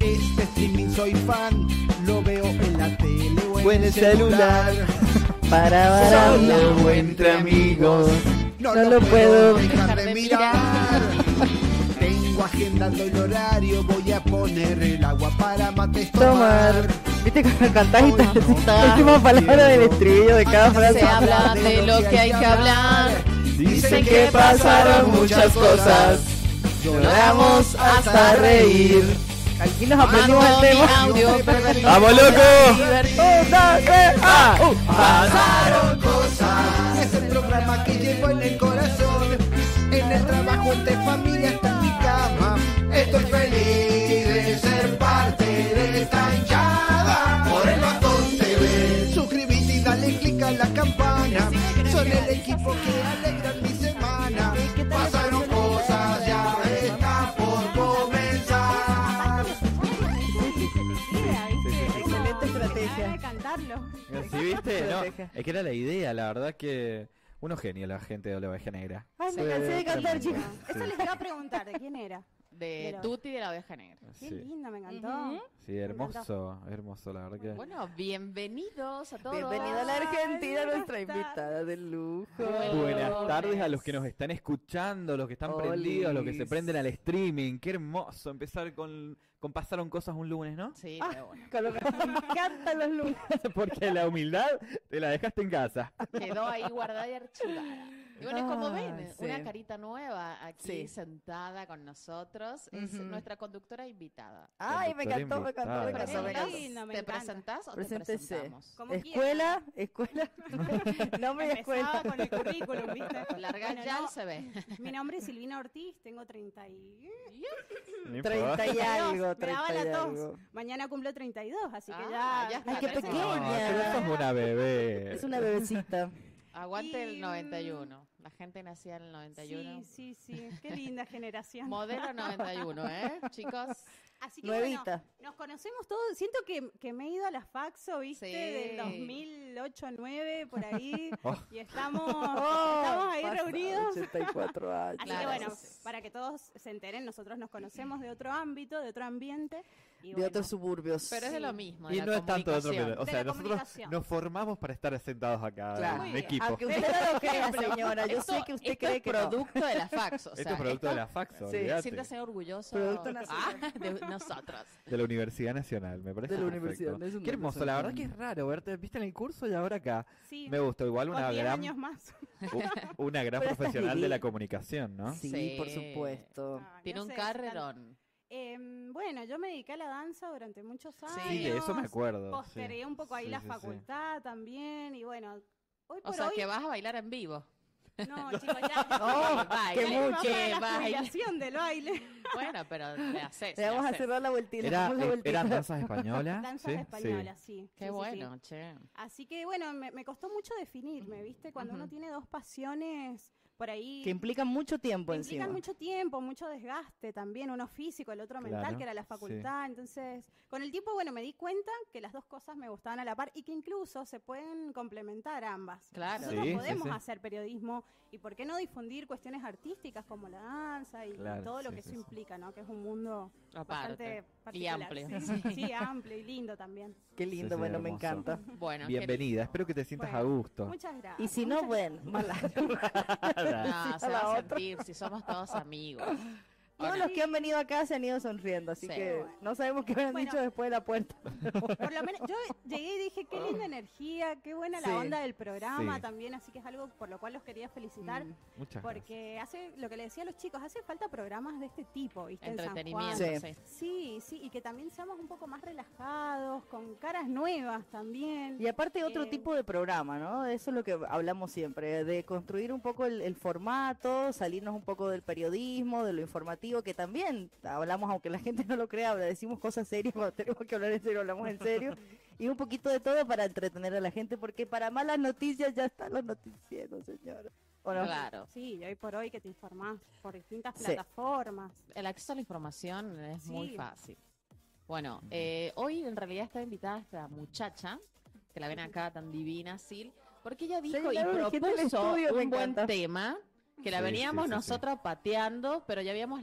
este soy fan, lo veo en la tele o en, Buen el celular. Para Solo baranda entre amigos. No, No lo, lo puedo puedo dejar de mirar. Tengo agendando el horario, voy a poner el agua para mates tomar. Tomar. Viste cuando cantás y Hoy te- no la última quiero. palabra del estribillo de cada Antes frase. Se habla de lo que hay que hablar. Dicen que pasaron muchas cosas. Lloramos hasta reír. Aquí nos aprendimos el Mando mi tema. audio pervertido. ¡Vamos, loco! Divertido. Un, dos, tres, ah, uh. Pasaron cosas. Es el programa que llevo en el corazón. En el trabajo, entre familia, hasta en mi cama. Estoy feliz de ser parte de esta hinchada. Por el bastón TV. Suscribite y dale click a la campana. Son el equipo que alegran mi semana. Pasaron cosas, ya está por comenzar. Excelente estrategia. de cantarlo. ¿Sí viste? No, Estrategia. es que era la idea, la verdad que... Unos genios la gente de Oveja Negra. Ay, me cansé de cantar, chicos. Eso les iba a preguntar, ¿de quién era? De Pero- Tuti de la oveja negra. Qué Sí, lindo, me encantó. Ujú. sí, hermoso, hermoso, la verdad que... Bueno, bienvenidos a todos. Bienvenida a la Argentina, Ay, nuestra buenas invitada de lujo. Buenas tardes a los que nos están escuchando, los que están Olis. prendidos, los que se prenden al streaming. Qué hermoso empezar con, con pasaron cosas un lunes, ¿no? Sí, Ah. pero bueno. Con lo que me encantan los lunes. Porque la humildad te la dejaste en casa. Quedó ahí guardada y archivada. Y bueno, es como Ah, ven, sí. una carita nueva aquí Sí. sentada con nosotros. Es Ujú. nuestra conductora invitada. Ay, me Conductora encantó, me encantó, me invitada. encantó, me ¿Presentas? encantó. Lindo, me ¿Te encanta. presentás o Preséntese. te presentamos? Como Escuela, escuela, nombre y Empezaba escuela. con el currículum, ¿viste? Larga Bueno, ya no, y se ve. Mi nombre es Silvina Ortiz, tengo 30 y... 30 y algo, Dios, me daba 30 y la tos. algo. Mañana cumplo 32, así que Ah, ya... ya está, Ay, qué tenés el- pequeña. No, pero sos una bebé. Es una bebecita. Aguante Y, el mm, 91. La gente nacía en el 91. Sí, sí, sí, qué linda generación. Modelo 91, ¿eh? Chicos. Así que bueno, Nuevita. nos conocemos todos. Siento que, que me he ido a la Faxo, ¿viste? Sí. Del 2008, 9 por ahí. Oh. Y estamos, Oh, estamos ahí pasa, reunidos. 84 años. Así Claro, que bueno, sí, sí. para que todos se enteren, nosotros nos conocemos de otro ámbito, de otro ambiente. Y De bueno, otros suburbios. Pero es de lo mismo. Y la no es tanto de otro comunicación. pedo. O De sea, la nosotros comunicación. nos formamos para estar sentados acá Claro. en Muy bien. equipo. Aunque usted no lo crea, señora. Yo Esto- sé que usted esto cree es que no. producto de la fax. O sea, Esto es producto de la fax, Sí. olvídate. Siéntase orgulloso Producto nacional. Ah, de nosotros. De la Universidad Nacional, me parece. De la perfecto. universidad, es un Qué hermoso, la verdad que es profesor. raro verte. Viste en el curso y ahora acá. sí, Me gustó, igual con una 10 gran, años más. u- una gran Pero estás profesional de la divina. comunicación, ¿no? Sí, Ah. Sí. por supuesto. Ah, Tiene no un sé, carrerón. Eh, bueno, yo me dediqué a la danza durante muchos años. Sí, de eso me acuerdo. Postergué sí. un poco ahí Sí, la sí, sí. facultad también. Y bueno, hoy O por sea, hoy. que vas a bailar en vivo. Oh, No, chicos, ya. No, baile, qué Vamos a mucho. baile, la baile. jubilación del baile. Bueno, pero le haces. Le vamos a haces. cerrar la vueltita. le Era, damos la eh, vueltita. eran danzas españolas. Danzas sí, sí. españolas, sí. sí, sí, Qué sí. bueno, che. Así que bueno, me, me costó mucho definirme, ¿viste? Cuando uno Ujú. tiene dos pasiones por ahí. Que implican mucho tiempo que encima. implican mucho tiempo, mucho desgaste también, uno físico, el otro mental, Claro, que era la sí. facultad. Entonces, con el tiempo, bueno, me di cuenta que las dos cosas me gustaban a la par y que incluso se pueden complementar ambas. Claro. Nosotros Sí, sí, podemos sí. hacer periodismo y por qué no difundir cuestiones artísticas como la danza y, y Claro, todo lo sí, que sí, eso sí. implica, ¿no? Que es un mundo bastante Aparte. Y particular. amplio. Sí, sí, amplio y lindo también. Qué lindo, Sí, sí, bueno, me hermoso. encanta. Bueno, qué Bienvenida, espero que te sientas a Bueno, gusto. Muchas gracias. Y si no, muchas bueno, mala. lindo. No, Sí, Ah, se a la va a otra. sentir si somos todos amigos. Todos Bueno, los que han venido acá se han ido sonriendo, así Sí. que no sabemos qué habrán Bueno. dicho después de la puerta. Por lo menos yo llegué y dije, qué linda energía, qué buena Sí. la onda del programa Sí. también, así que es algo por lo cual los quería felicitar. Mm. Muchas gracias. Porque hace lo que le decía a los chicos, hace falta programas de este tipo, ¿viste? En San entretenimiento. Sí. sí. Juan. Sí, sí, y que también seamos un poco más relajados, con caras nuevas también. Y aparte otro Eh. tipo de programa, ¿no? Eso es lo que hablamos siempre, de construir un poco el, el formato, salirnos un poco del periodismo, de lo informativo, que también hablamos, aunque la gente no lo crea, habla- decimos cosas serias, cuando tenemos que hablar en serio, hablamos en serio, y un poquito de todo para entretener a la gente, porque para malas noticias ya están los noticieros, señora. ¿O no? Claro. Sí, y hoy por hoy que te informás por distintas Sí. plataformas. El acceso a la información es muy Sí. fácil. Bueno, eh, hoy en realidad está invitada esta muchacha, que la ven acá tan divina, Sil, porque ella dijo y claro, la gente del propuso estudio, me un buen encanta. tema Que la Sí, veníamos sí, sí, sí. nosotros pateando, pero ya habíamos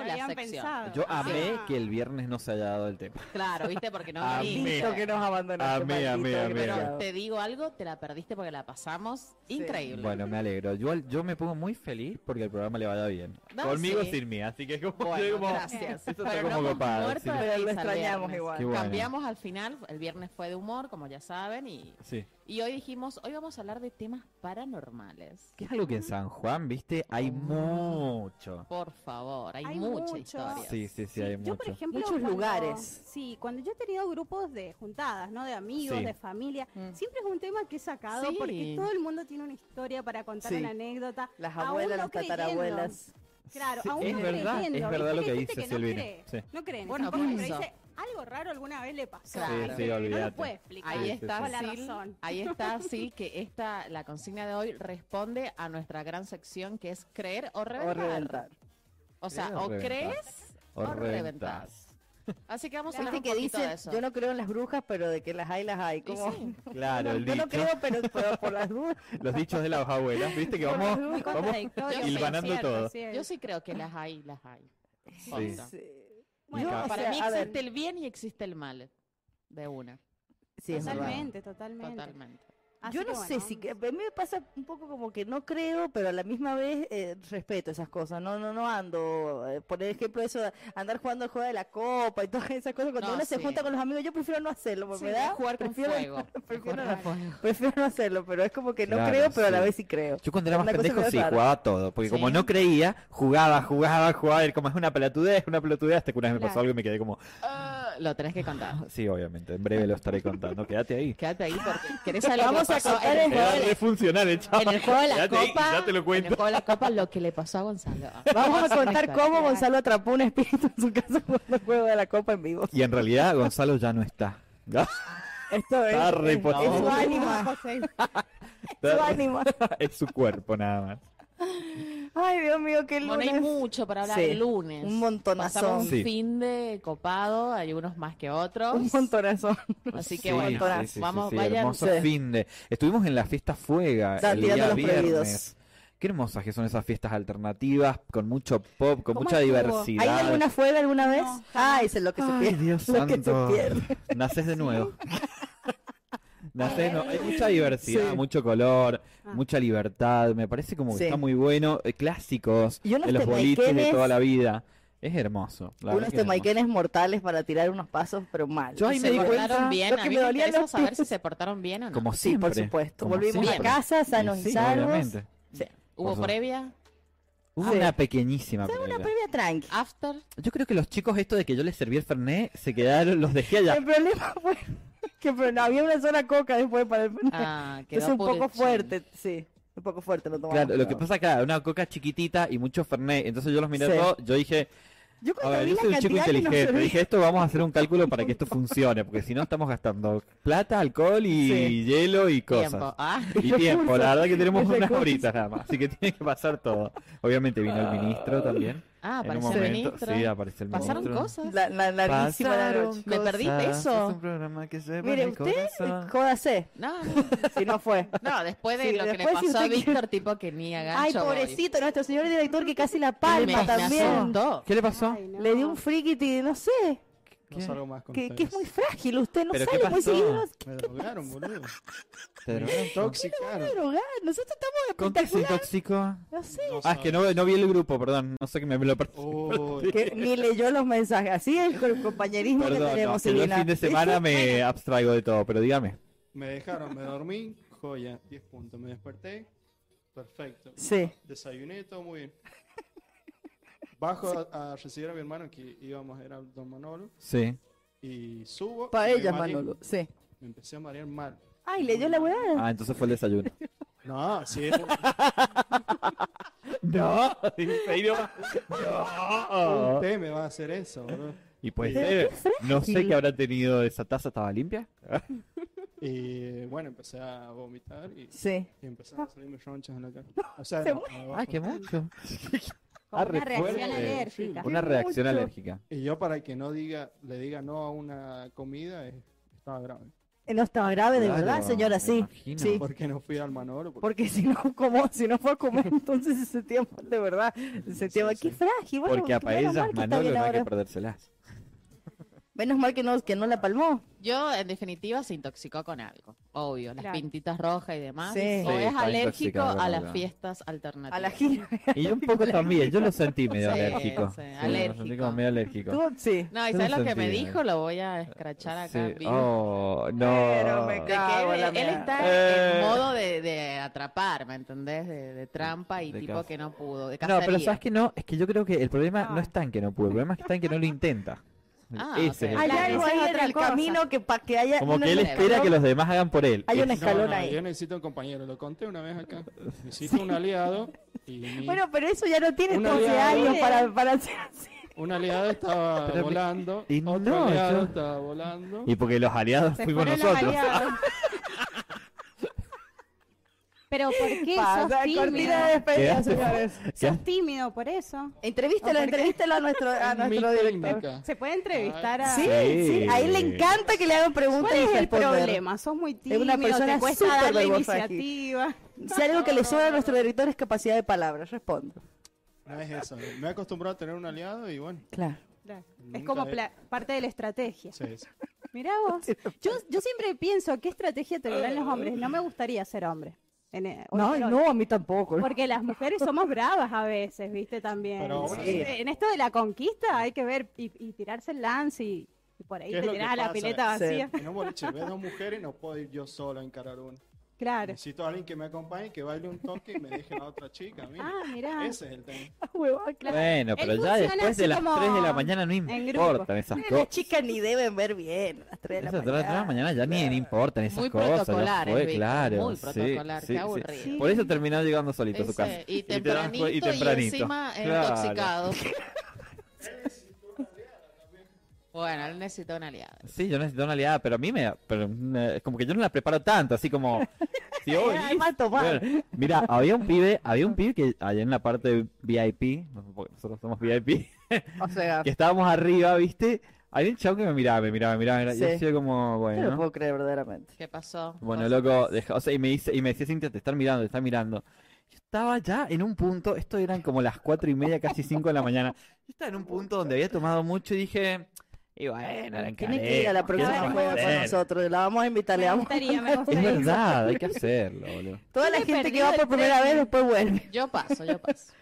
lo la habían sección. pensado. Yo amé Ah. que el viernes no se haya dado el tema. Claro, viste, porque no Amé. viniste. Listo que nos abandonaste. Amé, amé, maldito amé, Pero desgraciado. te digo algo, te la perdiste porque la pasamos increíble. Bueno, me alegro. Yo, yo me pongo muy feliz porque el programa le vaya bien. No, Conmigo sí. sin mí, así que es como... Bueno, yo como- gracias. Esto Pero está no como hemos copado. muerto sí. de Pero lo risa el extrañamos viernes. igual. Qué bueno. Cambiamos al final, el viernes fue de humor, como ya saben, y, Sí. y hoy dijimos, hoy vamos a hablar de temas paranormales. Que es algo que en San Juan, viste, hay mucho. Por favor, hay, Hay mucha mucho. historia. Sí, sí, sí, Sí, hay yo, mucho. por ejemplo, Muchos lugares. Sí, cuando yo he tenido grupos de juntadas, ¿no? De amigos, Sí. de familia, Mm. siempre es un tema que he sacado Sí. porque todo el mundo tiene una historia para contar Sí. una anécdota. Las aún abuelas, no las creyendo. tatarabuelas. Claro, Sí, aún es no verdad, creyendo. es verdad ¿viste? lo que Hay dice gente que Silvina, No cree, sí. no creen, Bueno, tampoco, por pero eso. dice, algo raro alguna vez le pasó. Claro. Sí, sí, ¿viste? no olvídate. lo puede explicar. Ahí Sí, está, sí, sí. Sil, Con la razón. ahí está, sí, que esta, la consigna de hoy responde a nuestra gran sección que es creer o O reventar. O, reventar. sea, Creer o o reventar. crees O o, reventas. reventas. Así que vamos a hablar Viste un que poquito de dicen, eso. yo no creo en las brujas, pero de que las hay, las hay. Y Como, sí. Claro, yo el no, yo no dicho, creo, pero, pero por las dudas. los dichos de las abuelas, viste que vamos, vamos Muy contradictorio, Yo sí, hilvanando cierto, todo. sí. Yo sí creo que las hay, las hay. Sí. Posta. Sí. Bueno, Yo, o Para sea, mí a ver, existe el bien y existe el mal. De una, sí, es verdad. Totalmente, totalmente. totalmente. Así Yo que no sé bueno, si que- a mí me pasa un poco como que no creo, pero a la misma vez eh, respeto esas cosas. No, no, no ando. eh, por ejemplo, eso de andar jugando el juego de la copa y todas esas cosas cuando No, uno se sí. junta con los amigos, yo prefiero no hacerlo, porque Sí, Pues me da jugar con prefiero, fuego. prefiero, Jugar con fuego. prefiero no hacerlo, pero es como que no Claro, creo, pero a la sí. vez sí creo. Yo cuando era más Una cosa pendejo medio sí rara. jugaba todo, porque como Sí. no creía, jugaba, jugaba, jugaba, y como es una pelotudez, es una pelotudez, hasta que una vez me pasó Claro. algo y me quedé como, Ah, lo tenés que contar. sí, obviamente, en breve lo estaré contando, quédate ahí. Quédate ahí porque querés saber lo que Vamos a pasó contar en el el juego Era de la- re funcional, eh, en el juego de la Quédate ahí, copa. ya te lo En cuento. el juego de la copa lo que le pasó a Gonzalo. Vamos a contar cómo Claro. Gonzalo atrapó un espíritu en su casa jugando el juego de la copa en vivo. Y en realidad Gonzalo ya no está. Esto es, Está re es, es potente. su ánima, su Está- ánima. es su cuerpo nada más. Ay, Dios mío, qué Bueno, lunes. hay mucho para hablar Sí, el lunes. un montonazón. Pasamos un Sí. fin de copado, hay unos más que otros. Un montonazo. Así que Sí, bueno, sí, sí, vamos, sí, sí, vayan. hermoso Sí. fin de. Estuvimos en la fiesta Fuega Están el tirando día los viernes. prohibidos. Qué hermosas que son esas fiestas alternativas, con mucho pop, con ¿Cómo mucha estuvo? ¿Hay diversidad. alguna fuera alguna vez? No, jamás. Ay, es lo que se Ay, pierde. Dios lo que se santo. pierde. Naces de nuevo. Nacés, no, hay mucha diversidad, Sí. mucho color, Ah. mucha libertad. Me parece como que Sí. está muy bueno. eh, Clásicos Y unos de los boliches de temaiquenes- toda la vida. Es hermoso. la verdad Unos que es hermoso. temaiquenes mortales para tirar unos pasos, pero mal. Yo ahí O me se sea, di portaron cuenta- bien, lo a que mí me me dolían interesa los saber si pies. se portaron bien o no. Como Sí, siempre. por supuesto. como Volvimos siempre. a casa sanos Y y sí, salvos. obviamente. ¿Hubo Por- previa? Hubo Sí. una pequeñísima Una previa. previa tranqui. ¿After? Yo creo que los chicos, esto de que yo les serví el Fernet, se quedaron, los dejé allá. El problema fue que pero no había una sola coca después para el Ah, Es quedó un por el poco chin. fuerte, sí. Un poco fuerte lo tomamos. Claro, lo que pero- pasa acá, una coca chiquitita y mucho Fernet. Entonces yo los miré Sí. todos, yo dije, Yo a cuando ver, vi yo la soy un chico cantidad que nos inteligente. servían- Dije, esto vamos a hacer un cálculo para que esto funcione, porque si no estamos gastando plata, alcohol y Sí. hielo y cosas. Tiempo. Ah, Y tiempo, la verdad que tenemos unas Recursos. horitas nada más, así que tiene que pasar todo. Obviamente vino el ministro también. ah en un apareció el momento, ministro. sí, aparece el Pasaron ministro. cosas. La, la larguísima la Pasaron noche. Me perdí cosas, eso. Es un programa que se Mire, usted, jódase, No, no, si no fue. no, después de Sí, lo que le después si pasó a usted quiere- Víctor, tipo que ni a gancho Ay, voy. pobrecito, nuestro señor director que casi la Me- palma me también. asustó. ¿Qué le pasó? Ay, no. Le dio un frikiti, no sé, No salgo más con que, que ustedes. es muy frágil. Usted no ¿Pero qué sale muy pasó? seguido. nos- Me drogaron, boludo. ¿Te Me drogaron? intoxicaron. Pero, hogar, nosotros estamos ¿Con qué se espectacular. intoxicó? No sé. No Ah, es que no, no vi el grupo, perdón. No sé que me lo perdí. Oh, Que ni leyó los mensajes. Así es el compañerismo que Perdón, no, tenemos, que yo el Silvina. fin de semana me abstraigo de todo, pero dígame. me dejaron, me dormí, joya, 10 puntos. Me desperté, perfecto. Sí. Desayuné, todo muy bien. Bajo a, a recibir a mi hermano que íbamos, era don Manolo, Sí. y subo. Para y me ellas, mareé. Manolo. Sí. Me empecé a marear mal. Ay, leyó la huevada. Ah, entonces fue el desayuno. No, Ah, sí, No, en serio. No. usted me va a hacer eso, boludo. Y pues, Pero eh, no sé frágil. qué habrá tenido esa taza, ¿estaba limpia? Y bueno, empecé a vomitar y, Sí. y empezaron a salirme ronchas en la cara. O sea, Se no, abajo. Ay, Ah, qué mucho. Como Ah, una reacción recuerde. alérgica. Una reacción mucho. alérgica. Y yo para que no diga, le diga no a una comida, eh, estaba grave. No estaba grave, de Claro, verdad, señora, me sí. imagino. Sí. ¿Por qué no fui al Manolo? Porque Porque si no, como, si no fue a comer, entonces se sentía mal, de verdad. Se sentía mal. sí. Qué frágil. bueno, Porque a que menos mal paellas que está Manolo bien no hay que ahora. perdérselas. Menos mal que no, que no la palmó. Yo, en definitiva, se intoxicó con algo, obvio, las Claro. pintitas rojas y demás. Sí. O Sí, es está alérgico intoxicado con a las algo. fiestas alternativas. A la gira. Y un poco también, yo lo sentí medio Sí, alérgico. sí, Sí, Lo sentí alérgico. como medio alérgico. Tú- Sí. No, y Yo ¿sabes lo lo que me sentí, dijo? Lo voy a escrachar acá. en Sí. vivo. Oh, no. Pero me De cago Ah, que en él, la él mierda. está Eh. en modo de, de atrapar, ¿me entendés? De, de trampa y De tipo caz- que no pudo, de No, pero cacería. sabes que no, es que yo creo que el problema no Ah. está en que no pudo, el problema está en que no lo intenta. Ah, Ese ok. es el Hay Claro, algo esa ahí es en otra el cosa. camino que para que haya. Como un que él escalón. espera que los demás hagan por él. Hay un Ese- escalón ahí. yo necesito un compañero, lo conté una vez acá. Necesito un aliado y mi- Bueno, pero eso ya no tiene Una 12 vida- años para, para hacer así. un aliado estaba Pero mi- volando, y otro no, aliado yo- estaba volando. Y porque los aliados Se fuimos fueron los nosotros. aliados. Pero ¿por qué Pasa, sos tímido? cortina de despedida, Quedaste- señores. Sos tímido por eso. Entrevístela, entrevístela a nuestro, a Es mi nuestro director. técnica. Se puede entrevistar a... Sí, sí, a él le encanta que le hagan preguntas ¿Cuál y es el responder. problema? Sos muy tímido, una persona te cuesta súper dar la vergonzosa aquí. iniciativa. Si algo que le sobra a nuestro director es capacidad de palabra, respondo. No es eso. Me he acostumbrado a tener un aliado y bueno. Claro. Claro. Es Nunca como he- pla- parte de la estrategia. Sí, sí. Mirá vos. Yo, yo siempre pienso, ¿qué estrategia tendrán los hombres? No me gustaría ser hombre. en, eh, hoy No, por hoy. no, a mí tampoco. Porque las mujeres somos bravas a veces, ¿viste? También. Pero Sí. bueno, En esto de la conquista hay que ver y, y tirarse el lance y, y por ahí ¿Qué es te lo que tirás a la pasa? pileta Sí. vacía. En un boliche veo dos mujeres, no puedo ir yo solo a encarar una. Claro. Necesito a alguien que me acompañe, que baile un toque y me deje la otra chica. a mí. Ah, mirá. Ese es el tema. Huevón, claro. Bueno, Él pero ya funciona después de así las como 3 de la mañana no grupo. importan esas Las cosas. chicas ni deben ver bien. a Las 3 de la Esas 3 de la mañana. mañana ya ni ni importan esas Muy cosas. ya protocolar, fue, es Víctor, claro. muy sí, protocolar, sí, qué sí. aburrido. Por eso terminó llegando solito a su Ese, casa. y, te das cu- tempranito, y encima eh, Claro. intoxicado. bueno, él necesita una aliada. Sí, yo necesito una aliada, pero a mí me. Pero, eh, como que yo no la preparo tanto, así como. si hoy- Ay, va a tomar. Bueno, mira, había un pibe, había un pibe que allá en la parte VIP, porque nosotros somos VIP, O sea, que estábamos arriba, ¿viste? Había un chavo que me miraba, me miraba, me miraba, me miraba, y yo Sí. decía como, no lo bueno. puedo creer verdaderamente. ¿Qué pasó? Bueno, loco, deja- o sea, y me dice, y me decía Cintia, te están mirando, te están mirando. Yo estaba ya en un punto, esto eran como las cuatro y media, casi cinco de la mañana. Yo estaba en un punto donde había tomado mucho y dije, y bueno, la Tiene que ir a la próxima encaremos, ¿qué vamos a juega con hacer? nosotros. La vamos a invitar. Le Me vamos... gustaría, me Es gustaría. verdad, hay que hacerlo, boludo. Toda Yo la le gente perdí que va el por primera tren. vez después vuelve. Yo paso, yo paso.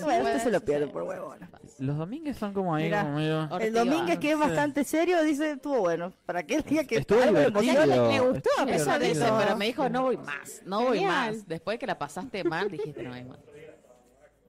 Bueno, usted se lo Sí, pierde sí, por sí, huevona. sí, sí, Los domingos son como ahí, Mirá. como medio- paso. El domingo, que es Sí. bastante serio, dice, estuvo bueno. Para qué día que Estuvo algo le divertido. emociona. Le gustó, a Estuvo pesar de divertido. Dice, eso. pero me dijo, no voy más, no voy Genial. más. Después que la pasaste mal, dijiste, no voy más.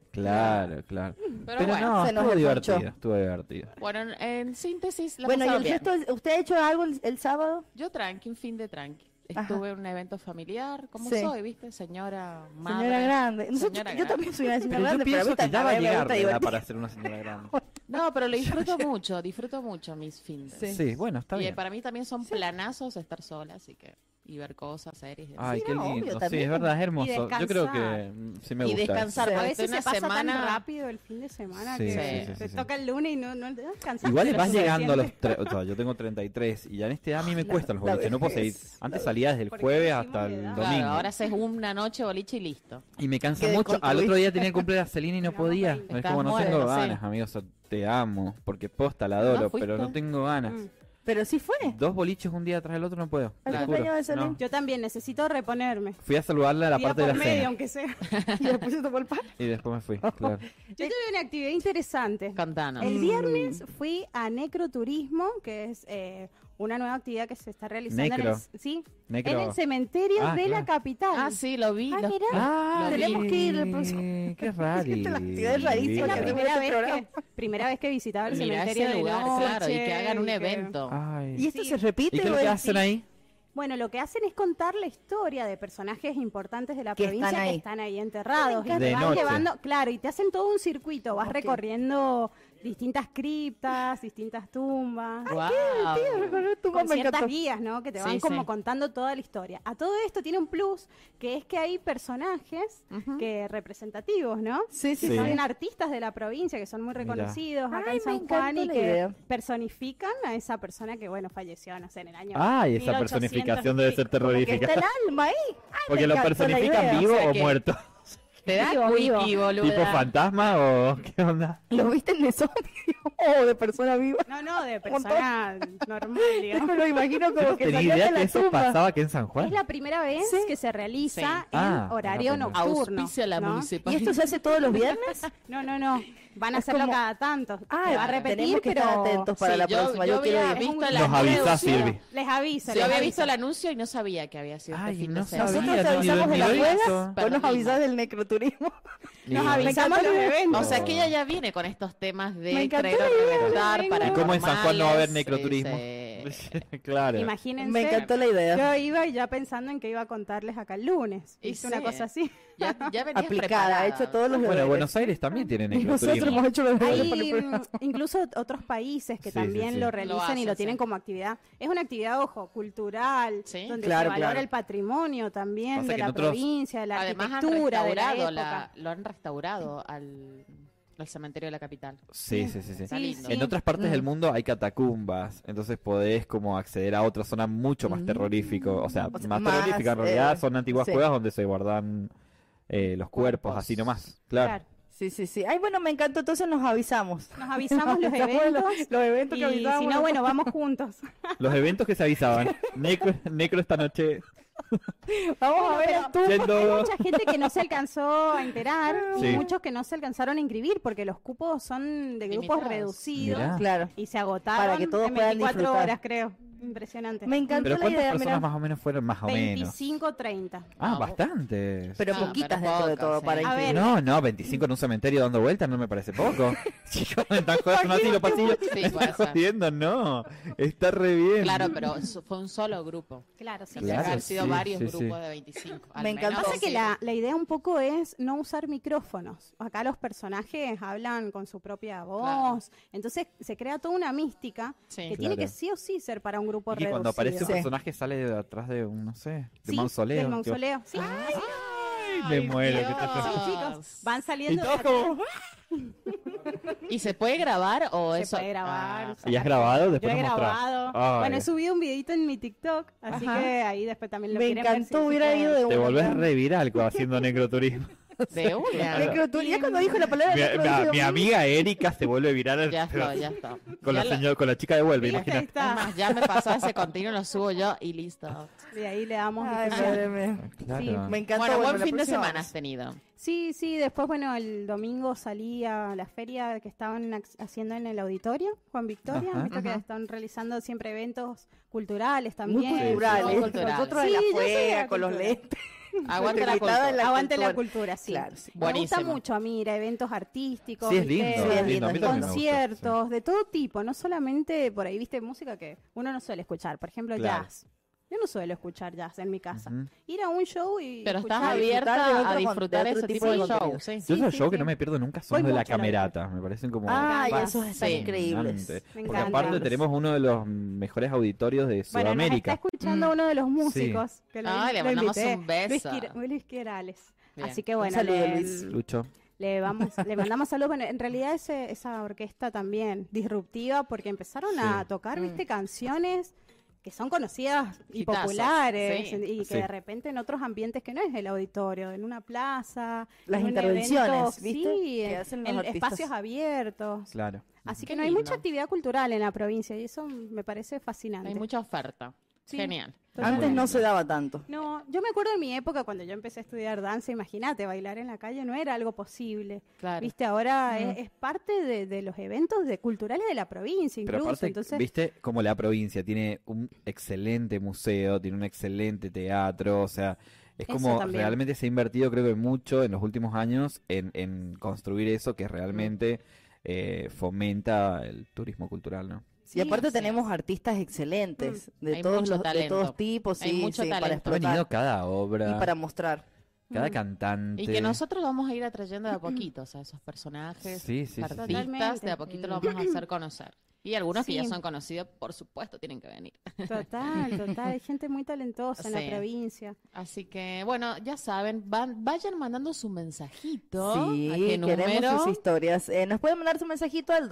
Claro, claro. Pero, Pero, bueno, no, se nos estuvo enganchó. divertido, estuvo divertido. bueno, en- en síntesis, la Bueno, ¿y pasaron el bien. gesto, ¿usted ha hecho algo el, el sábado? Yo tranqui, un fin de tranqui. Ajá. Estuve en un evento familiar, como Sí. soy, ¿viste? Señora madre. Señora grande. Nosotros- Señora yo grande. también soy una señora Pero yo grande, pero a mí pienso que ya también va a me gusta llegar la edad divertir. para ser una señora grande. No, pero lo disfruto mucho, disfruto mucho mis fines. Sí, bueno, está y eh, bien. para mí también son planazos estar sola, así que, y ver cosas, series. y demás. Ay, Sí, qué no, obvio, lindo. Sí, también. es verdad, es hermoso. Yo creo descansar. que mm, sí me Y gusta. eso. descansar, A porque veces estoy se una pasa tan semana... rápido el fin de semana Sí, que sí, sí, sí, te sí. toca el lunes y no, no no descansas. Igual pero vas es llegando a los... suficiente. tre- o sea, yo tengo 33 y ya en este edad a mí me cuestan los la boliches, no puedo seguir. vejez, la Antes vejez. salía desde el Porque jueves decimos hasta la el edad. domingo. Claro, ahora haces una noche boliche y listo. Y me cansa Qué mucho. Al otro día tenía desconstruido. cumpleaños Celina y no Te amo, podía. cariño. Es como no Estás tengo muerta, ganas, sí. amigos. Te amo. Porque posta la ¿No adoro, fuiste? pero no tengo ganas. Mm. Pero sí fue. Dos boliches un día tras el otro no puedo. Al te cumpleaños juro, de Celina. no. Yo también necesito reponerme. Fui a saludarla a la Día parte de la por medio, cena. aunque sea. Y después se tomó el pan. Y después me fui, claro. Yo tuve una actividad interesante. Cantanos. El viernes Mm. fui a Necroturismo, que es eh, una nueva actividad que se está realizando en Necro. el, ¿sí? Necro. en el cementerio Ah, de la claro. capital. Ah, sí, lo vi. Ah, lo- mirá. Ah, Tenemos que ir al próximo. Qué raro. Gente, la actividad es rarísima Es la Mira. primera pues, vez, Programa. que, primera vez que visitaba el Mirá cementerio ese de lugar, noche, claro, y que hagan un y que- evento. Ay. ¿Y esto Sí. se repite? ¿Y qué es o lo que es- hacen ahí? Bueno, lo que hacen es contar la historia de personajes importantes de la Que provincia están ahí. que están ahí enterrados. encanta. y De te van noche. llevando, claro, y te hacen todo un circuito, vas recorriendo distintas criptas, distintas tumbas. Guau. Recorrer tu Con mamá, me ciertas encantó. guías, ¿no? Que te Sí, van como sí. contando toda la historia. A todo esto tiene un plus, que es que hay personajes Ujú. que representativos, ¿no? Sí, sí, Sí. sí. Son artistas de la provincia que son muy Mirá. reconocidos acá Ay, en me San Juan encantó y la que idea. personifican a esa persona que, bueno, falleció, no sé, en el año. Ay, esa 1800 personificación debe Como ser que está terrorífica. el alma ahí. Ay, me Porque lo encantó la idea. personifican vivo o sea o que- muerto. Te da Vivo, wiki, vivo. boluda. ¿Tipo fantasma o qué onda? Lo viste en desorden o de persona viva. No, no, de montón. persona normal, digamos. Me lo imagino como ¿No que tenía salías idea de que la eso tumba. pasaba aquí en San Juan? Es la primera vez Sí. que se realiza Sí. en Ah, horario no, no. nocturno. Auspicia la ¿no? ¿Y municipalidad. esto se hace todos los viernes? No, no, no. Van a Es hacerlo como- cada tanto. Ah, Se va a repetir, tenemos que pero estar atentos para Sí, la yo- próxima. yo Yo, quiero ir. había es un visto grupo la- Nos avisa, reducido. Sirvi. Les aviso. Yo les había aviso. visto el anuncio y no sabía que había sido Ay, este fin no de semana. sabía. Nosotros te ni avisamos lo- de ni las lo hizo. ruedas, vos nos Perdimos. avisás del necroturismo. Nos avisamos encanta los la- eventos. O sea que ella ya viene con estos temas Me de encantó creer o la idea. reventar para ¿Y cómo en San Juan no va a haber necroturismo? claro. Imagínense. Me encantó la idea. Yo iba ya pensando en que iba a contarles acá el lunes. Y Hice sí. una cosa así. Ya, ya Aplicada, venías ha preparada. hecho todos los Bueno, deberes. Buenos Aires también tiene Y Nosotros necroturismo. hemos hecho los deberes para el Hay programa. mm, incluso ot- otros países Sí, que sí, también sí. lo Lo realizan y hacen, lo tienen sí. como actividad. Es una actividad, ojo, cultural, Sí. donde Claro, se valora claro. el patrimonio también Pasa de que la en otros- provincia, de la Además han arquitectura, de la restaurado época. la, lo han restaurado al, al cementerio de la capital. Sí, sí, sí, sí. Está Sí, lindo. Mm. sí. En otras partes Mm. del mundo hay catacumbas, entonces podés como acceder a otra zona mucho más terrorífico, o sea, Mm. O sea, más, más, terrorífica en realidad, eh, son antiguas sí. cuevas donde se guardan eh, los cuerpos, Cuerpos. así nomás, claro. Sí, sí, sí. Ay, bueno, me encantó. Entonces nos avisamos. Nos avisamos los Avisamos eventos. Los eventos Y que avisamos. si no, bueno, vamos juntos. Los eventos que se avisaban, necro, necro esta noche, Vamos a ver Bueno, el tú. yendo... Mucha gente que no se alcanzó a enterar y Sí. muchos que no se alcanzaron a inscribir porque los cupos son de grupos Limitados. reducidos Mirá. Claro. y se agotaron Para que todos en puedan 24 disfrutar. horas, creo. Impresionante. Me encantó Pero la ¿cuántas idea, personas mira. más o menos fueron? Más o menos. 25, 30. Ah, No, bastantes. Pero Ah, poquitas pero dentro de pocas, todo sí. para A ver, inscribir. No, no, 25 en un cementerio dando vueltas no me parece poco. Chicos, me están jodiendo, son así los pasillos. Sí, me están puede ser. jodiendo, no. Está re bien. Claro, pero eso fue un solo grupo. Claro, sí. Tendría que Claro, haber sido sí, varios sí, sí. grupos de 25. al Me encanta. menos. Pasa que la, la idea un poco es no usar micrófonos. Acá los personajes hablan con su propia voz. Entonces se crea toda una mística Sí. que tiene Claro. que sí o sí ser para un Y grupo que reducido. cuando aparece un Sí. personaje sale de atrás de un, no sé, de Sí, un mausoleo. del tío. mausoleo. Sí, sí, Me muero. que está- sí, Dios. chicos. Van Y saliendo. de todos atrás. como... "Ah". ¿Y se puede grabar o Se eso? puede grabar. Ah, sí. ¿Y has grabado? Yo Después he nos mostrás. grabado. Ay. bueno, he subido un videito en mi TikTok, así Ajá. que ahí después también lo Me quieren ver, encantó, sí, hubiera sí, ido de Te una. volvés re viral co- haciendo necroturismo. de una. Necrotur- Ya cuando dijo la palabra mi, necro, mi- dije, mi "Mm". amiga Erika se vuelve viral Ya está, ya está. con, Ya la lo- señor- con la chica de vuelve, Ahí imagínate. está. Es más, ya me pasó ese continuo, lo subo yo y listo. Y ahí le damos. Ay, difusión. madre mía. Claro. Me encantó. bueno, buen la fin de próxima semana has vez. tenido. Sí, sí, después, bueno, el domingo salí a la feria que estaban ac- haciendo en el auditorio, Juan Victoria, Ajá. visto que Ajá. están realizando siempre eventos culturales Muy también. culturales. cultural. Muy ¿eh? cultural. Nosotros de Sí, la yo soy de la juega, con los cultura. lentes. Aguante la Invitada cultura. en Aguante la cultura, sí. Claro, sí. Me gusta Buenísimo. mucho a mí ir a eventos artísticos, Sí, es ¿viste? lindo, Sí, es es lindo. a mí lindo. también me gusta, sí. conciertos, de todo tipo, no solamente por ahí, viste, música que uno no suele escuchar, por ejemplo, Claro. jazz. Yo no suelo escuchar jazz en mi casa. Ujú. Ir a un show y Pero disfrutar escuchar- estás de abierta a otro con- disfrutar de otro ese tipo tipo de de show. contenido. Sí. Yo Eh, Sí, los sí, shows que sí. no me pierdo nunca son Voy de la mucho a la camerata, me parecen como Ay, encanta. esos están Sí. increíbles. fascinantes. Me Porque encanta. aparte tenemos uno de los mejores auditorios de Bueno, nos está Sudamérica. Mm. Mm. escuchando uno de los músicos. Que lo, Ay, le lo mandamos invité, un beso. Luis, Quir- Luis Quirales. Bien. Así que bueno, saludo, le, Luis. Lucho. le vamos, le mandamos saludos. Bueno, en realidad ese- esa orquesta también disruptiva porque empezaron a Sí. tocar, Mm. viste, canciones que son conocidas y Hitazos, populares sí. y que Sí. de repente en otros ambientes que no es el auditorio, en una plaza, Las en un intervenciones, evento, ¿viste? sí, Que en- hacen los en artistas. espacios abiertos. Claro. Así Qué que no hay lindo. mucha actividad cultural en la provincia y eso me parece fascinante. Hay mucha oferta. Sí. Genial. Antes no se daba tanto. No, yo me acuerdo de mi época cuando yo empecé a estudiar danza, imagínate, bailar en la calle no era algo posible. Claro. Viste, ahora es, es parte de, de los eventos de culturales de la provincia, Pero incluso. aparte, Entonces, viste como la provincia tiene un excelente museo, tiene un excelente teatro, o sea, es Eso como también. realmente se ha invertido creo que mucho en los últimos años en, en construir eso que realmente Mm. eh, fomenta el turismo cultural, ¿no? sí, Mm. y aparte así tenemos artistas excelentes de Hay todos mucho los de talento. todos tipos, Hay sí, mucho sí, para talento. Ha venido explotar cada y obra. para mostrar. cada Mm. cantante. Y que nosotros vamos a ir atrayendo de a poquitos a esos personajes, Sí, sí, sí. artistas, Totalmente. de a poquito lo vamos a hacer conocer. Y algunos que ya Sí. son conocidos, por supuesto, tienen que venir. Total, total. Hay gente muy talentosa en Sí. la provincia. Así que, Eh, bueno, ya saben, van, vayan mandando su mensajito. Sí, ¿A qué número? queremos sus historias. Eh, nos pueden mandar su mensajito al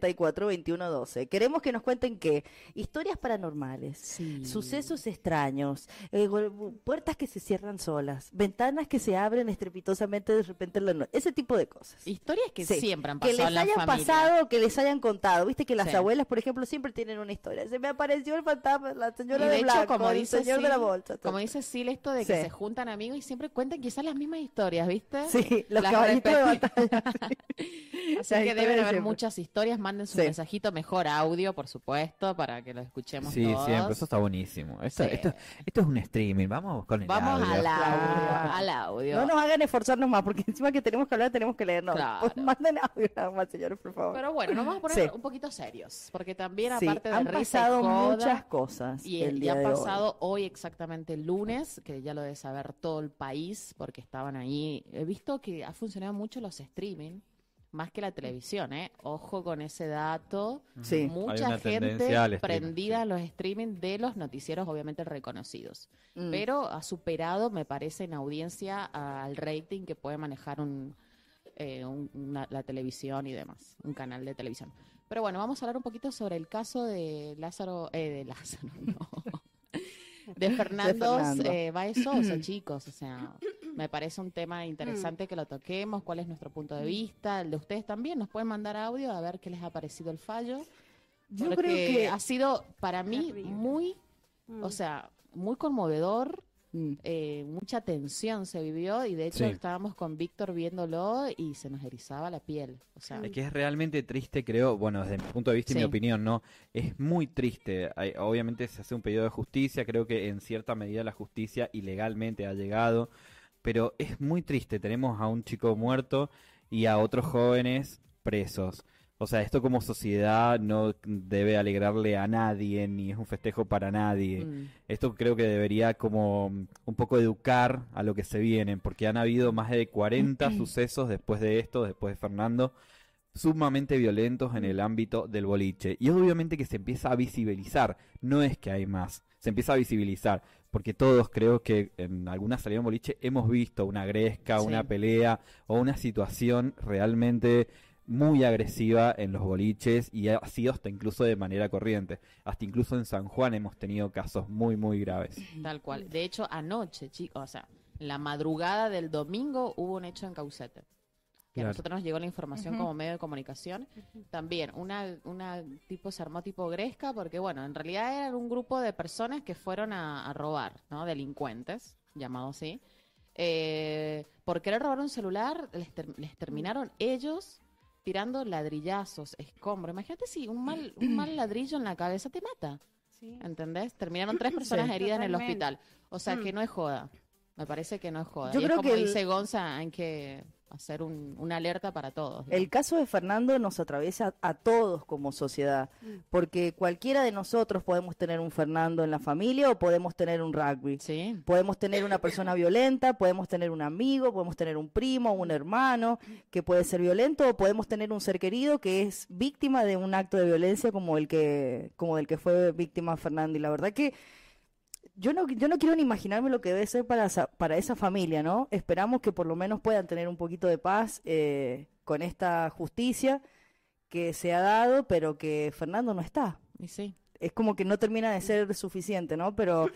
264-154-44-21-12. Queremos que nos cuenten qué. Historias paranormales, Sí. sucesos extraños, eh, gol- puertas que se cierran solas, ventanas que se abren estrepitosamente de repente en la noche, ese tipo de cosas. Historias que Sí, siempre han que pasado les en la hayan familia. pasado o que les hayan contado. Viste que las Sí. abuelas, por ejemplo, siempre tienen una historia. Se me apareció el fantasma, la señora Y de, de hecho, blanco, como el dice señor de la Sil- bolsa. todo. Como dice Sil, esto de que Sí. se juntan amigos y siempre cuentan quizás las mismas historias, ¿viste? Sí, los Las caballitos de repetí- batalla. Así Las que historias deben de haber siempre. muchas historias. Manden su Sí. mensajito, mejor audio, por supuesto, para que lo escuchemos Sí, todos. siempre, eso está buenísimo. Esto, Sí. esto, esto es un streaming, vamos con el Vamos audio. al audio, Claro. al audio. No nos hagan esforzarnos más, porque encima que tenemos que hablar, tenemos que leernos. Claro. Pues manden audio nada más, señores, por favor. Pero bueno, nos vamos a poner Sí. un poquito serios, porque también Sí, aparte de han risa y pasado joda, muchas cosas y, el y día ha de hoy. pasado hoy. exactamente el lunes, que ya lo debe saber todo el país, porque estaban ahí. He visto que ha funcionado mucho los streaming, más que la televisión, ¿eh? Ojo con ese dato. Sí. Mm. Hay una Mucha gente tendencia al streaming, prendida sí. a los streaming de los noticieros, obviamente reconocidos. Mm. Pero ha superado, me parece, en audiencia al rating que puede manejar un, eh, un- una- la televisión y demás, un canal de televisión. Pero bueno, vamos a hablar un poquito sobre el caso de Lázaro, eh, de Lázaro, no. De Fernando, Fernando. eh, Baez Sosa, chicos. O sea, me parece un tema interesante que lo toquemos, cuál es nuestro punto de vista, el de ustedes también. Nos pueden mandar audio a ver qué les ha parecido el fallo. Yo porque creo que ha sido para mí Terrible. muy, Mm. o sea, muy conmovedor, Mm. eh, mucha tensión se vivió y de Sí. hecho estábamos con Víctor viéndolo y se nos erizaba la piel. O sea, Es que es realmente triste, creo, bueno, desde mi punto de vista y Sí. mi opinión, ¿no? Es muy triste. Hay- obviamente se hace un pedido de justicia, creo que en cierta medida la justicia ilegalmente ha llegado, pero es muy triste. Tenemos a un chico muerto y a otros jóvenes presos. O sea, esto como sociedad no debe alegrarle a nadie, ni es un festejo para nadie. mm, Esto creo que debería como mm, un poco educar a lo que se vienen, porque han habido más de 40 sucesos después de esto, después de Fernando, sumamente violentos en el ámbito del boliche. Y obviamente que se empieza a visibilizar, no es que hay más, se empieza a visibilizar, porque todos creo que en alguna salida en boliche hemos visto una gresca, Sí. una pelea o una situación realmente muy agresiva en los boliches y ha sido hasta incluso de manera corriente. Hasta incluso en San Juan hemos tenido casos muy, muy graves. tal cual. De hecho, anoche, chicos, o sea, en la madrugada del domingo hubo un hecho en Caucete. Que Claro. a nosotros nos llegó la información como medio de comunicación. También, una, una tipo se armó tipo gresca, porque bueno, en realidad eran un grupo de personas que fueron a, a robar, ¿no? Delincuentes, llamados así. Eh, por querer robar un celular, les, ter- les terminaron ellos tirando ladrillazos, escombros. Imagínate si un mal, un mal ladrillo en la cabeza te mata. Sí. ¿Entendés? Terminaron tres personas heridas en el Totalmente. hospital. O sea, que no es joda. Me parece que no es joda. Yo Y es creo como que el- dice Gonza, hay que hacer un- una alerta para todos. El caso de Fernando nos atraviesa a todos como sociedad, Mm. porque cualquiera de nosotros podemos tener un Fernando en la familia o podemos tener un rugby. Sí, Podemos tener una persona violenta, podemos tener un amigo, podemos tener un primo, un hermano que puede ser violento, o podemos tener un ser querido que es víctima de un acto de violencia como el que, como del que fue víctima Fernando. Y la verdad que yo no, yo no quiero ni imaginarme lo que debe ser para esa, para esa familia, ¿no? Esperamos que por lo menos puedan tener un poquito de paz eh, con esta justicia que se ha dado, pero que Fernando no está y sí. es como que no termina de ser suficiente, ¿no? Pero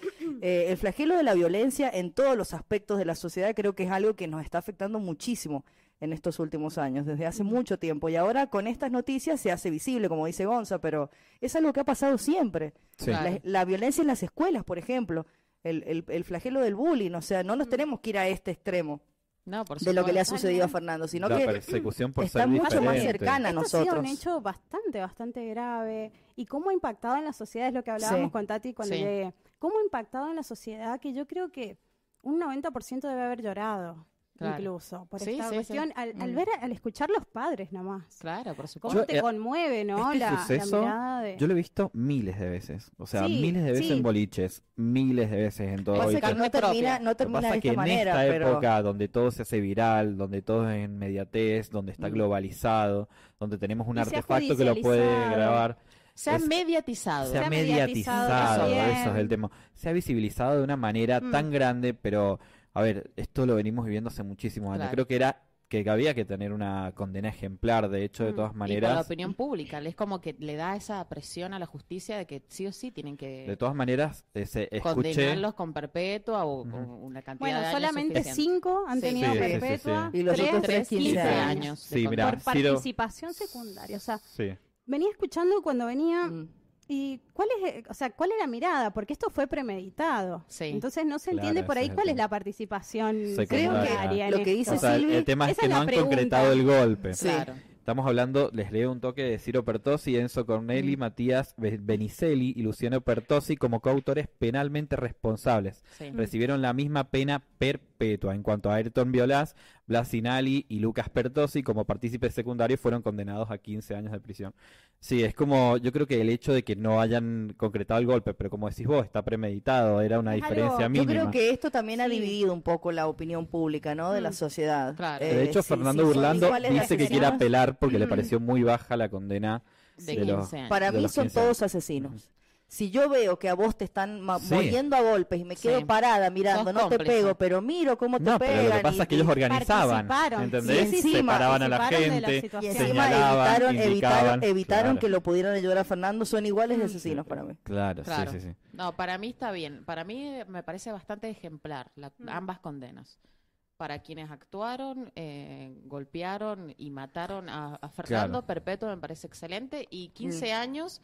eh, el flagelo de la violencia en todos los aspectos de la sociedad creo que es algo que nos está afectando muchísimo en estos últimos años, desde hace mucho tiempo. Y ahora con estas noticias se hace visible, como dice Gonza, pero es algo que ha pasado siempre. Sí. Claro. La, la violencia en las escuelas, por ejemplo, el, el- el flagelo del bullying, o sea, no nos tenemos que ir a este extremo No, por de lo que le ha supuesto. sucedido a Fernando, sino la que persecución por está ser mucho más diferente. cercana a Esto ha sido un nosotros. hecho bastante, bastante grave. Y cómo ha impactado en la sociedad, es lo que hablábamos Sí. con Tati cuando Sí. llegué. Cómo ha impactado en la sociedad que yo creo que un 90% debe haber llorado. Claro. incluso, por Sí, esta sí, sí. cuestión, al, al Mm. ver, al escuchar los padres nomás. Claro, por supuesto. ¿Cómo Yo, te eh, conmueve, no? este la, la suceso, mirada de... Yo lo he visto miles de veces. O sea, Sí, miles de veces sí. en boliches, miles de veces en todo Pasa boliche. que carne no termina, propia. no Lo que termina pasa de es que esta en manera, esta pero época donde todo se hace viral, donde todo es en mediatez, donde está Mm. globalizado, donde tenemos un Y se ha artefacto que lo puede judicializado. grabar, Se ha Es- mediatizado. se ha ha mediatizado mediatizado, también. eso es el tema, se ha visibilizado de una manera Mm. tan grande, pero a ver, esto lo venimos viviendo hace muchísimos años, Claro. creo que era que había que tener una condena ejemplar, de hecho, de Mm. todas Y por la maneras, opinión pública. Es como que le da esa presión a la justicia de que sí o sí tienen que de todas maneras, eh, se escuché, condenarlos con perpetua o, o Ujú. una cantidad de Bueno, años solamente suficiente. cinco han Sí. tenido Sí, sí, sí, sí. perpetua, Y los tres, otros tres, 15 15 años. años. de Sí, condena. mirá. Por Ciro- participación secundaria. O sea, sí. venía escuchando cuando venía mm, ¿Y cuál es, eh, o sea, cuál es la mirada? Porque esto fue premeditado. Sí. Entonces no se Claro, entiende por ese ahí es el cuál es tema. la participación Secundaria. secundaria en Lo que esto. dice O sea, el- Silvi, el tema es esa que es no la han pregunta. concretado el golpe. Sí. Claro. Estamos hablando, les leo un toque de Ciro Pertosi, Enzo Corneli, Mm. Matías Be- Benicelli y Luciano Pertosi como coautores penalmente responsables. sí. Recibieron la misma pena perpetua. En cuanto a Ayrton Violás, Blasinali y Lucas Pertosi como partícipes secundarios fueron condenados a 15 años de prisión. Sí, es como, yo creo que el hecho de que no hayan concretado el golpe, pero como decís vos, está premeditado, era una Es algo- diferencia yo Yo mínima. creo que esto también ha Sí. dividido un poco la opinión pública, ¿no? De la Mm. sociedad. Claro. De hecho, Eh, sí, Fernando sí, son Burlando iguales de dice que quiere asesinos. apelar porque le Mm. pareció muy baja la condena. De de 15 los- años. Para de mí los son 15 todos asesinos. Si yo veo que a vos te están ma- Sí. moliendo a golpes y me Sí. quedo parada mirando, Sos no te cómplice. pego, pero miro cómo te No, pegan. pero lo que pasa y- es que ellos y- organizaban, participaron. ¿entendés? Sí, encima Separaban a la participaron de la gente, y situación. encima señalaban, evitaron, indicaban, evitaron, evitaron claro. Mm. que lo pudieran ayudar a Fernando. Son iguales de asesinos para mí. Claro, Claro. sí, sí, sí. No, para mí está bien. Para mí me parece bastante ejemplar la- Mm. ambas condenas. Para quienes actuaron, eh, golpearon y mataron a, a Fernando, perpetuo me parece excelente. Y 15 Mm. años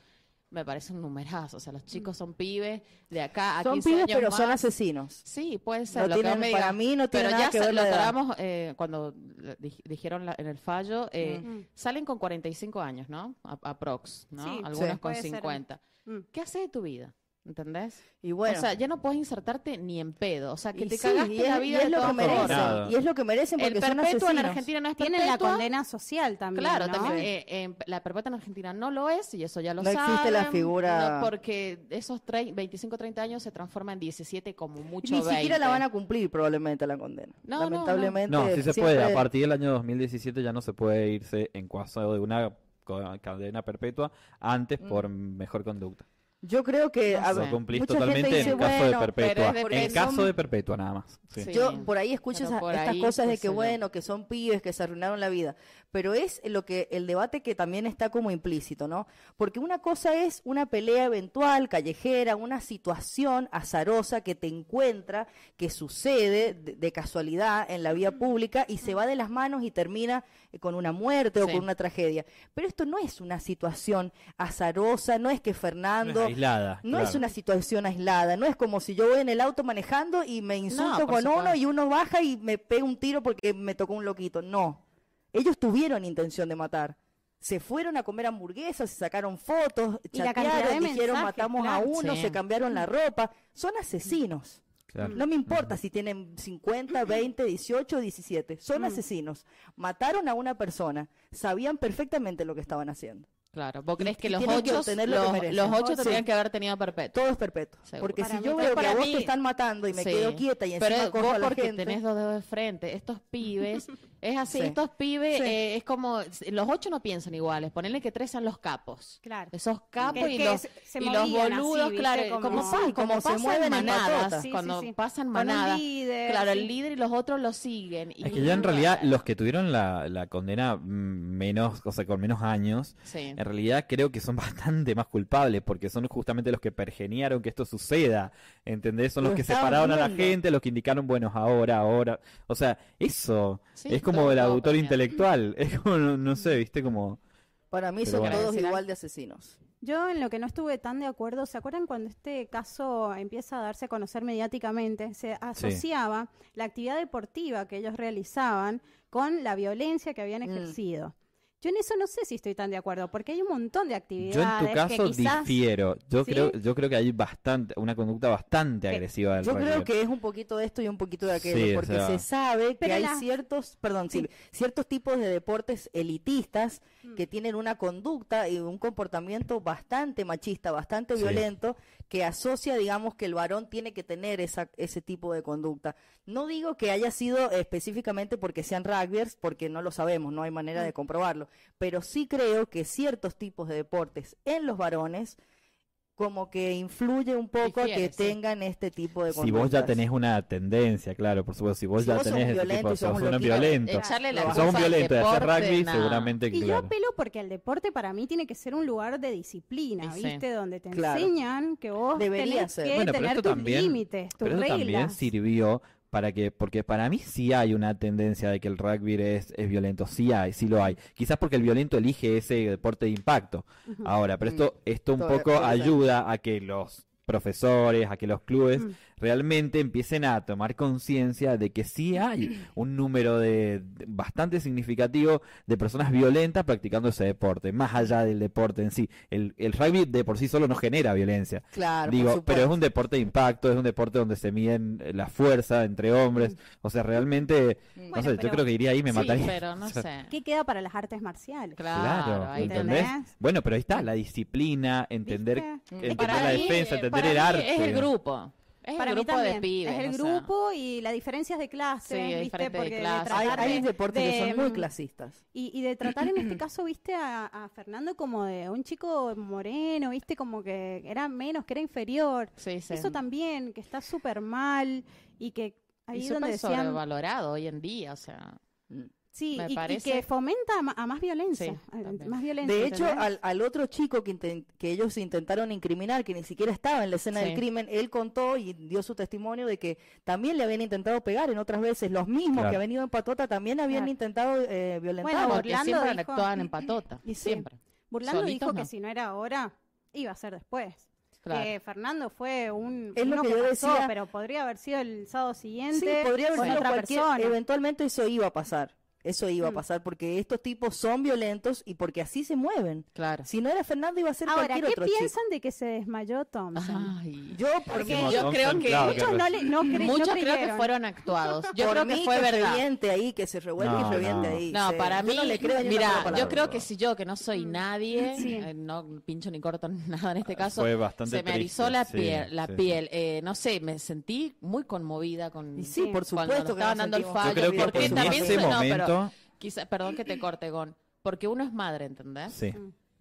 me parece un numerazo. O sea, los chicos son pibes de acá a Son 15 pibes, años pero son más. asesinos. Sí, puede No ser. lo que tienen- vos me para digas. mí no tiene Pero nada ya que se- ver lo la edad. hablamos eh, cuando lo dij- dijeron la- en el fallo. eh, Mm. Salen con 45 años, ¿no? A- Aprox, ¿no? Sí, Algunos Sí. con puede ser. 50. Mm. ¿Qué hace de tu vida? ¿Entendés? Y bueno, O sea, ya no puedes insertarte ni en pedo. O sea, que y te sí, cagaste y es, la y vida es de lo que todas merecen. formas. Nada. Y es lo que merecen El porque son perpetuo en asesinos. Argentina no es Tienen la perpetua. condena social también, Claro, ¿no? también eh, eh, la perpetua en Argentina no lo es y eso ya lo No saben. existe la figura- no, porque esos trein- 25, 30 años se transforman en 17 como mucho Ni siquiera 20. la van a cumplir probablemente la condena. No, no, no. Lamentablemente. No, sí se siempre- puede. A partir del año 2017 ya no se puede irse en cuasado de una co- cadena perpetua antes por mejor conducta. Yo creo que Mm. No a sé. Lo ver, cumplís mucha totalmente gente dice, en caso de "Bueno, perpetua. pero es de- en son- caso de perpetua nada más. Sí. Sí. Yo por ahí escucho Pero esas- por estas ahí, cosas de qué que sé yo. bueno, que son pibes que se arruinaron la vida, pero es lo que el debate que también está como implícito, ¿no? Porque una cosa es una pelea eventual, callejera, una situación azarosa que te encuentra, que sucede de, de casualidad en la vía pública y se va de las manos y termina eh, con una muerte o Sí. con una tragedia. Pero esto no es una situación azarosa, no es que Fernando No es aislada. no es claro. una situación aislada, no es como si yo voy en el auto manejando y me insulto por con uno supuesto. y uno baja y me pega un tiro porque me tocó un loquito. No, ellos tuvieron intención de matar. Se fueron a comer hamburguesas, se sacaron fotos, Y la cantidad de chatearon, dijeron mensajes, matamos a claro. uno, Sí. se cambiaron la ropa. Son asesinos. Claro. No me importa si tienen 50, 20, 18, 17. Son Mm. asesinos. Mataron a una persona. Sabían perfectamente lo que estaban haciendo. Claro, vos Y- crees y que los tienen que ocho, obtener lo que los, merecen. Oh, los ocho Sí. tendrían que haber tenido perpetua. Todo es perpetuo. Seguro. Porque Para si mí yo también. veo que Para a vos mí- te están matando y me Sí. quedo quieta y encima Pero cojo vos a la porque gente. tenés dos dedos de frente, estos pibes, es así, Sí. estos pibes, Sí. eh, es como, los ocho no piensan iguales, ponerle que tres sean los capos. Claro. Esos capos Que- y que los, se- se y los movían así, boludos, ¿viste? claro, Como- como, Sí, como como se pasan mueven en manadas, patota. Sí, sí, cuando sí. pasan Con un manadas. líder, claro, sí. el líder y los otros lo siguen. y- Es que ya en realidad los que tuvieron la, la condena mm, menos, o sea, con menos años, Sí. En realidad creo que son bastante más culpables porque son justamente los que pergeniaron que esto suceda, ¿entendés? Son Lo los que estaban separaron a la viendo. gente, los que indicaron, bueno, ahora, ahora. O sea, eso Sí, es como todo- el todo autor planeado. intelectual, es como, no, no sé, viste, como... Para mí Pero son bueno. todos ¿Decir igual algo? de asesinos. Yo en lo que no estuve tan de acuerdo, ¿se acuerdan cuando este caso empieza a darse a conocer mediáticamente? Se asociaba la actividad deportiva que ellos realizaban con la violencia que habían Mm. ejercido. Yo en eso no sé si estoy tan de acuerdo, porque hay un montón de actividades. Yo en tu caso que quizás... difiero. Yo ¿Sí? creo, yo creo que hay bastante, una conducta bastante Pe- agresiva del Yo creo rugby. que es un poquito de esto y un poquito de aquello, Sí, o porque sea. se sabe que Pero hay la- ciertos, perdón, Silvi, ciertos tipos de deportes elitistas que tienen una conducta y un comportamiento bastante machista, bastante Sí. violento, que asocia, digamos, que el varón tiene que tener esa, ese tipo de conducta. No digo que haya sido específicamente porque sean rugbyers, porque no lo sabemos, no hay manera de comprobarlo, pero sí creo que ciertos tipos de deportes en los varones como que influye un poco a Difiere, que sí. tengan este tipo de Si vos ya conductas. tenés una tendencia, claro, por supuesto, si vos Si ya vos sos tenés un ese violento tipo de y sos un sos un loquito, violento. Echarle la Sos culpa Sos un al violento, de hacer deporte, rugby nah. seguramente, Y yo claro. apelo porque el deporte para mí tiene que ser un lugar de disciplina, Y sí. ¿viste? Donde te Claro. enseñan que vos Debería tenés ser. que Bueno, pero tener esto tus también- límites, tus Pero eso reglas. también sirvió para que, porque para mí sí hay una tendencia de que el rugby es, es violento, sí hay, sí lo hay. Quizás porque el violento elige ese deporte de impacto. Ujú. Ahora, pero esto, esto un Mm, Estoy de poco acuerdo. ayuda a que los profesores, a que los clubes Mm. realmente empiecen a tomar conciencia de que sí hay un número de, de- bastante significativo de personas violentas practicando ese deporte, más allá del deporte en sí. El, el rugby de por sí solo no genera violencia. Claro, por Digo, pero es supuesto. un deporte de impacto, es un deporte donde se miden eh, la fuerza entre hombres. O sea, realmente, no Bueno, sé, yo pero- creo que iría ahí y me Mm. sí, mataría. pero no O sea, sé. ¿Qué queda para las artes marciales? Claro, Claro, ahí ¿entendés? ¿entendés? Bueno, pero ahí está, la disciplina, entender, ¿Viste? entender Para la mí, defensa, eh, entender para el mí arte. Es el grupo. Es Para el mí grupo de también. pibes. es el o sea. grupo y las diferencias de clase, Sí, es ¿viste? diferente de Porque clase. hay, tratar hay de- deportes que de, son muy mm, clasistas. Y, y de tratar en este caso, viste, a, a Fernando como de un chico moreno, viste, como que era menos, que era inferior. Sí, sí. Eso también, que está súper mal y que ahí Y donde súper decían... Mm. sobrevalorado hoy en día, o sea. Sí, me y, y parece. que fomenta a, ma- a más violencia. Sí, a- a también. más violencia De hecho, ¿entendés? al, al otro chico que, inten- que ellos intentaron incriminar, que ni siquiera estaba en la escena del Sí. crimen, él contó y dio su testimonio de que también le habían intentado pegar en otras veces. Los mismos Claro. que habían ido en patota también habían Claro. intentado eh, violentar. Bueno, Porque Orlando siempre dijo- actuaban en patota. Y sí. Siempre. Burlando solitos dijo no. que si no era ahora, iba a ser después. Claro. Que Fernando fue un... Es lo uno que yo pasó, decía. pero podría haber sido el sábado siguiente Sí, podría haber con sido otra cualquier- persona. Eventualmente eso iba a pasar. Eso iba a Mm. pasar porque estos tipos son violentos y porque así se mueven. claro. Si no era Fernando, iba a ser Ahora, cualquier ¿qué otro chico. piensan de que se desmayó Thompson? Ay. Yo, por Porque mí, yo creo que- Muchos no, le, no, cre- no Muchos creo que creyeron. fueron actuados. Yo por creo mí que fue se verdad. reviente ahí, que se revuelve No, y reviente no. ahí. No, sí. para Yo mí, no le creo ni una sola mira, yo palabra. creo que si yo, que no soy nadie, Sí. eh, no pincho ni corto nada en este caso, Ah, Fue bastante se me erizó triste, la sí, piel, la sí, sí. piel. Eh, no sé, me sentí muy conmovida con Y sí, por cuando supuesto que estaban nos dando el sentimos fallo, Yo creo que porque en también ese suena- no, pero- momento, quizá, perdón que te corte, Gon, porque uno es madre, ¿entendés? sí.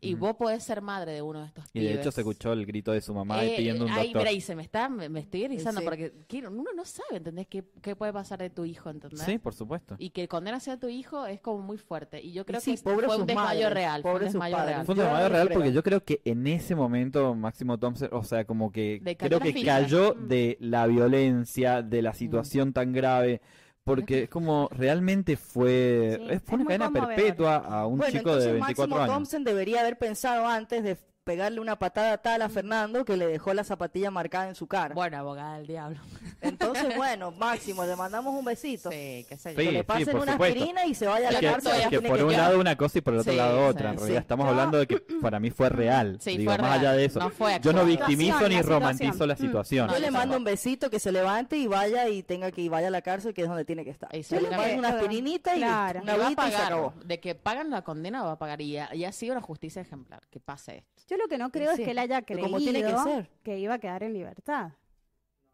Y Mm. vos podés ser madre de uno de estos Y pibes. de hecho se escuchó el grito de su mamá y Eh, pidiendo un ay, doctor. mira, y se me está, me, me estoy erizando Sí. porque quiero- uno no sabe, ¿entendés? ¿Qué, qué puede pasar de tu hijo, ¿entendés? Sí, por supuesto. Y que condenas a tu hijo es como muy fuerte. Y yo creo Y sí, que pobre fue un sus desmayo madres, real. Fue un pobre sus desmayo padres. real. Fue un Yo desmayo no real creo. porque yo creo que en ese momento Máximo Thompson, o sea, como que De cayó creo la que ficha. cayó Mm. de la violencia, de la situación tan grave, porque es como realmente fue, Sí, es- fue es una muy cadena conmovedor. perpetua a un bueno, chico entonces de 24 Máximo años. Thompson debería haber pensado antes de pegarle una patada tal a Fernando que le dejó la zapatilla marcada en su cara. Bueno, abogada del diablo. Entonces, bueno, Máximo, le mandamos un besito. Sí, qué sé yo. Sí, que le sí, pasen por una supuesto. aspirina y se vaya a la Que- Que, cárcel. que tiene por un quedar. lado una cosa y por el otro Sí, lado sí, otra. en sí. realidad estamos Yo- hablando de que para mí fue real. Sí, Digo, fue más real. allá de eso. No fue yo no actuado. victimizo La ni situación. romantizo la Mm. situación. No, Yo le eso mando no. un besito que se levante y vaya y tenga que y vaya a la cárcel, que es donde tiene que estar. Y Yo le mando seguramente- una aspirinita y Claro. listo, una Y va a agüita y se pagar. acabó. De que pagan la condena, va a pagar. Y ha, y ha sido una justicia ejemplar. Que pase esto. Yo lo que no creo Sí, es que él haya pero creído como tiene que ser. que iba a quedar en libertad.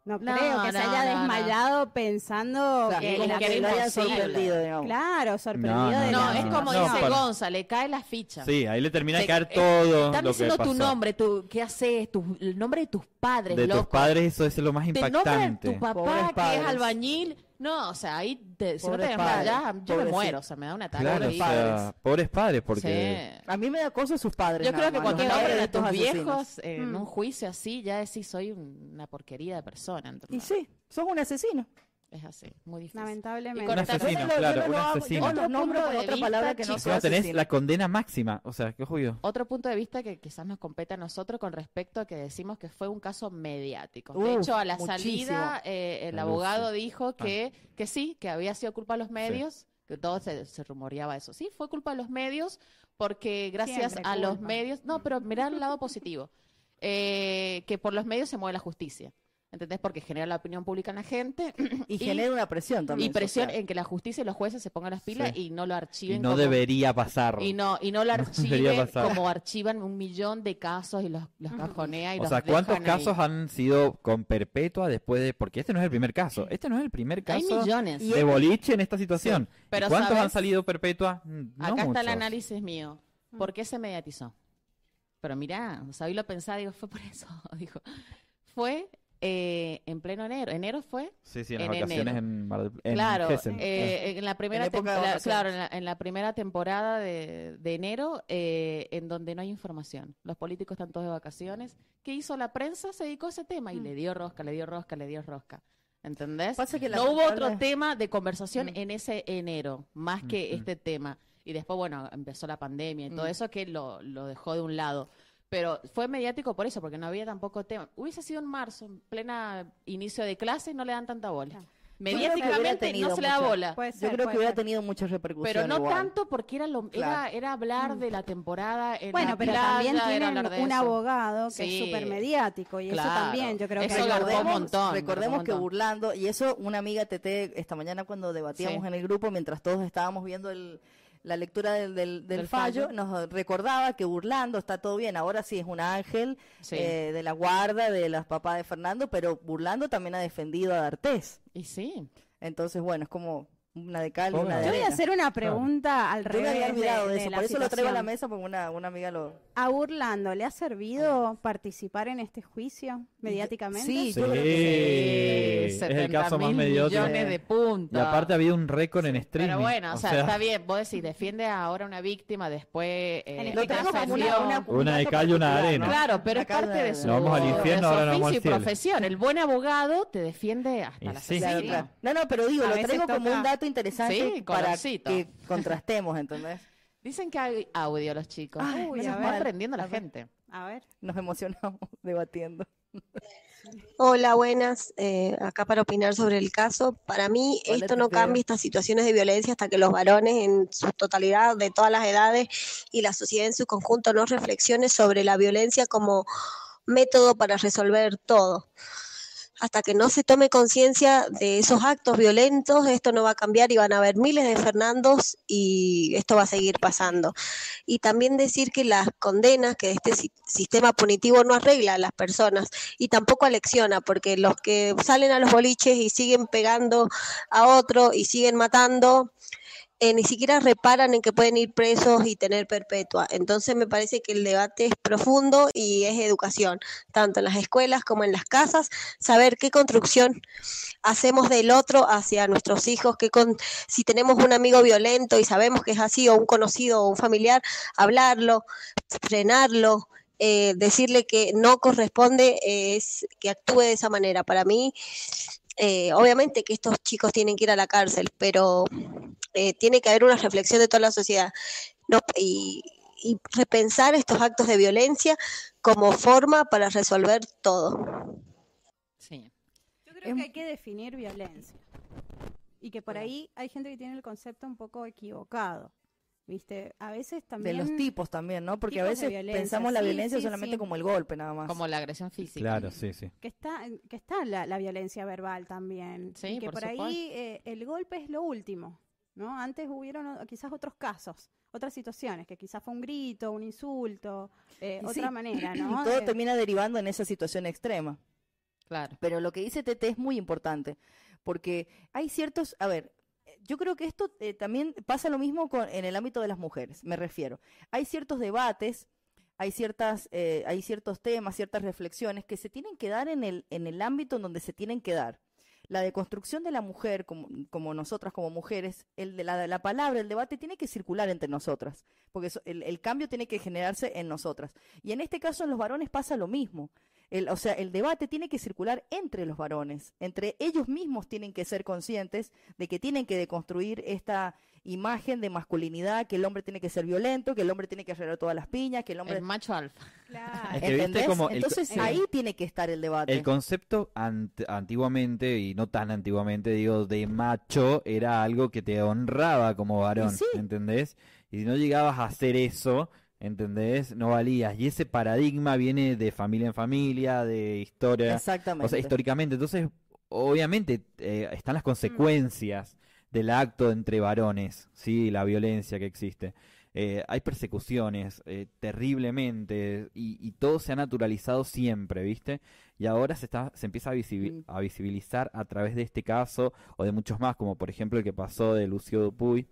No, No, creo que se no, haya no, no. desmayado pensando Claro, que, como la- que era lo hayan imposible. sorprendido, digamos. Claro, sorprendido No, de No, la es como no, dice para- Gonza, le cae la ficha. Sí, ahí le termina de Te- caer eh, todo Están lo que diciendo tu pasó. nombre, tu, qué haces, tu, el nombre de tus padres, de loco. tus padres eso es lo más Te nombran impactante. tu Pobres papá que padres. es albañil. No, o sea, ahí te, si no te Pobres desmayas, ya, padres, yo me pobrecito. muero, o sea, me da un ataque. Claro, o ahí. sea, pobres padres, porque Sí. A mí me da cosa sus padres. Yo nada creo que más, cuando los nombres nombran de a tus estos asesinos. viejos eh, en Mm. un juicio así, ya decís, soy un- una porquería de persona. Y ¿entendés? sí, son un asesino. Es así, muy difícil. Lamentablemente. Y con- un Correcto. asesino, Yo no lo- claro, yo no un lo hago, asesino. Yo no los nombro con Otro punto otra de palabra vista, que no chicos. Si no sea tenés asesino. la condena máxima, o sea, qué jodido. Otro punto de vista que quizás nos compete a nosotros con respecto a que decimos que fue un caso mediático. De Uf, hecho, a la muchísimo. salida, eh, el La Ah. abogado dijo que, que sí, que había sido culpa de los medios que todo se, se rumoreaba eso. Sí, fue culpa de los medios, porque gracias Siempre a los culpa. medios, no, pero mirar el lado positivo, eh, que por los medios se mueve la justicia. ¿Entendés? Porque genera la opinión pública en la gente Y, genera una presión también. y presión social. en que la justicia y los jueces se pongan las pilas Sí. y no lo archiven. Y no como- debería pasar. Y no, y no lo debería archiven pasar. como archivan un millón de casos y los, los cajonea y o los sea, ¿cuántos dejan ahí. casos han sido con perpetua después de...? Porque este no es el primer caso. Este no es el primer Hay caso millones. de boliche en esta situación. pero ¿Y ¿Cuántos han ¿sabes? salido perpetua? Mm, No Acá está el muchos. análisis mío. Mm. ¿Por qué se mediatizó? Pero mirá, o sea, hoy lo pensaba, digo, fue por eso. Dijo, fue eh, en pleno enero. ¿Enero fue? Sí, sí, en las en vacaciones enero. en Mar del en claro, Hessen. eh, en la primera En época de tempo- la- vacaciones. claro, en la, en la primera temporada de, de enero, eh, en donde no hay información. Los políticos están todos de vacaciones. ¿Qué hizo la prensa? Se dedicó a ese tema y Mm. le dio rosca, le dio rosca, le dio rosca. ¿Entendés? Pasa que no hubo otro lamentable- tema de conversación Mm. en ese enero, más que Ujú. este tema. Y después, bueno, empezó la pandemia y todo Mm. eso que lo, lo dejó de un lado. Pero fue mediático por eso, porque no había tampoco tema. Hubiese sido en marzo, en plena inicio de clases, no le dan tanta bola. Claro. hubiera Mediáticamente tenido no se le da mucha- bola. Puede Yo ser, creo puede que hubiera ser. tenido muchas repercusiones. Pero no igual. tanto porque era lo Claro. era, era hablar de la temporada en Bueno, la pero también playa, era tienen hablar de un eso. abogado que Sí. es súper mediático y eso Claro. también yo creo Eso que lo ayuda. un montón, recordemos un que montón. burlando, y eso una amiga Tete esta mañana cuando debatíamos Sí. en el grupo, mientras todos estábamos viendo el- la lectura del, del- del Del fallo, fallo. nos recordaba que burlando está todo bien, ahora sí es un ángel Sí. eh, de la guarda de las papás de Fernando, pero burlando también ha defendido a D'Artés. Y sí. Entonces, bueno, es como una de cal y Obvio. una de Yo voy a arena. hacer una pregunta al Yo me revés. había olvidado de- de, de eso, la por eso lo traigo a la situación. mesa porque una, una amiga lo... ¿A Burlando le ha servido participar en este juicio mediáticamente? Sí, Sí. yo creo que es el caso más mediático. millones de Y puntos. aparte había un récord en streaming. Pero bueno, o, sea, sea, está bien, vos decís, defiende ahora una víctima, después eh, En el Lo Una tenemos como una, ascendió. una, un Una de dato cal y una de particular, arena. ¿no? Claro, pero es Acá parte de de- su, Nos vamos al de su infierno, ahora nos vamos oficio al y cielo. profesión. El buen abogado te defiende hasta Y la sí. La asesina. otra. No, no, pero digo, A lo veces traigo como toca- un dato interesante Sí, para colorcito. que contrastemos, ¿entendés? Dicen que hay audio los chicos. Ay, Uy, a menos ver. mal aprendiendo A la ver. gente. A ver. Nos emocionamos debatiendo. Hola, buenas. Eh, acá para opinar sobre el caso. Para mí, Hola, esto no Teteo. cambia estas situaciones de violencia hasta que los varones en su totalidad, de todas las edades y la sociedad en su conjunto, no reflexione sobre la violencia como método para resolver todo. Hasta que no se tome conciencia de esos actos violentos, esto no va a cambiar y van a haber miles de Fernandos y esto va a seguir pasando y también decir que las condenas, que este si- sistema punitivo no arregla a las personas y tampoco alecciona, porque los que salen a los boliches y siguen pegando a otro y siguen matando, eh, ni siquiera reparan en que pueden ir presos y tener perpetua. Entonces me parece que el debate es profundo y es educación, tanto en las escuelas como en las casas, saber qué construcción hacemos del otro hacia nuestros hijos, qué con, si tenemos un amigo violento y sabemos que es así, o un conocido o un familiar, hablarlo, frenarlo, eh, decirle que no corresponde eh, es que actúe de esa manera. Para mí, eh, obviamente que estos chicos tienen que ir a la cárcel, pero eh, tiene que haber una reflexión de toda la sociedad no, y, y repensar estos actos de violencia como forma para resolver todo. Sí. Yo creo que hay que definir violencia. Y que por ahí hay gente que tiene el concepto un poco equivocado. ¿Viste? A veces De también. los tipos también, ¿no? Porque a tipos de veces violencia, pensamos la sí, violencia sí, solamente sí. como el golpe, nada más. Como la agresión física. claro, sí, sí. que está que está la, la violencia verbal también Sí, y que por por, ahí supuesto. eh, el golpe es lo último no antes hubieron o- quizás otros casos otras situaciones que quizás fue un grito un insulto eh, Y otra sí, manera Y no todo Eh, termina derivando en esa situación extrema. Claro. Pero lo que dice Tete es muy importante, porque hay ciertos, a ver, eh, yo creo que esto eh, también pasa lo mismo con, en el ámbito de las mujeres, me refiero. Hay ciertos debates, hay ciertas, eh, hay ciertos temas, ciertas reflexiones que se tienen que dar en el, en el ámbito en donde se tienen que dar. La deconstrucción de la mujer, como, como nosotras como mujeres, el de la, la palabra, el debate tiene que circular entre nosotras, porque eso- el, el cambio tiene que generarse en nosotras. Y en este caso en los varones pasa lo mismo El, o sea, el debate tiene que circular entre los varones, entre ellos mismos tienen que ser conscientes de que tienen que deconstruir esta imagen de masculinidad, que el hombre tiene que ser violento, que el hombre tiene que arreglar todas las piñas, que el hombre... El macho alfa. Es Claro. que viste ¿Entendés? como el- Entonces Sí. ahí tiene que estar el debate. El concepto ant- antiguamente, y no tan antiguamente, digo, de macho era algo que te honraba como varón, sí. ¿entendés? Y si no llegabas a hacer eso, ¿entendés? No valías. Y ese paradigma viene de familia en familia, de historia, Exactamente. Mm. o sea, históricamente. Entonces, obviamente, eh, están las consecuencias del acto entre varones, ¿sí? La violencia que existe. Eh, hay persecuciones eh, terriblemente y, y todo se ha naturalizado siempre, ¿viste? Y ahora se, está, se empieza a, visibi- Mm. a visibilizar a través de este caso o de muchos más, como por ejemplo el que pasó de Lucio Dupuy,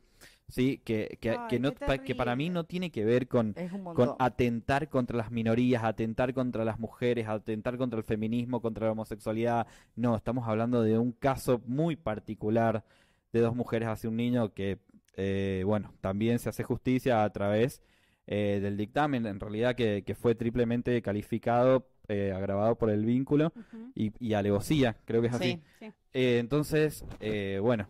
¿sí? Que, que, Ay, que, no, qué pa- que para mí terrible. no tiene que ver con, es un montón. con atentar contra las minorías, atentar contra las mujeres, atentar contra el feminismo, contra la homosexualidad. No, estamos hablando de un caso muy particular de dos mujeres hacia un niño que, eh, bueno, también se hace justicia a través eh, del dictamen, en realidad que, que fue triplemente calificado, eh, agravado por el vínculo Ujú. y, y alevosía, creo que es así. Sí. Eh, entonces, eh, bueno,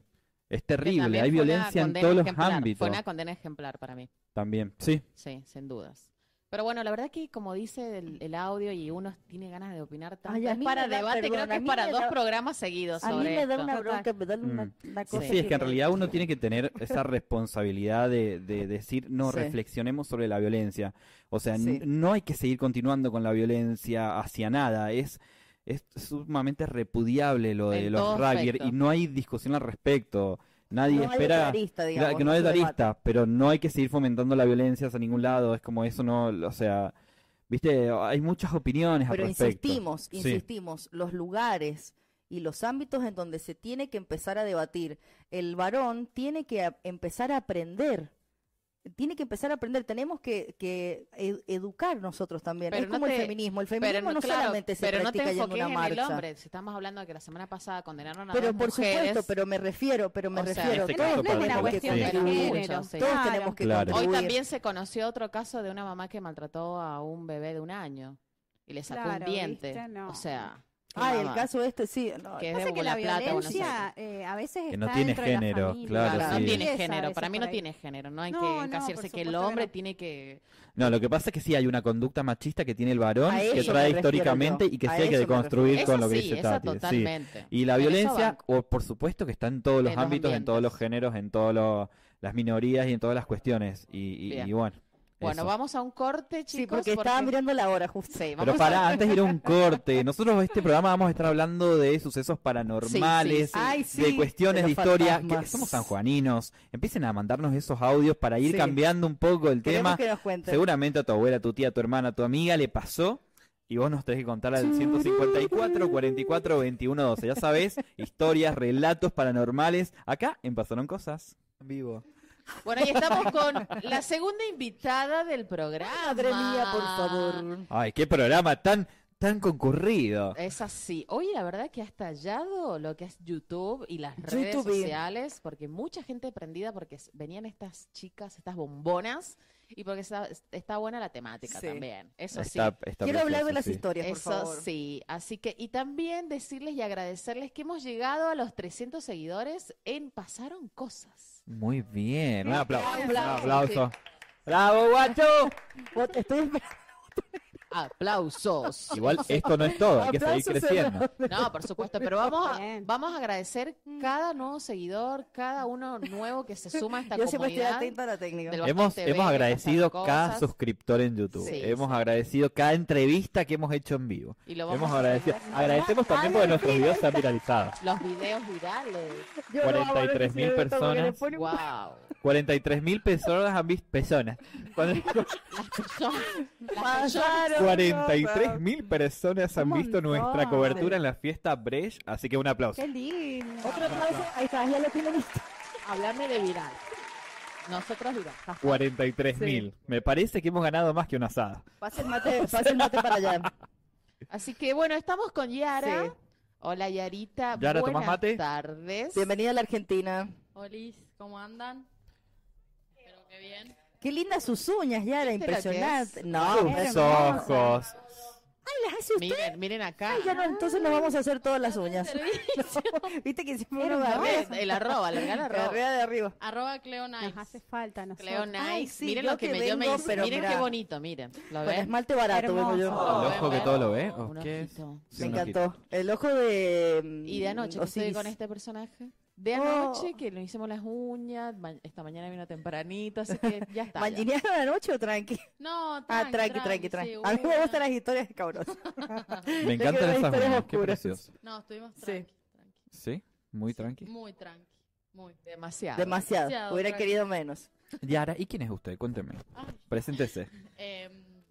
es Que terrible, también hay fue una violencia en condena todos los ejemplar, ámbitos Fue una condena ejemplar para mí. también, sí. Sí, sin dudas. Pero bueno, la verdad que como dice el, el audio y uno tiene ganas de opinar tanto, Ay, a es mí para me da- debate, perdón, creo a que es mí para me dos da- programas seguidos A mí sobre me da esto. una Total. bronca, me da una, Mm. una Sí, cosa. Sí, es que en realidad uno tiene que tener esa responsabilidad de, de decir, no, Sí. reflexionemos sobre la violencia. O sea, Sí. n- no hay que seguir continuando con la violencia hacia nada. Es, es sumamente repudiable lo de En los todo rugby y aspecto. no hay discusión al respecto. Nadie No hay espera tarista, la- digamos, que no se es debate. tarista, pero no hay que seguir fomentando la violencia hacia ningún lado. Es como eso, no, o sea, viste, hay muchas opiniones Pero al respecto. insistimos, Sí. insistimos, los lugares y los ámbitos en donde se tiene que empezar a debatir. El varón tiene que a- empezar a aprender. Tiene que empezar a aprender. Tenemos que, que ed- educar nosotros también. Pero es no como el te- feminismo. El feminismo no claro, solamente se pero no te practica yendo a una enfoques en el marcha. hombre. Si estamos hablando de que la semana pasada condenaron a pero dos por mujeres, supuesto, pero me refiero, pero me O sea, refiero. Este todos caso no es una particular, tenemos que cuestión de sí. Pero mucho, género. sí. Todos claro. tenemos que Claro. hoy contribuir. también se conoció otro caso de una mamá que maltrató a un bebé de un año y le sacó un Claro, diente. viste, no. O sea, qué Ah, el mamá, caso este sí. no, que es Pasa de que la Buena Plata, Buenos violencia Aires. eh, a veces Que está no tiene dentro de la género, familia. claro, Claro, sí. no tiene Empieza a género, veces para mí no por ahí. tiene género, no hay No, no, que por encasirse que el supuesto que hombre no. tiene que No, lo que pasa es que sí hay una conducta machista que tiene el varón, A que eso me trae refiero históricamente yo. y que A sí hay que eso me deconstruir Esa con lo que sí, dice esa Tati. sí. totalmente. Y la En eso violencia, banco. o por supuesto que está en todos los En los ámbitos, en todos los ambientes. géneros, en todas las minorías y en todas las cuestiones. Y, y- y Bien. bueno. Bueno, eso. vamos a un corte, chicos. Sí, porque estaba mirando la hora justo. Sí, Pero vamos a... para antes ir a un corte, nosotros este programa vamos a estar hablando de sucesos paranormales, sí. Ay, sí, de cuestiones de, de los historia, que fantasmas. somos sanjuaninos, empiecen a mandarnos esos audios para ir Sí. cambiando un poco el Queremos tema. que nos cuenten. Seguramente a tu abuela, a tu tía, a tu hermana, a tu amiga le pasó y vos nos tenés que contar al 154 44 21 12. Ya sabés, historias, relatos paranormales. Acá en Pasaron Cosas. En vivo. Bueno, y estamos con la segunda invitada del programa. Madre mía, por Ah. favor. Ay, qué programa tan, tan concurrido. Es así. Hoy la verdad que ha estallado lo que es YouTube y las redes YouTube. sociales, porque mucha gente prendida porque s- venían estas chicas, estas bombonas, y porque está, está buena la temática Sí. también. Eso sí. Está- está Quiero hablar precioso, de las sí. historias, por Eso favor. sí, así que, y también decirles y agradecerles que hemos llegado a los 300 seguidores en Pasaron Cosas. Muy bien. Un aplauso. Un aplauso. aplauso. ¡Bravo, guacho! What- Estoy esperando. Aplausos. Igual esto no es todo, hay que seguir Aplausos creciendo. No, por supuesto, pero vamos a, Bien. vamos a agradecer cada nuevo seguidor, cada uno nuevo que se suma a esta Yo siempre estoy comunidad. atenta a la técnica. del Hemos, bastante bello, hemos pasaron agradecido cada cosas, suscriptor en YouTube. Sí, hemos sí. agradecido cada entrevista que hemos hecho en vivo. Y lo vamos Hemos a agradecido. hacer Agradecemos también porque nuestros videos se han viralizado. Los videos virales. Yo no hago nada, 43.000 señorita, porque personas. le pone un- Wow. 43.000 personas han visto. Personas. Cuaren- Pasaron 43.000 personas han Un visto montón. nuestra cobertura en la fiesta Bresh. Así que un aplauso. Qué lindo. cosas. Otro aplauso. Ahí está, ya lo tienen listo. Hablarme de viral. Nosotros viral. 43.000. Me parece que hemos ganado más que una asada. Pase el mate, pase el mate para allá. Así que bueno, estamos con Yara. Sí. Hola Yarita. Yara, ¿tomás Buenas mate? tardes. Bienvenida a la Argentina. Olis, ¿cómo andan? Espero que bien. Qué lindas sus uñas, Yara, ¿Viste lo que impresionante. es? No, Sus ojos. ¡Ay, las hace usted! Miren, miren acá. Ay, ya no, entonces nos vamos a hacer todas las uñas. Viste que siempre uno Hermoso. agarra ¿Ves? El arroba, larga el la arroba. rueda de arriba. Arroba Cleo Nice. Nos hace falta a nosotros. Cleo Ay, Nice. sí, miren yo lo que, que me, yo me vengo, hice. pero miren mirá. qué bonito, miren. ¿Lo Con ven? esmalte barato, vengo yo. Hermoso. ¿Lo El ven ojo que ver? todo lo ve. ¿o Un qué es? ojito. Sí, Me un encantó. El ojo de. Y de anoche, mm, que estuve con Osiris. este personaje. De Oh. anoche, que nos hicimos las uñas. ma- Esta mañana vino tempranito, así que ya está. ya. ¿Manginearon anoche o tranqui? No, Ah, tranqui, tranqui, tranqui. A mí me gustan las historias de cabros. Me encantan quiero esas historias uñas, qué oscuras. precioso. No, estuvimos Sí. tranqui. tranqui. ¿Sí? Muy tranqui. Muy tranqui. Muy. Demasiado. Demasiado. Demasiado, Hubiera tranqui. querido menos. Yara, ¿y quién es usted? Cuénteme. Ay, Preséntese. Eh, em,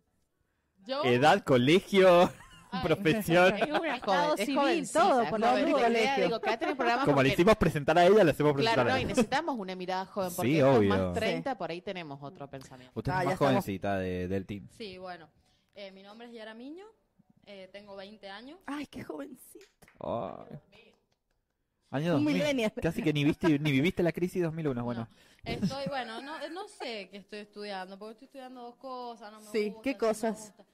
yo. Edad, colegio, ay, profesión. Es una Estado joven, es civil, jovencita, todo, es por la jovencita. duda. Y le Digo, acá tenés programas Como le porque- hicimos presentar a ella, la hacemos presentar Claro, a no, y él. necesitamos una mirada joven, porque Sí, estos obvio. más 30, por ahí tenemos otro pensamiento. Usted Ah, es ya más estamos. jovencita de- del team. Sí, bueno. Eh, mi nombre es Yara Miño. eh, tengo 20 años. Ay, qué jovencito. Ay. Año Un 2000. millennial. Casi que ni viste ni viviste la crisis 2001. Bueno, No. Estoy, bueno, no, eh, no sé qué estoy estudiando, porque estoy estudiando dos cosas. No me Sí, gusta, ¿qué sí me cosas? gusta.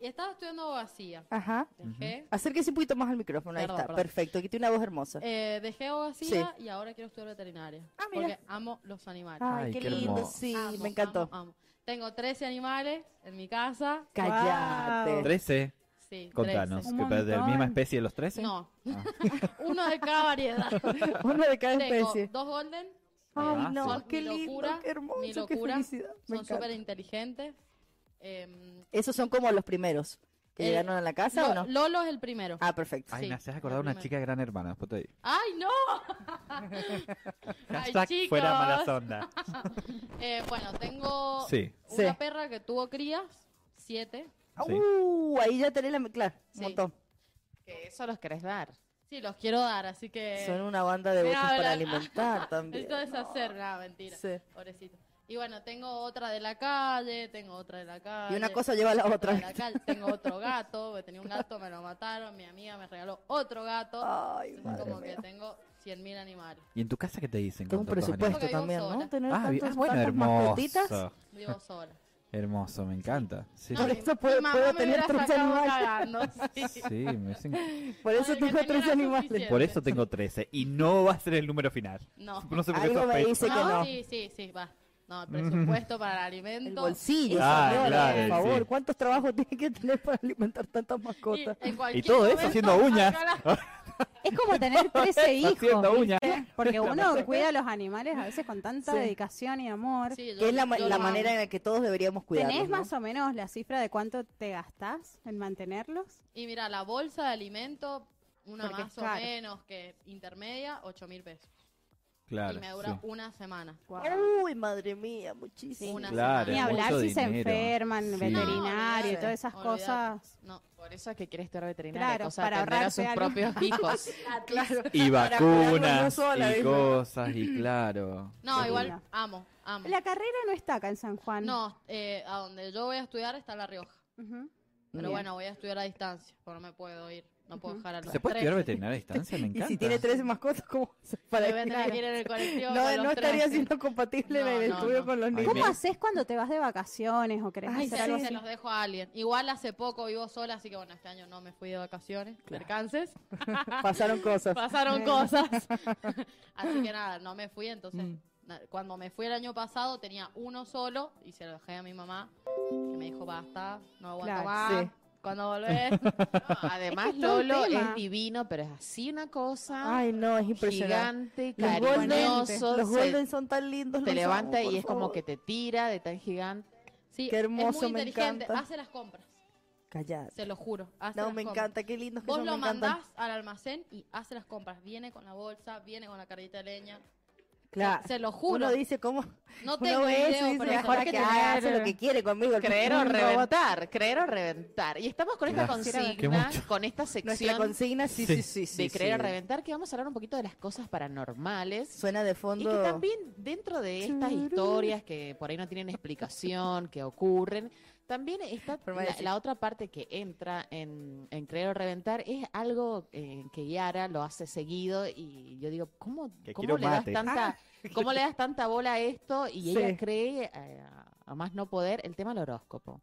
Y estaba estudiando abogacía. Ajá. Dejé, Acérquese un poquito más al micrófono. Ahí Perdón, está. perdón. Perfecto. Aquí tiene una voz hermosa. eh, dejé abogacía y ahora quiero estudiar veterinaria. Ah, mira. Porque amo los animales. Ay, Ay, qué, qué lindo. hermoso. Sí, Amo, me encantó. amo, amo. Tengo 13 animales en mi casa. Cállate. 13. Sí, 13. Contanos. Un ¿Que pero de la montón. misma especie de los 13? No, Ah. uno de cada variedad. Uno de cada Tengo especie. dos golden, Eh, Ah, Ay, no, son qué mi lindo, locura, qué hermoso, mi qué locura. felicidad. Me son súper encanta. inteligentes. Em, Esos son como los primeros que Eh, llegaron a la casa o Lo- no. Lolo es el primero. Ah, perfecto. Ay, Sí, me haces acordar a una la chica de gran hermana. Después te digo. ¡Ay, no! Ay, Hashtag chicos. fuera malas onda. Eh, bueno, tengo Sí. una Sí. perra que tuvo crías, siete. Sí. Uh, ahí ya tenés la claro, un Sí. montón. Que eso los querés dar. Sí, los quiero dar, así que... Son una banda de me bochos para hablan. alimentar también. Esto Eh, es hacer, nada, mentira. Sí. Pobrecito. Y bueno, tengo otra de la calle, tengo otra de la calle. Y una cosa lleva a la otra de otra. la calle. Tengo otro gato, tenía un gato, me lo mataron, mi amiga me regaló otro gato. Ay, Entonces, madre como mía. que tengo 100.000 animales. ¿Y en tu casa qué te dicen? Tengo con un tantos presupuesto Porque vivo también, sola. ¿no? Tener animales? Ah, bien. tantos- Ah, bueno, tantas mascotitas. hermoso. Vivo sola. Hermoso, me encanta. Sí, Por mi- eso puedo- mi mamá puedo me tener hubiera tres sacado animales. cagando, sí. sí, me hacen- Por eso Ay, que tengo tenía tres la animales. suficiente. Por eso tengo 13. Y no va a ser el número final. No. No sé por qué Algo me sospecho. dice que no. Sí, sí, sí, va. No, el presupuesto para el alimento. El bolsillo, Ah, señora, claro, por sí. favor. ¿Cuántos trabajos tiene que tener para alimentar tantas Y, mascotas? en Y cualquier todo eso momento, haciendo uñas. acá la- Es como tener 13 hijos. Haciendo uñas. ¿viste? Porque uno cuida a los animales a veces con tanta Sí. dedicación y amor. Sí, yo- Que es la, ma- yo la lo amo. manera en la que todos deberíamos cuidarlos. ¿Tenés ¿no? más o menos la cifra de cuánto te gastás en mantenerlos? Y mira, la bolsa de alimento, una Porque es más o caro. menos que intermedia, 8 mil pesos. Claro. y me dura sí. una semana. Uy, madre mía, muchísimo. Una Claro, Ni semana. hablar mucho si se dinero. enferman, Sí. veterinario, No, todas esas olvidate. cosas. No, Por eso es que quieres ser veterinaria, Claro, cosa para de atender a ahorrarse sus algo. propios hijos. Y Para cuidarlo yo vacunas, sola, y dice. cosas, y claro. no Sí. igual amo, amo. La carrera no está acá en San Juan. No, eh, a donde yo voy a estudiar está La Rioja. Ujú. Pero Bien. bueno, voy a estudiar a distancia, porque no me puedo ir. No puedo dejar a los ¿Se puede tres. estudiar veterinaria a distancia? Me Y encanta. si tiene 13 mascotas, ¿cómo hace para Me voy a tener que ir equilibrar? en el colectivo No, con los no estaría tres. siendo compatible No, en el no, estudio no. con los Ay, niños. ¿Cómo me- haces cuando te vas de vacaciones o querés Ay, Ay, hacer se, algo se así? los dejo a alguien. Igual hace poco vivo sola, así que bueno, este año no me fui de vacaciones. Percances. Pasaron cosas. Pasaron cosas. así que nada, no me fui. Entonces, Mm. na- cuando me fui el año pasado, tenía uno solo y se lo dejé a mi mamá. Que me dijo, basta, no aguanto Claro, más. sí. Cuando volvés. No, además, Es que es todo un Lolo tema. es divino, pero es así una cosa Ay, no, es impresionante. gigante, Los Golden, cariñoso. los se- Golden son tan lindos. te los levanta amo, y por es como favor. que te tira de tan gigante. Sí, Qué es hermoso, muy me inteligente. encanta. Hace las compras, Callate. se lo juro. hace No, las me compras. encanta, qué lindos que Vos son, lo me encantan. mandás al almacén y hace las compras. Viene con la bolsa, viene con la carita de leña. Claro. Se lo juro. Uno dice cómo. no Uno tengo ve eso video, y dice, pero mejor se que, lo- haga, hace lo que quiere conmigo. el Creer o mundo va a reventar, creer o reventar. Y estamos con esta Gracias. Qué consigna, mucho. con esta Nuestra sección consigna, sí, sí, sí. sí de creer sí. o reventar, que vamos a hablar un poquito de las cosas paranormales. Suena de Y fondo. que también dentro de estas historias que por ahí no tienen explicación, que ocurren, también está Forma de la, decir. la otra parte que entra en, en creer o reventar, es algo eh, que Yara lo hace seguido y yo digo, ¿cómo, Que cómo quiero le das mate. tanta, cómo le das tanta bola a esto? Y Ah. Sí. ella cree, eh, a más no poder, el tema del horóscopo.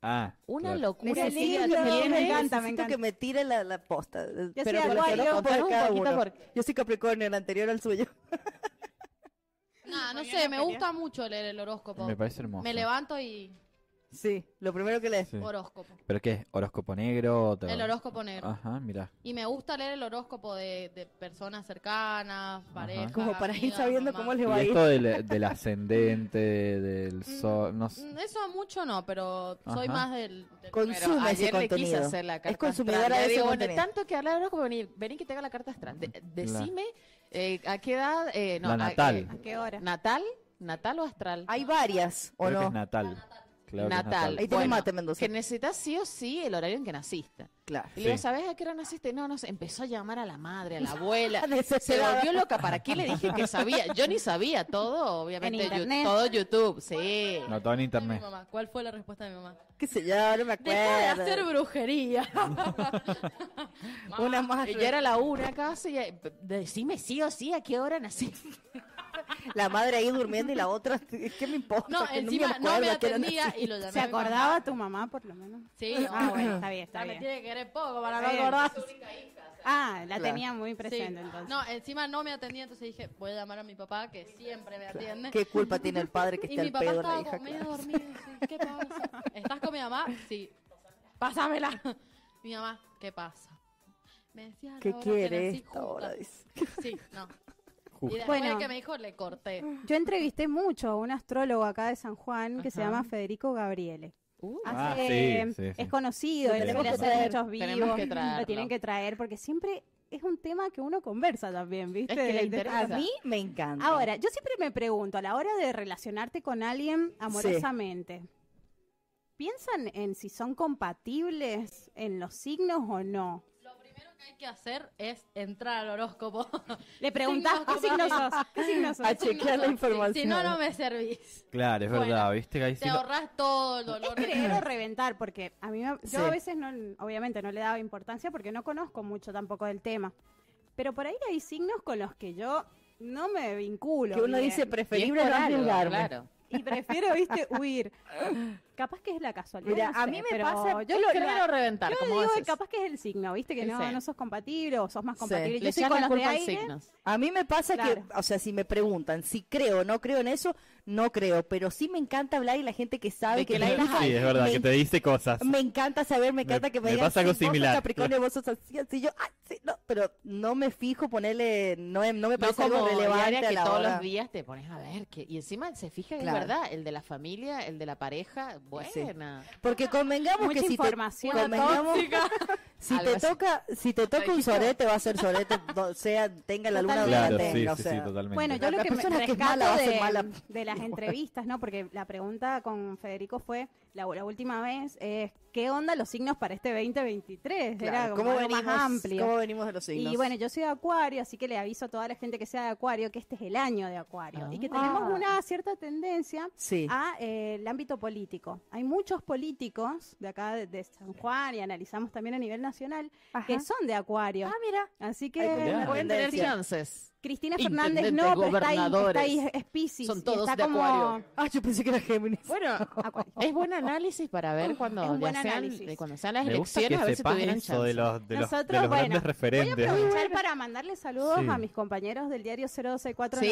Ah. Una claro. locura. Me Silvia siento- tiene. me encanta, Necesito me encanta. que me tire la, la posta. Pero soy por lo que Acuario, no contá contaron un cada poquito uno. por- Yo soy Capricornio, el anterior al suyo. Nah, no sé, me gusta mucho leer el horóscopo. Me Me, parece hermoso. levanto y Sí, lo primero que lees. Sí. horóscopo. ¿Pero qué? ¿Horóscopo negro? Otro- El horóscopo negro. Ajá, mira. Y me gusta leer el horóscopo de, de personas cercanas, parejas. Como para ir amigas, sabiendo mamás. cómo le va a Y ir. esto del, del ascendente, del sol, no sé. Mm, Eso mucho no, pero soy Ajá. más del... del- Pero Consume ese ayer le quise contenido. hacer la carta consumidora astral. de Le ese digo, bueno, contenido. tanto que hablar ahora como venir, vení que te haga la carta astral. De- decime eh, a qué edad... eh, no, La a- natal. eh, ¿A qué hora? ¿Natal? ¿Natal o astral? Hay varias, ¿o Creo que no? es natal. Claro que es natal. natal. Ahí tenés Bueno, mate, Mendoza. Que necesitas sí o sí el horario en que naciste. Claro. Y le digo, Sí. ¿sabes a qué hora naciste? No, no sé. Empezó a llamar a la madre, a la abuela. Se Desesperada. volvió loca. ¿Para qué le dije que sabía? Yo ni sabía todo, obviamente. En yo- internet. todo YouTube, sí. No, todo en de mi internet. mamá. ¿Cuál fue la respuesta de mi mamá? Qué sé yo, no me acuerdo. Deja de hacer brujería. Una más. Y ya era la una casi. y- Decime sí o sí a qué hora nací. La madre ahí durmiendo y la otra, ¿qué me importa? No, Que encima acuerdo no me a qué hora atendía nací. y lo llamé. ¿Se a mi mamá. acordaba tu mamá, por lo menos? Sí, Ah, bueno, está bien, está me bien. tiene que querer poco para no Está bien. acordarse. Ah, la Claro. tenía muy presente Sí. entonces. No, encima no me atendía, entonces dije, voy a llamar a mi papá, que siempre me atiende. ¿Qué culpa tiene el padre que Y esté mi al papá pedo estaba la hija? como medio claro? dormido. sí, ¿Qué pasa? ¿Estás con mi mamá? Sí. Pásamela. Mi mamá, ¿qué pasa? Me decía, ¿Qué Laura, que quiere nací esta juntas. hora? Dice. Sí, no. Y Justo. después Bueno. el que me dijo, le corté. Yo entrevisté mucho a un astrólogo acá de San Juan que se Ajá. llama Federico Gabriele. Ah, Hace- sí, sí, sí. Es conocido, él tenemos suele que hacer traer, muchos tenemos vivos, que traerlo. lo tienen que traer porque siempre es un tema que uno conversa también, ¿viste? Es que le De- de- interesa. A mí me encanta. Ahora, yo siempre me pregunto, a la hora de relacionarte con alguien amorosamente, ¿piensan en si son compatibles en los signos o no? Lo primero que hay que hacer es entrar al horóscopo. Le preguntás qué signos sos, qué signos sos. a chequear la información. Eh, Si no, no me servís. Claro, es Bueno, verdad, viste que ahí sí Te no- ahorras todo el Es dolor. creer o reventar, porque a mí me- yo Sí. a veces no, obviamente no le daba importancia porque no conozco mucho tampoco del tema. Pero por ahí hay signos con los que yo no me vinculo. Que uno bien. dice preferible Y es no por algo, arriesgarme. Claro. y prefiero, viste, huir. Capaz que es la casualidad. Mira, no a sé, mí me pero pasa- Yo lo, Créeme lo- o reventar, yo como digo que haces. capaz que es el signo, viste, que Sí, no, sí. no sos compatible o sos más Sí. compatible. Le Yo soy echas con los la de culpa al aire. signos. A mí me pasa Claro. que, o sea, si me preguntan si creo o no creo en eso, no creo, pero sí me encanta hablar y la gente que sabe De que, que la no hija- Sí, es verdad, me, que te dice cosas. me encanta saber, me encanta que me, me digan pasa algo "Sí, vos sos similar". Capricornio, vos sos así, así yo, ay, sí, no, pero no me fijo ponerle, no, em- no me No parece como algo relevante diaria a que la todos hora. los días te pones a ver que y encima se fija que Claro. es verdad el de la familia, el de la pareja, buena. Porque convengamos Mucha que si te, información. convengamos- si Algo te así. toca, si te toca un sorete va a ser sorete, do- sea tenga la luna o no la Claro, Totalmente. sí, tenga, o sí, sí, sea. totalmente. Bueno, yo La- lo la que me persona que rescato es mala va a ser de, mala. de las entrevistas, ¿no? Porque la pregunta con Federico fue, la, la última vez, es ¿qué onda los signos para este 2023? Claro, Era como algo más amplio. ¿Cómo venimos de los signos? Y bueno, yo soy de Acuario, así que le aviso a toda la gente que sea de Acuario que este es el año de Acuario y que tenemos Ah. una cierta tendencia sí. a eh, el ámbito político. Hay muchos políticos de acá de, de San Juan y analizamos también a nivel nacional que son de Acuario. Ah, mira. Así Ay, que mirá. Pueden tener Tendencia. chances. Cristina Fernández Intendente, no, pero está ahí, está gobernadores. ahí es Piscis, Son y todos está de como Acuario. Ah, yo pensé que era Géminis. Bueno, Acuario. es buen análisis para ver cuando, Es un ya buen sean, análisis. eh, cuando sean las Me gusta elecciones a que ver si sepas tuvieran eso de chances. los, de los, de Nosotros, los bueno, grandes Voy a referentes. aprovechar para mandarle saludos Sí. a mis compañeros del diario 0264 Sí, a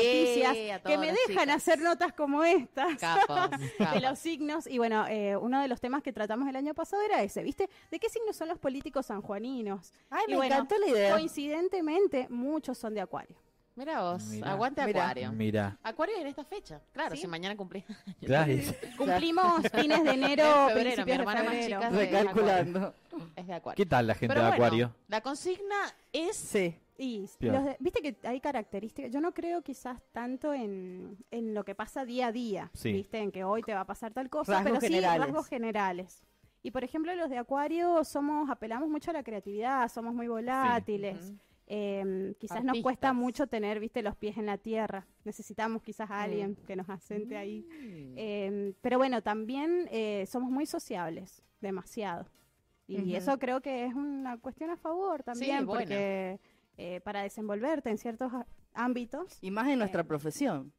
Noticias todos que me los dejan chicos. hacer notas como estas. Capos, de capos. los signos. Y bueno, eh, uno de los temas que tratamos el año pasado era ese, ¿viste? ¿De qué signos son los políticos sanjuaninos? Ay, Y me bueno, encantó la idea. Coincidentemente, muchos son de Acuario. Mira vos, Mirá. aguante Mirá. Acuario. Mira, Acuario en esta fecha, claro, Sí. si mañana cumplís. claro, y- Cumplimos fines de enero, En febrero, mi principios hermana de más febrero. chica. Recalculando. Es de Acuario. ¿qué tal la gente Pero de bueno, Acuario? la consigna es Sí. Y Bien. los de- viste que hay características, yo no creo quizás tanto en, en lo que pasa día a día, Sí. viste, en que hoy te va a pasar tal cosa, Rasgos pero sí generales. rasgos generales. Y por ejemplo, los de Acuario somos, apelamos mucho a la creatividad, somos muy volátiles. Ujú. Eh, quizás nos Artistas. cuesta mucho tener, viste, los pies en la tierra. Necesitamos quizás a alguien que nos asente ahí. Eh, pero bueno, también eh, somos muy sociables, demasiado. Y Ujú. eso creo que es una cuestión a favor también, bueno. porque eh, para desenvolverte en ciertos a- ámbitos Y más en nuestra Eh, profesión.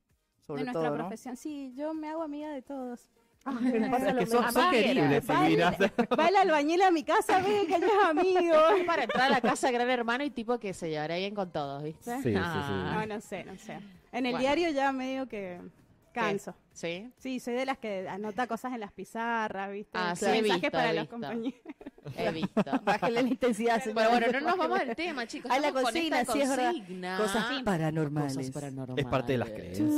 Sobre de nuestra todo, ¿no? profesión, sí, yo me hago amiga de todos. Ah, me pasa lo que sos, mismo. sos querible, Aparte, Silvina. Va el albañil a mi casa, ve que yo es amigo. Para entrar a la casa Gran Hermano y tipo que se llevará bien con todos, ¿viste? Sí, sí, sí. No, Ah, no sé, no sé. En el Bueno. diario ya medio que canso. ¿Sí? Sí, soy de las que anota cosas en las pizarras, ¿viste? Ah, Los sí, he mensajes visto, para he los visto. compañeros. he visto. Bájale la intensidad. Pero señora. bueno, no nos vamos del tema, chicos. Ay, la Estamos con consigna, esta sí, es verdad. consigna. Cosas paranormales. Ah. Cosas paranormales. Es parte de las creencias.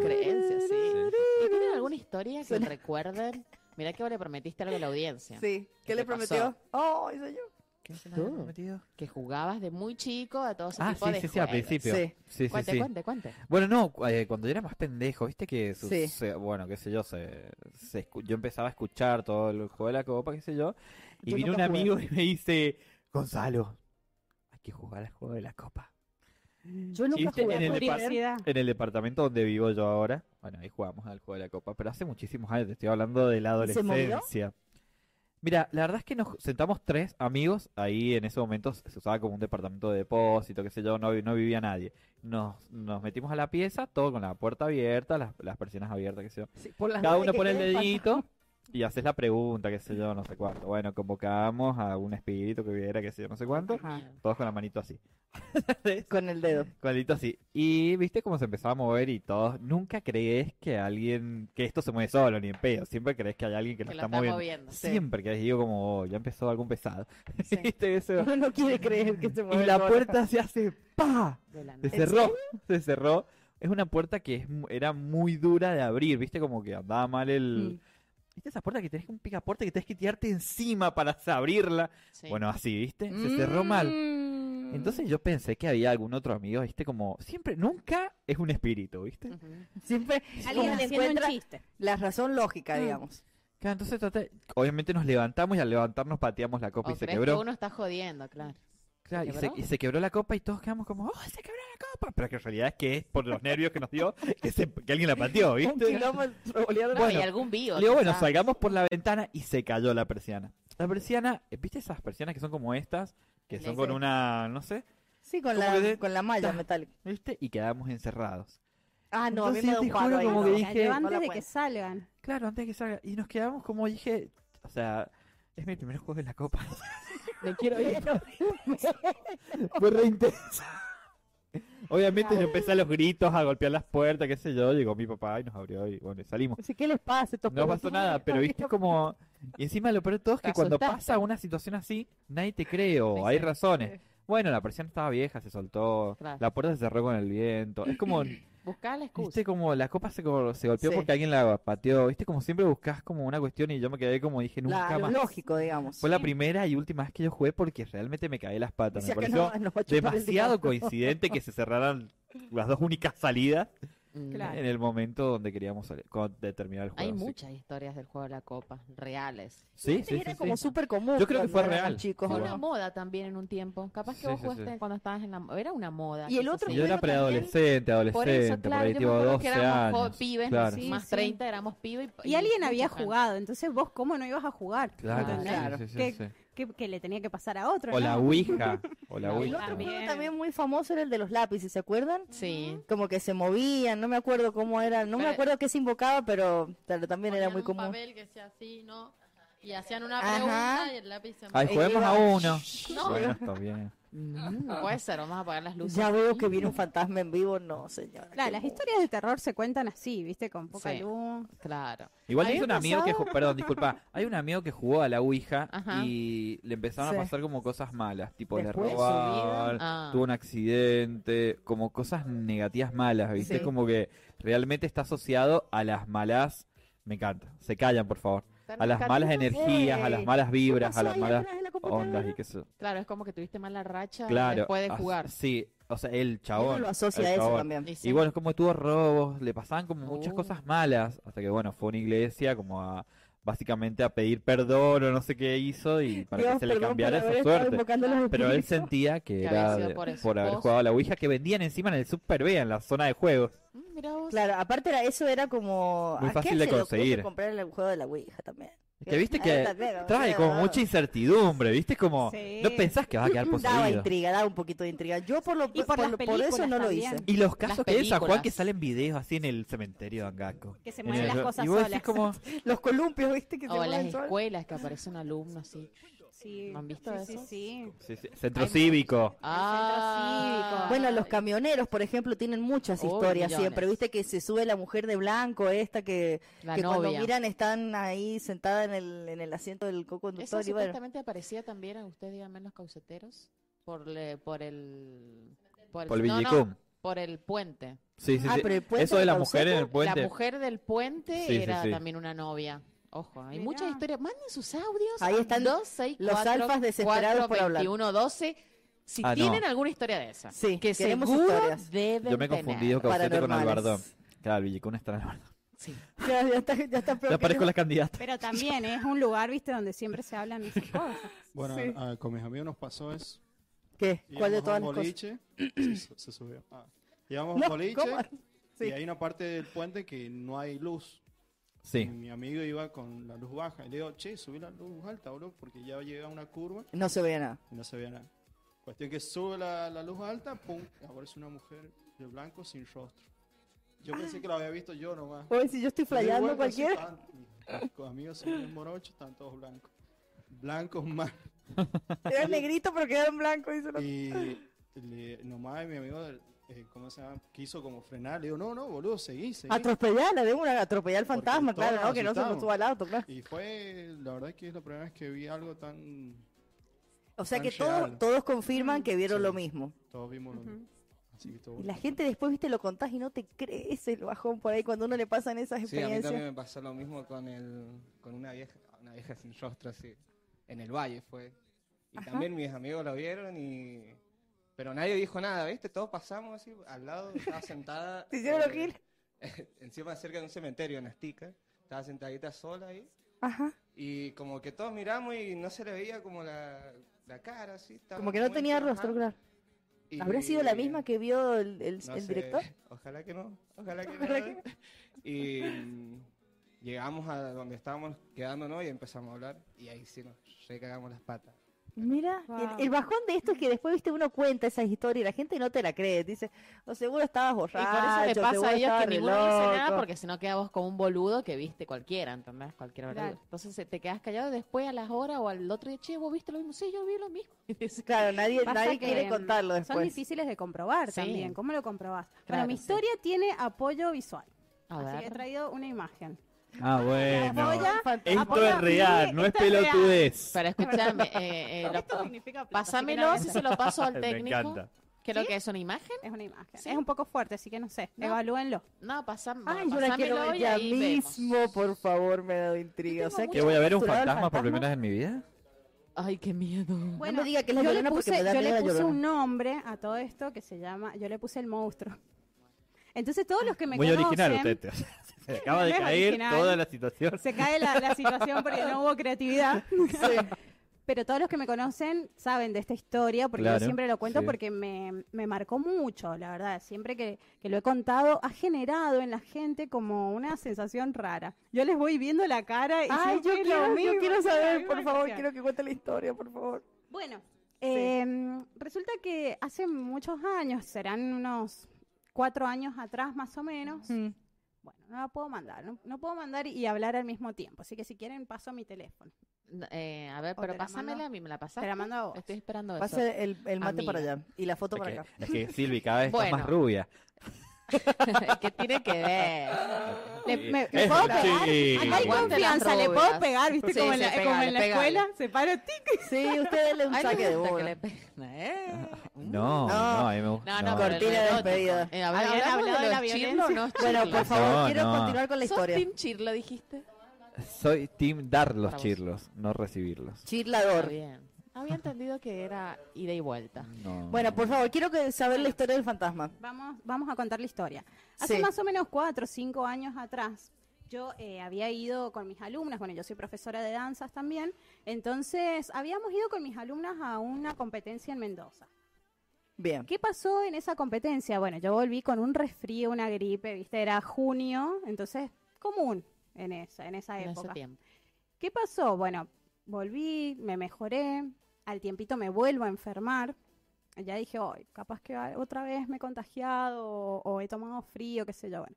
Creencias, sí. Sí. ¿Y tienen alguna historia que recuerden? Mirá que vos le prometiste algo a la audiencia. Sí. ¿Qué ¿Qué le te pasó? prometió? Oh, soy yo. ¿Qué se nos había prometido? Que jugabas de muy chico a todo ese Ah, tipo sí, de sí, sí, al juegos. principio. Sí. Sí, sí, Cuente, sí. cuente, cuente. Bueno, no, cu- eh, cuando yo era más pendejo, viste que, sus- Sí. se- bueno, qué sé yo, se, se escu- yo empezaba a escuchar todo el juego de la copa, qué sé yo, y Yo vino un nunca jugué. amigo y me dice, Gonzalo, hay que jugar al juego de la copa. Yo nunca ¿Viste? jugué. En el a de Pokémon. Curiosidad. En el departamento donde vivo yo ahora, bueno, ahí jugamos al juego de la copa, pero hace muchísimos años, te estoy hablando de la ¿Y se movió? adolescencia. Mira, la verdad es que nos sentamos tres amigos, ahí en ese momento se usaba como un departamento de depósito, qué sé yo, no, vi- no vivía nadie. Nos, nos metimos a la pieza, todo con la puerta abierta, las, las persianas abiertas, qué sé yo. Sí, por las Cada dudas uno que pone el queden dedito y haces la pregunta, qué sé yo, no sé cuánto. Bueno, convocamos a un espíritu que viera, qué sé yo, no sé cuánto. Ajá. Todos con la manito así. Con el dedo. Con el dedito así. Y viste cómo se empezaba a mover y todos. Nunca crees que alguien. que esto se mueve solo, ni en pedo. Siempre crees que hay alguien que Que lo lo está está moviendo. moviendo. sí. Siempre crees, digo, como, oh, ya empezó algún pesado. Sí. ¿Viste eso? Uno no quiere creer que se mueve Y la solo. puerta se hace ¡pa! De la nada. Se cerró, se cerró. Es una puerta que es mu- era muy dura de abrir, ¿viste? Como que andaba mal el... ¿Viste esa puerta que tenés un picaporte que tenés que tirarte encima para sa- abrirla? Sí. Bueno, así, ¿viste? Se cerró mal. Mm. Entonces yo pensé que había algún otro amigo, ¿viste? Como siempre, nunca es un espíritu, ¿viste? Ujú. Siempre alguien le haciendo un encuentra chiste. la razón lógica, Mm. digamos. Ah. Claro, entonces traté- obviamente nos levantamos y al levantarnos pateamos la O copa y se crees que quebró. uno está jodiendo, claro. Claro, ¿Se y, se, quebró? y se quebró la copa y todos quedamos como, ¡oh, se quebró la copa! Pero que en realidad es que es por los nervios que nos dio que, se- que alguien la pateó, Un ¿viste? kilómetro boleado. No, y algún vivo. Le digo, bueno, quizás. salgamos por la ventana y se cayó la persiana. La persiana, eh, ¿viste esas persianas que son como estas? Que son Sí. con una, no sé, Sí, con ¿Cómo la, que se- con la malla Ta. metálica. ¿viste? Y quedamos encerrados. Ah, no, Entonces, a mí me da te un paro juro ahí, como no. que O dije- sea, yo antes No la de que cuento. salgan. Claro, antes de que salga. Y nos quedamos como dije, o sea, es mi primer juego de la copa. Me quiero ir. Fue re intenso. Obviamente yo empecé a los gritos, a golpear las puertas, qué sé yo. Llegó mi papá y nos abrió y bueno, y salimos. Así, ¿Qué les pasa? a estos No pasó pelotudos? nada, pero viste como... Y encima lo peor de todo es Te que cuando asustaste. pasa una situación así, nadie te cree o hay razones. Bueno, la persiana estaba vieja, se soltó, Claro. la puerta se cerró con el viento. Es como, Buscá la excusa. viste, como la copa se, como- se golpeó Sí. porque alguien la pateó. Viste, como siempre buscas como una cuestión y yo me quedé como dije, nunca La- lo más. lógico, digamos. Fue la primera y última vez que yo jugué porque realmente me caí las patas. Decía Me que pareció no, nos va a chupar el demasiado diablo. coincidente que se cerraran las dos únicas salidas Mm. Claro. en el momento donde queríamos salir, con- de terminar el juego. Hay así que- muchas historias del juego de la copa, reales. Sí, Antes sí, era sí, como sí. súper común. Yo creo que cuando fue éramos real. Chicos, Fue Como- una moda también en un tiempo. Capaz que Sí, vos sí, jugaste sí. cuando estabas en la... Era una moda. Y el eso otro sí. Yo era juego también- preadolescente, Por adolescente, eso, por, claro, ahí yo me tipo acuerdo que 12 éramos jo- años. pibes, claro. Sí, más sí. 30 éramos pibes. Y alguien muchos había ganas. jugado, entonces vos cómo no ibas a jugar. Ah, Claro, Claro. sí, Claro. sí, sí, Que- sí. Que, que le tenía que pasar a otro. O ¿no? la Ouija. O la La El Ouija. otro juego También. también muy famoso era el de los lápices, ¿se acuerdan? Sí. Como que se movían, no me acuerdo cómo era, no me Pero- acuerdo qué se invocaba, pero, pero también era Ponían muy un común. papel que sea así, ¿no? Y hacían una Ajá. pregunta y el lápiz se Ay, Eh, juguemos a iba- uno. No. Bueno, está bien. No puede ser, vamos a apagar las luces. Ya veo que viene un fantasma en vivo, no, señora. Claro, qué las mu- historias de terror se cuentan así, ¿viste? Con poca Sí. luz. Claro. Igual Había dice un amigo que pasado- ju- perdón, disculpa, hay un amigo que jugó a la Ouija Ajá. y le empezaron Sí. a pasar como cosas malas, tipo Después le de su robaron, Ah. tuvo un accidente, como cosas negativas malas, ¿viste? Sí. Como que realmente está asociado a las malas, me encanta. Se callan, por favor. A las malas energías, a las Ey, malas ¿Qué vibras, pasó a las ahí malas atrás de la computadora? ondas y que eso. Claro, es como que tuviste mala racha Claro. después de as- jugar. Sí, o sea, el Uno chabón. lo asocia el a eso chabón. también. Y sí. Y bueno, es como tuvo robos, le pasaban como muchas Oh. cosas malas, hasta que bueno, fue a una iglesia como a básicamente a pedir perdón o no sé qué hizo y para Dios, que se le perdón por cambiara haber esa estado suerte. invocando a los Pero él espíritus. sentía que, Que había era sido de- por por, eso. haber Vos- jugado a la Ouija que vendían encima en el Super B, en la zona de juegos. Mm, Mirá vos. Claro, aparte era, eso era como... Muy ¿a quién fácil de se le ocurre conseguir. comprar el juego de la Ouija también. Es que viste que Ahorita veo, trae veo, como veo. mucha incertidumbre, viste como... Sí. No pensás que vas a quedar Daba poseído. intriga, daba un poquito de intriga. Yo por, lo, Y por por las lo- por eso películas no lo también. hice. Y los casos Las que es San Juan que películas. salen videos así en el cementerio de Angaco. Que se En mueven el- las cosas y vos decís solas. como, Los columpios, ¿viste? Que se O en las mueven solos. escuelas que aparece un alumno así. Sí. ¿No han visto sí, eso? Sí, sí. Sí, sí, Centro cívico. cívico. Bueno, los camioneros, por ejemplo, tienen muchas Uy, historias millones. siempre. Viste que se sube la mujer de blanco, esta que, La que cuando novia. miran están ahí sentada en el, en el asiento del Eso co-conductor. Y bueno, supuestamente aparecía también a usted, díganme, en los causeteros. Por, le- por el. Por Por no, no, Villicum. por el puente. Sí, sí, Ah, sí. pero el puente Eso de la de mujer en el La puente. mujer del puente Sí, sí, era sí. también una novia. Ojo, hay Mirá. muchas historias. Manden sus audios. Ahí al están 264 los alfas desesperados por hablar. 421-12, Si Ah, no. tienen alguna historia de esa. Sí, que queremos seguro historias. deben Yo me he tener. confundido causete con el Paranormales. bardón. Claro, Villicum está en el bardón. Sí. ya, ya está, ya está peor Ya que aparezco yo. la candidata. Pero también es un lugar, viste, donde siempre se hablan esas cosas. Bueno, Sí. a- a- con mis amigos nos pasó eso. ¿Qué? ¿Cuál de Íbamos todas las a un cosas? boliche, se, su- se subió. Ah. Íbamos a un No, boliche ¿cómo? Sí. y hay una parte del puente que no hay luz. Y Sí. mi amigo iba con la luz baja. Y le digo, che, subí la luz alta, boludo, porque ya llega una curva No se veía nada. y no se veía nada. Cuestión que sube la, la luz alta, pum, aparece una mujer de blanco sin rostro. Yo pensé que la había visto yo nomás. Oye, si yo estoy Me di flayando vuelta así, cualquiera. tan- mis amigos son bien morochos, están todos blancos. Blancos más. Era negrito, pero quedaba en blanco. Y se lo- Y le- nomás mi amigo, eh, ¿cómo se llama? Quiso como frenar. Le digo, no, no, boludo, seguí, seguí. Atropellarla, de una, atropellar al Porque fantasma, todos Ah, claro, nos ¿no? Que no se nos asustamos. suba al auto, claro. Y fue, la verdad que es la primera vez que vi algo tan... O sea que Tan todos, real. todos confirman que vieron Sí. lo mismo. Todos vimos lo mismo. Así que estuvo Y la bueno. gente después, viste, lo contás y no te crees el bajón por ahí cuando uno le pasan esas Sí, a mí experiencias. también me pasó lo mismo con el, con una vieja, una vieja sin rostro así, en el valle fue. Y Ajá. también mis amigos lo vieron y pero nadie dijo nada, ¿viste? Todos pasamos así al lado, estaba sentada. ¿Te hicieron los eh, giles? encima cerca de un cementerio en Astica, estaba sentadita sola ahí Ajá. y como que todos miramos y no se le veía como la, la cara así, estaba Como que no muy tenía enferma, rostro, claro. y- ¿Habrá sido la misma que vio el, el- no el sé, director? Ojalá que no, ojalá que Ojalá no. Y mm, llegamos a donde estábamos quedándonos y empezamos a hablar y ahí sí nos recagamos las patas. Mira, Wow. el, el bajón de esto es que después, viste, uno cuenta esa historia y la gente no te la cree. Dice, o seguro estabas Y borracho, por eso le pasa seguro a ellos estabas que re ninguno dice nada loco". porque si no queda vos como un boludo que viste cualquiera, ¿entendés? Cualquier verdad. Claro. Entonces eh, te quedas callado y después a las horas o al otro día, che, vos viste lo mismo. Sí, yo vi lo mismo. Y dices, Claro, nadie, Pasa nadie que, quiere mm, contarlo Son después. difíciles de comprobar Sí. también. ¿Cómo lo comprobás? Claro, bueno, mi sí. historia tiene apoyo visual. A así que he ver. traído una imagen. Ah, bueno. Apoya- Esto apoya- es real, sí, no es esto real. pelotudez. Pero escúchame, eh, eh, lo- Esto significa plata, así que no pasámelo, es- si se lo paso al Me técnico. encanta. ¿Qué es lo ¿Sí? que es una imagen? Es una imagen. Sí. Es un poco fuerte, así que no sé. No. Evalúenlo. No, pasam, Ay, yo la quiero pasámelo ver y ya ahí vemos. mismo, por favor, me da intriga. O sea, ¿Que voy a ver un capturado el fantasma por primera vez en mi vida? Ay, qué miedo. Bueno, diga que es la yo le Llorona porque puse, me da yo le miedo la puse Llorona. un nombre a todo esto que se llama, yo le puse el monstruo. Entonces todos los que me Muy conocen, original usted. te- Se acaba de No es caer original. toda la situación. se cae la, la situación porque no hubo creatividad. Pero todos los que me conocen saben de esta historia, porque Claro, yo siempre lo cuento sí. porque me, me marcó mucho, la verdad. Siempre que, que lo he contado, ha generado en la gente como una sensación rara. Yo les voy viendo la cara y Ay, yo siempre lo quiero, yo mismo, quiero siempre la saber, misma por favor, cuestión. quiero que cuente la historia, por favor. Bueno, eh, resulta que hace muchos años, serán unos cuatro años atrás más o menos. Bueno, no la puedo mandar, no, no puedo mandar y hablar al mismo tiempo. Así que si quieren, paso mi teléfono. Eh, a ver, O pero te la mando- pásamela, a mí me la pasaste. Te la mando a vos. Estoy esperando eso. Pasa el, el mate para Amiga. allá y la foto Es para que, acá. es que Silvi cada vez está más Bueno. rubia. ¿Qué tiene que ver? Le- Sí. me- ¿le Es puedo un pegar? chiste. Acá hay Aguante las confianza, le puedo rubias. pegar, ¿viste? Sí, como en sí, la, como pegale, en la pegale. escuela, se para tic. Sí, usted denle un Ay, me saque de gusta que bola. le peguen, ¿eh? No, no, a mí me gusta. No, no, pero Cortina de lo erótico. despedida. Eh, a ver, Habían ¿hablamos hablado de la los chirlos, violencia. no Bueno, chirlos? por favor, No, quiero no. continuar con la ¿Sos historia. team chirlo, dijiste? Soy team dar los Bravo. chirlos, no recibirlos. Está Chirlador. bien. Había entendido que era ida y vuelta. No. Bueno, por favor, quiero que saber la historia del fantasma. Vamos, vamos a contar la historia. Hace Sí. más o menos cuatro o cinco años atrás, yo eh, había ido con mis alumnas, bueno, yo soy profesora de danzas también, entonces habíamos ido con mis alumnas a una competencia en Mendoza. Bien. ¿Qué pasó en esa competencia? Bueno, yo volví con un resfrío, una gripe, ¿viste? Era junio, entonces común en esa, en esa En ese época. tiempo. ¿Qué pasó? Bueno, volví, me mejoré, al tiempito me vuelvo a enfermar. Ya dije, "Ay, capaz que a- otra vez me he contagiado o, o he tomado frío, qué sé yo. Bueno,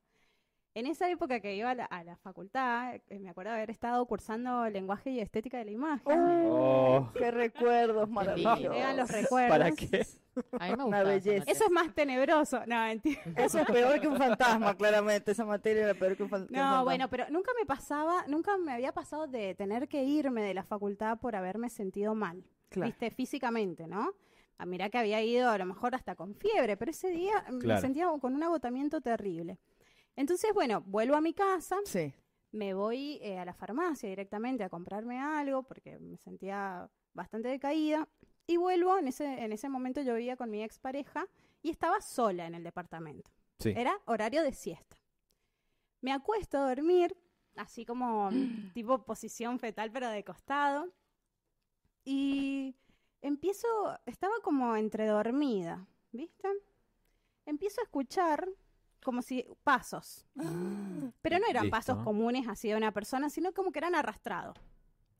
en esa época que iba a la, a la facultad, eh, me acuerdo haber estado cursando lenguaje y estética de la imagen. Oh, Qué recuerdos Me maravillosos. llegan los ¿Para recuerdos. qué? A mí me Una gusta. belleza. Eso es más tenebroso. No, mentira. Eso es peor que un fantasma, claramente. Esa materia era peor que un, fan- que un fantasma. No, bueno, pero nunca me pasaba, nunca me había pasado de tener que irme de la facultad por haberme sentido mal, Claro. viste, físicamente, ¿no? Ah, mirá que había ido a lo mejor hasta con fiebre, pero ese día mm, me Claro. sentía con un agotamiento terrible. Entonces, bueno, vuelvo a mi casa, Sí. me voy eh, a la farmacia directamente a comprarme algo porque me sentía bastante decaída y vuelvo, en ese, en ese momento yo vivía con mi expareja y estaba sola en el departamento. Sí. Era horario de siesta. Me acuesto a dormir, así como tipo posición fetal pero de costado y empiezo, estaba como entredormida, ¿viste? Empiezo a escuchar como si pasos. Pero no eran Listo. pasos comunes así de una persona, sino como que eran arrastrados.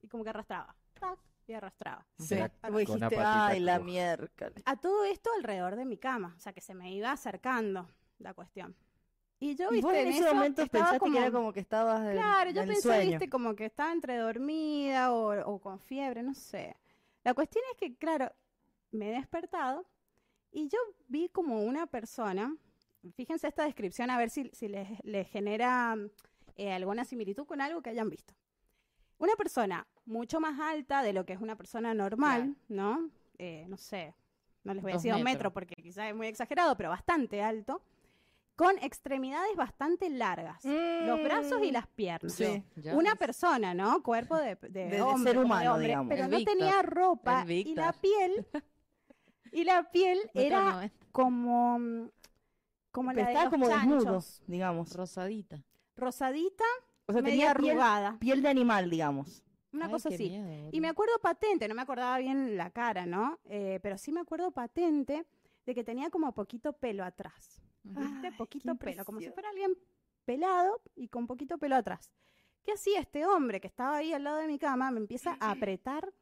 Y como que arrastraba. Tac, y arrastraba. sí. Era Vos con una dijiste, patita ay, la cruz". miércoles. A todo esto alrededor de mi cama. O sea, que se me iba acercando la cuestión. Y yo, Y viste, vos en ese eso momento estaba pensaste como- que era como que estabas en, Claro, yo en pensé, sueño. viste, como que estaba entre dormida o, o con fiebre, no sé. La cuestión es que, claro, me he despertado y yo vi como una persona, fíjense esta descripción a ver si, si les, les genera eh, alguna similitud con algo que hayan visto. Una persona mucho más alta de lo que es una persona normal, ¿no? Eh, no sé, no les voy a Dos decir dos metros. metros porque quizás es muy exagerado, pero bastante alto, con extremidades bastante largas, los brazos y las piernas. Mm. Sí. Ya Una ves. persona, ¿no? Cuerpo de, de De- de hombre, ser como humano, hombre, digamos. Pero El no Víctor, tenía ropa el y Víctor. la piel. Y la piel Metro era noventa. como. mm, Como Pero la de estaba los como desnudo, chanchos. digamos. rosadita. Rosadita, O sea, media tenía piel, arrugada. piel de animal, digamos. Una Ay, cosa qué así. miedo, Y boludo. me acuerdo patente, no me acordaba bien la cara, ¿no? Eh, pero sí me acuerdo patente de que tenía como poquito pelo atrás. ¿viste? Ay, qué poquito pelo, como si impresión. fuera alguien pelado y con poquito pelo atrás. ¿Qué hacía este hombre que estaba ahí al lado de mi cama? Me empieza a apretar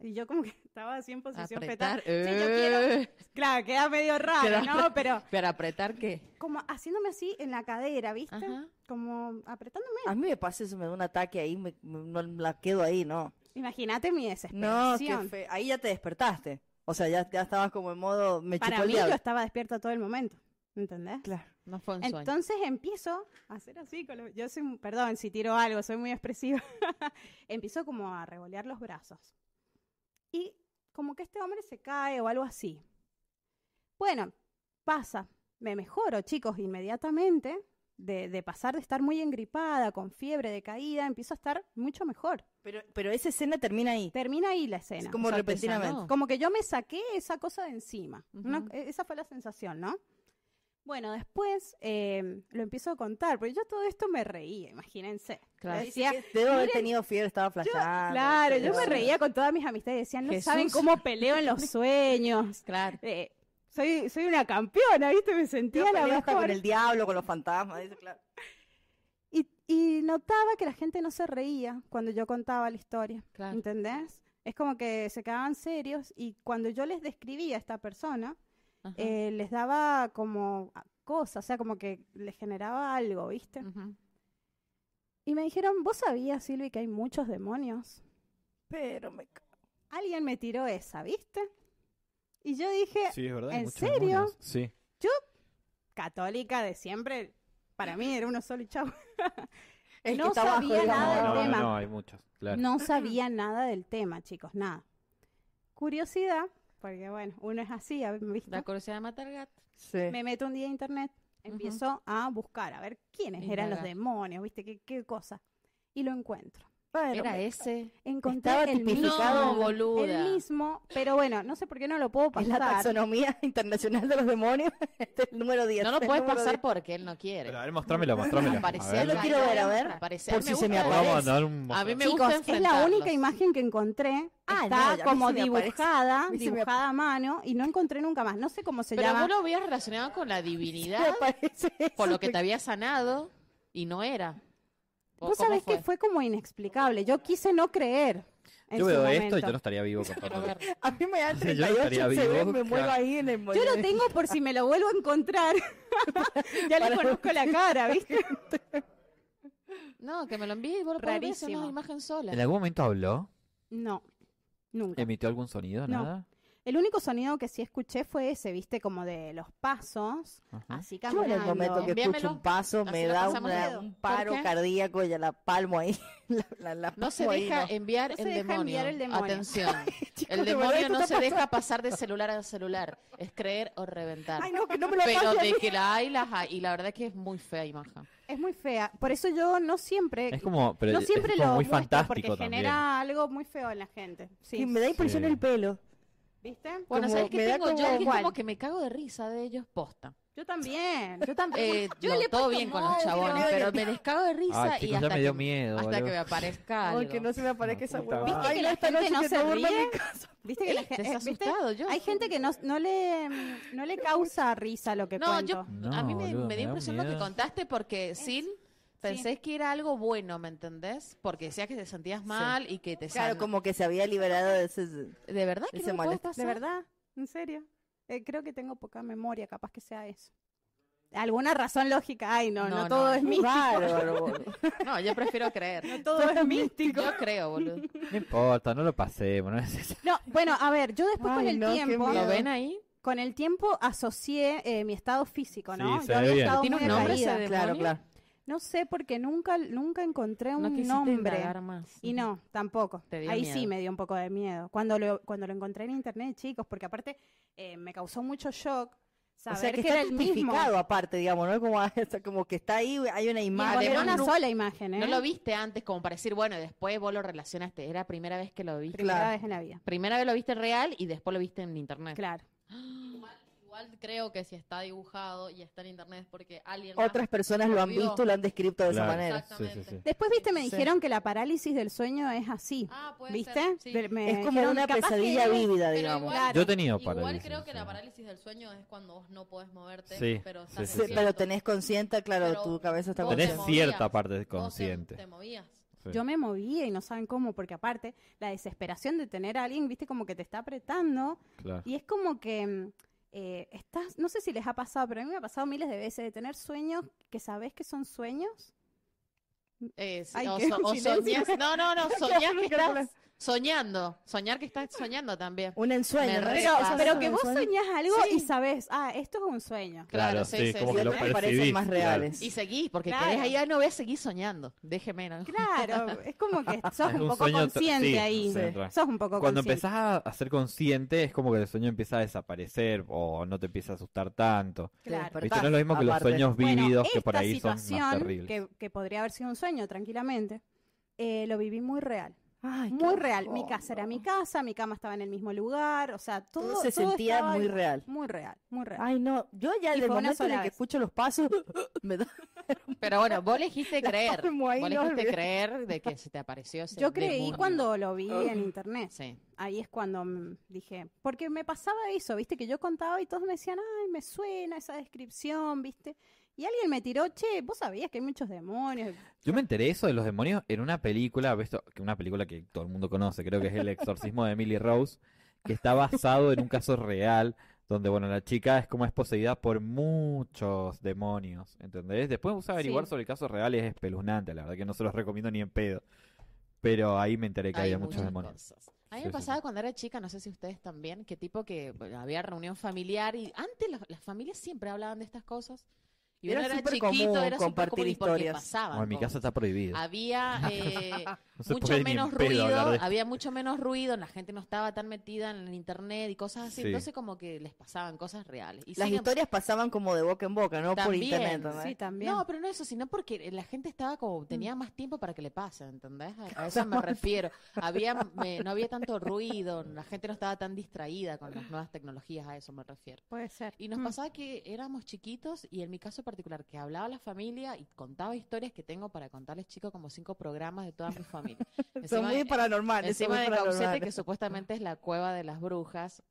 y yo como que estaba así en posición Apretar. fetal. Sí, yo quiero- eh, Claro, queda medio raro, Pero- ¿no? Pero Pero apretar qué? como haciéndome así en la cadera, ¿viste? Ajá. Como apretándome. A mí me pasa eso, me da un ataque ahí, me, me- no la quedo ahí, ¿no. Imagínate No, mi qué desesperación. fe- ahí ya te despertaste. O sea, ya, ya estabas como en modo, me Para chupó el mí yo diablo. estaba despierta todo el momento, ¿entendés? Claro. No fue un sueño. Entonces empiezo a hacer así con los- Yo soy, un- perdón si tiro algo, soy muy expresiva. empiezo como a revolear los brazos. Y como que este hombre se cae o algo así. Bueno, pasa. Me mejoro, chicos, inmediatamente. De, de pasar de estar muy engripada, con fiebre, decaída, empiezo a estar mucho mejor. Pero, pero esa escena termina ahí. Termina ahí la escena. Es como O sea, te repentinamente. sanó. Como que yo me saqué esa cosa de encima. Una- Ujú. esa fue la sensación, ¿no? Bueno, después eh, lo empiezo a contar, porque yo todo esto me reía, imagínense. Claro. Le decía, Debo haber miren, tenido fiebre, estaba flasheando. claro, yo me Sí. reía con todas mis amistades, decían, no Jesús. saben cómo peleo en los sueños. Claro. Eh, soy, soy una campeona, ¿viste? Me Yo sentía la peleo hasta mejor. con el diablo, con los fantasmas, dice, claro. Y, y notaba que la gente no se reía cuando yo contaba la historia, Claro. ¿entendés? Es como que se quedaban serios y cuando yo les describía a esta persona, Ajá. eh, les daba como a- cosa, o sea, como que les generaba algo, ¿viste? Ujú. Y me dijeron, ¿vos sabías, Silvi, que hay muchos demonios? Pero me ca- Alguien me tiró esa, ¿viste? Y yo dije, Sí, es verdad. hay ¿En muchos serio? demonios. Sí. católica de siempre, para mí era uno solo y chau. El No que está abajo, sabía digamos. nada del No, no, tema. no, hay muchos. Claro. No sabía nada del tema, chicos, nada. Curiosidad, porque bueno, uno es así, a ver, ¿viste? La curiosidad de matar al gato. Sí. Me meto un día a internet, Ujú. empiezo a buscar, a ver quiénes eran los Indagar. demonios, ¿viste? ¿Qué, qué cosa? Y lo encuentro. Bueno, Era me- ese. Encontré Estaba el mismo, tipificado. No, boluda. el mismo, pero bueno, no sé por qué no lo puedo Es la pasar. taxonomía internacional de los demonios. Este es el número 10. No lo el puedes número pasar 10. porque él no quiere. Pero a ver, mostrámelo, mostrámelo. Aparecer, A ver. Yo lo quiero ver, a ver. Aparecer. Por si se me gusta. Vamos a aparece. mandar un A mí me Chicos, gusta es la única enfrentarlos. imagen que encontré. Ah, no, Está ya a mí como se me aparece. dibujada, A mí se me dibujada a mano y no encontré nunca más. No sé cómo se Pero llama. vos lo habías relacionado con la Me divinidad, aparece por eso, lo que te había sanado, y no era. ¿O Vos cómo sabés que fue? fue como inexplicable. Yo quise no creer. en Yo su veo momento. esto y yo no estaría vivo, por Quiero favor. ver. A mí me dan O sea, yo no 38 estaría se ve, vivo, me muero claro. ahí en el Yo molino. lo tengo por si me lo vuelvo a encontrar. ya le Para- conozco la cara, ¿viste? No, que me lo envíe y vos lo podés ver, es una Rarísimo. imagen sola. ¿En algún momento habló? No, nunca. ¿Emitió algún sonido? No. ¿Nada? El único sonido que sí escuché fue ese, ¿viste? Como de los pasos. Ajá. Así Yo en el momento caminando. que escucho Envíamelo. un paso Así me la da pasamos una- dedo. un paro ¿Por qué? cardíaco y ya la palmo ahí. La, la- la No se palmo ahí, deja no. enviar No se el deja demonio. enviar el demonio. Atención. Chicos, el de verdad, demonio esto no está se deja pasar de celular a celular. Es creer o reventar. Ay, no, que no me lo Pero pase a de mí. que la hay, las hay. Y la verdad que es muy fea imagen. Es muy fea. Por eso yo no siempre. Es como, pero no es siempre como lo muy muestro fantástico porque también. genera algo muy feo en la gente. Sí, Que me da impresión Sí. el pelo. ¿viste? Como- Bueno, ¿sabes me qué da tengo yo? como- Que es como igual. que me cago de risa de ellos posta. Yo también, yo también. Eh, Yo no, le he todo puesto bien con los móvil, chabones, oye, pero me les cago de risa Ay, y chicos, hasta, ya me dio que, miedo, hasta boludo. que me aparezca Ay, algo. que no se me aparezca No, esa puta huevada. madre. Viste que Ay, la esta gente noche no que se se burla ríe. mi casa. Viste que la Eh, gente, eh, ¿viste? desasustado yo. Hay gente que no, no le no le causa risa lo que No, yo, cuento. No, a mí me, boludo, me me dio da un impresión lo que miedo. contaste porque sin pensé que era algo bueno, ¿me entendés? Porque decías que te sentías mal y que te Claro, san- como que se había liberado de ese... de verdad que ese no me puede malestar. De pasar. verdad, en serio. Eh, creo que tengo poca memoria, capaz que sea eso. Alguna razón lógica. Ay, no, no, No, no, todo no. es místico. Bárbaro, boludo. No, yo prefiero creer. Todo es místico. Yo creo, boludo. No importa, no lo pasemos, no es eso. No, bueno, a ver, yo después con Ay, el no, qué tiempo, miedo. ¿Lo ven ahí? con el tiempo asocié eh, mi estado físico, Sí, ¿no? se yo ve había bien. estado ¿Tiene muy un nombre ese decaída. demonio? Claro, claro. No sé porque nunca nunca encontré No un quisiste nombre. indagar más. Y no, tampoco. Te dio Ahí sí miedo. me dio un poco de miedo. Cuando lo, cuando lo encontré en internet, chicos, porque aparte eh, me causó mucho shock O saber sea, que que, está era el mismo. justificado aparte, digamos, ¿no? Como, como que está ahí, hay una Y imagen. encontré Además, una no- sola imagen, ¿eh? No lo viste antes como para decir, bueno, y después vos lo relacionaste. Era primera vez que lo viste. Primera claro. vez en la vida. Primera vez lo viste real y después lo viste en internet. Claro. Igual creo que si está dibujado y está en internet es porque alguien más- Otras personas lo han Vio. visto, lo han descrito de esa Claro. manera. Exactamente. Sí, sí, sí. Después, viste, me Sí. dijeron que la parálisis del sueño es así. Ah, puede ¿Viste? ser, sí. De- me Es como dijeron, una "Capaz que pesadilla es". vívida, Pero digamos. igual- Yo he tenido Igual parálisis creo del que la sueño. parálisis del sueño es cuando vos no podés moverte, Sí, pero sí, estás sí, Sí, sí. pero despierto. tenés consciente, claro, Pero tu cabeza está vos te Tenés movías, cierta parte vos te- consciente. Te movías. Sí. Yo me movía y no saben cómo, porque aparte, la desesperación de tener a alguien, viste, como que te está apretando. Claro. Y es como que mm, eh, estás, no sé si les ha pasado, pero a mí me ha pasado miles de veces de tener sueños que sabés que son sueños. Eh, sí, Ay, o, qué so- o silencio. soñás- no, no, no, soñás que Nunca lo estás soñando, soñar que estás soñando también. Un Me ensueño. ¿no? re Pero, Esas pasa. cosas pero que de vos ensueño. soñás algo Sí. y sabés, ah, esto es un sueño. Claro, Claro, sí, sí, sí, como sí. que lo Otras parecen percibís. más claro. reales. Y seguís, porque Claro. querés ahí, ah, no voy a seguir soñando. Déjeme, ¿no? Claro, es como que sos Es un poco sueño tra- consciente sí, ahí. sí, tra- Sos un poco Cuando consciente. empezás a, a ser consciente es como que el sueño empieza a desaparerer o no te empieza a asustar tanto. Claro. Viste, no es lo mismo que los Aparte. sueños Bueno, vívidos que esta por ahí son más situación, terribles. que, que podría haber sido un sueño tranquilamente, eh, lo viví muy real. Ay, Muy qué real. Mi horror. casa era mi casa, mi cama estaba en el mismo lugar, o sea, todo, Todo se sentía estaba muy real. Muy real, muy real. Ay, no. Yo ya desde Y el fue una momento en el sola que vez. escucho los pasos, me da. Pero bueno, vos elegiste creer. palmo ahí, Vos no elegiste olvidé. creer de que se te apareció ese Yo creí demonio. cuando lo vi en internet. Sí. Ahí es cuando mm, dije, porque me pasaba eso, viste, que yo contaba y todos me decían, ay, me suena esa descripción, viste. Y alguien me tiró, che, vos sabías que hay muchos demonios. Yo me enteré eso de los demonios en una película, ¿ves? que una película que todo el mundo conoce, creo que es El exorcismo de Emily Rose, que está basado en un caso real, donde, bueno, la chica es como es poseída por muchos demonios, ¿entendés? Después vamos a averiguar Sí. sobre casos reales, es espeluznante, la verdad que no se los recomiendo ni en pedo. Pero ahí me enteré que Hay había muchos muchas demonios. cosas. A mí Sí, me sí, pasaba sí. cuando era chica, no sé si ustedes también, que tipo que bueno, había reunión familiar y antes los- las familias siempre hablaban de estas cosas. Y Era uno era súper chiquito, común era súper compartir común y porque historias. Ah, pasaban Bueno, en mi cosas. casa está prohibido. Había eh, No se mucho puede ni en menos pedo hablar ruido, de esto. había mucho menos ruido, la gente no estaba tan metida en el internet y cosas así, Sí. entonces como que les pasaban cosas reales. Y Las siguen- historias pasaban como de boca en boca, ¿no? Por También, internet. ¿no? Sí, también. Mm. No, pero no eso, sino porque la gente estaba como, tenía más tiempo para que le pase, ¿entendés? A a eso me refiero. Había, me- no había tanto ruido, la gente no estaba tan distraída con las nuevas tecnologías, a eso me refiero. Puede ser. Y nos Mm. pasaba que éramos chiquitos y en mi caso particular, que hablaba la familia y contaba historias que tengo para contarles, chicos, como cinco programas de toda mi familia. Son Encima- muy paranormales. son Encima muy de Caucete, paranormales. que supuestamente es la cueva de las brujas.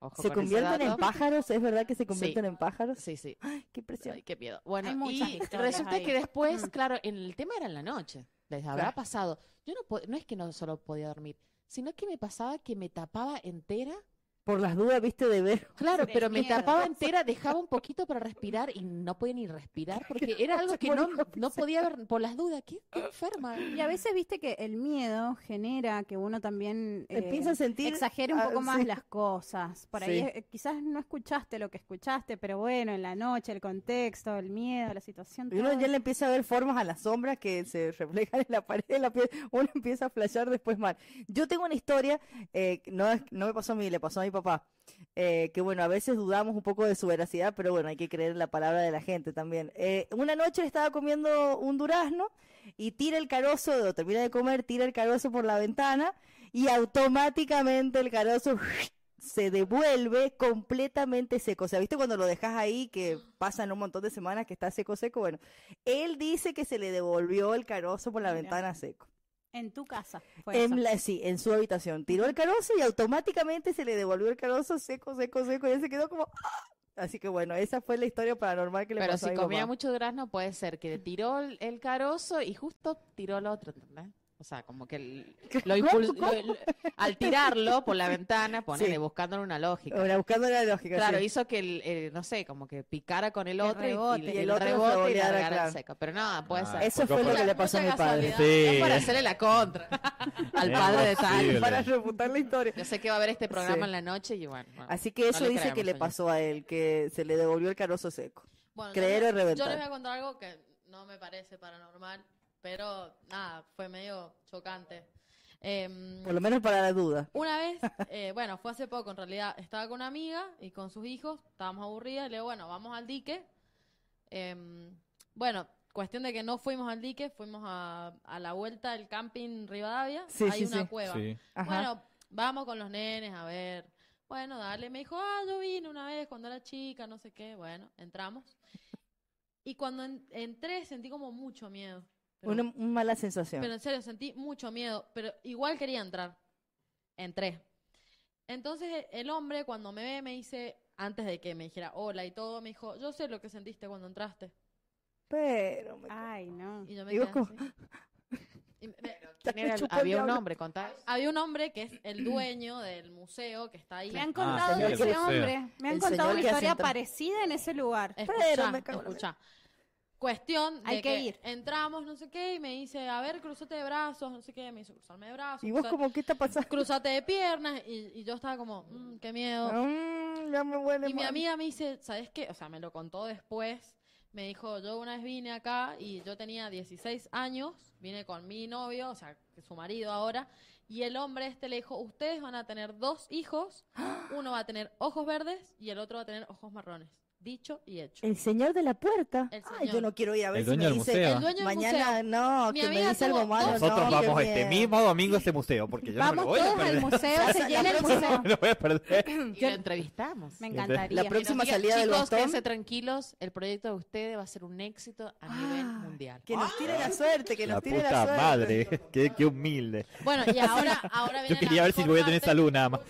Ojo ¿Se con ese convierten en dato. pájaros? ¿Es verdad que se convierten en pájaros? Sí, sí. Qué impresión. Ay, qué miedo. Bueno, Hay muchas y historias resulta ahí. que después, Mm. claro, en el tema era en la noche. Les habrá Claro. pasado. Yo no, po- no es que no solo podía dormir, sino que me pasaba que me tapaba entera. Por las dudas, viste, de ver. Claro, Del pero me miedo. tapaba entera, dejaba un poquito para respirar y no podía ni respirar porque era algo Se que no, moría de no podía ver por las dudas. ¿Qué, qué enferma? Y a veces viste que el miedo genera que uno también eh, Empieza a sentir. exagere un ah, poco más sí. las cosas. Por ahí Sí. eh, quizás no escuchaste lo que escuchaste, pero bueno, en la noche, el contexto, el miedo, la situación. Y uno todo. ya le empieza a ver formas a las sombras que se reflejan en la pared de la piel. Uno empieza a flashear después mal. Yo tengo una historia, eh, que no, es- no me pasó a mí, le pasó a mi papá. eh, que bueno, a veces dudamos un poco de su veracidad, pero bueno, hay que creer en la palabra de la gente también. Eh, una noche estaba comiendo un durazno y tira el carozo, o termina de comer, tira el carozo por la ventana y automáticamente el carozo se devuelve completamente seco. O sea, ¿viste cuando lo dejas ahí que pasan un montón de semanas que está seco, seco? Bueno, él dice que se le devolvió el carozo por la Mira. ventana seco. En tu casa. fue eso. En la, sí, en su habitación. Tiró el carozo y automáticamente se le devolvió el carozo seco, seco, seco. Y él se quedó como... "Ah". Así que bueno, esa fue la historia paranormal que le Pero pasó a si mi comía mamá. mucho durazno, puede ser que tiró el, el carozo y justo tiró el otro, ¿entendés? O sea, como que el- lo impul- lo- lo- al tirarlo por la ventana, ponele, Sí. buscándole una lógica. Ahora, buscando la lógica. Claro, sí. hizo que el, el, no sé, como que picara con el Que otro y- rebote. y, Y el el otro rebote y revoleara, largara el claro. seco. Pero nada, puede Ah, ser. Eso Tocó fue lo por- que le Mucha pasó a mi padre. casualidad. Sí. Es para hacerle la contra al Es padre de Tani. imposible. Para refutar la historia. Yo sé que va a ver este programa Sí. en la noche y bueno. bueno, Así que no eso le dice que creamos, le señor. pasó a él, que se le devolvió el carozo seco. Bueno, Creer o yo, les- yo reventar. les voy a contar algo que no me parece paranormal, pero nada, fue medio chocante. Em, Por lo menos para la duda. una vez, eh, bueno, fue hace poco en realidad, estaba con una amiga y con sus hijos, estábamos aburridas, y le digo, bueno, vamos al dique. Em, bueno, cuestión de que no fuimos al dique, fuimos a, a la vuelta del camping Rivadavia, Sí, sí, hay una sí. cueva. Sí. Ajá. Bueno, vamos con los nenes a ver. Bueno, dale. Me dijo, ah, yo vine una vez cuando era chica, no sé qué. Bueno, entramos. Y cuando en- entré sentí como mucho miedo. Pero, una, una mala sensación. pero en serio, sentí mucho miedo, pero igual quería entrar. Entré. Entonces e- el hombre cuando me ve me dice, antes de que me dijera hola y todo, me dijo, yo sé lo que sentiste cuando entraste. Pero, me- Ay, no. Y yo me Y vos quedé como- así. Y me- me- ya ¿Quién era me el- chupó el había un diablo. hombre, contá. había un hombre que es el dueño del museo que está ahí. Ah, Me han contado sí, de el ese museo. hombre. Me han El contado señor una que hace historia entrar. parecida en ese lugar. Pero Escucha, me cago en la escucha. Cuestión de Hay que ir. entramos, no sé qué, y me dice, a ver, cruzate de brazos, no sé qué, me hizo cruzarme de brazos, Y vos cruzate, como, ¿qué está pasando? cruzate de piernas, y, y yo estaba como, "Mm, qué miedo. Mm, ya me huele y mi mal. amiga me dice, ¿sabes qué? O sea, me lo contó después, me dijo, yo una vez vine acá y yo tenía 16 años, vine con mi novio, o sea, que su marido ahora, y el hombre este le dijo, ustedes van a tener dos hijos, uno va a tener ojos verdes y el otro va a tener ojos marrones. Dicho y hecho. El señor de la puerta. El Ay, yo señor. no quiero ir a ver El si dueño me del dice museo. El dueño del mañana, museo. no, Mi que me amiga dice algo tuvo malo. dos- Nosotros no, qué vamos este miedo. mismo domingo a ese museo, porque yo no me Vamos lo voy a todos al perder. museo, se llena el museo. No lo voy a perder. Y lo entrevistamos. Me Y entonces, encantaría. la próxima Diga, salida del Chicos, bastón. quédense tranquilos, el proyecto de ustedes va a ser un éxito a nivel mundial. Ah, Que nos tire la suerte, que Ah. La nos tire la puta suerte. madre, qué, qué humilde. Bueno, y ahora, ahora viene Yo quería la ver si voy a tener importante. salud nada más.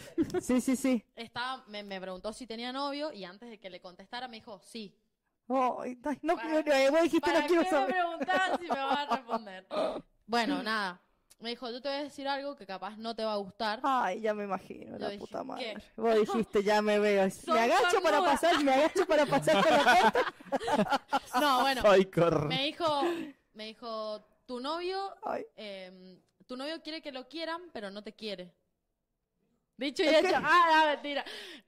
Sí, sí, sí. Estaba, me, me preguntó si tenía novio y antes de que le contestara me dijo sí. Ay, ay, no, Para- quiero- vos dijiste ¿Para no quiero qué me saber. preguntás si me va a responder? Mm. Bueno, nada. Me dijo, yo te voy a decir algo que capaz no te va a gustar. Ay, ya me imagino, Yo la dije, puta madre. ¿qué? Vos dijiste, ya me veo. Soy Me agacho para cornuda. pasar, me agacho para pasar con la puerta. No, bueno. Ay, corre. Me dijo, me dijo, tu novio, Ay. eh, tu novio quiere que lo quieran, pero no te quiere. Dicho y hecho. Ah, no, mentira.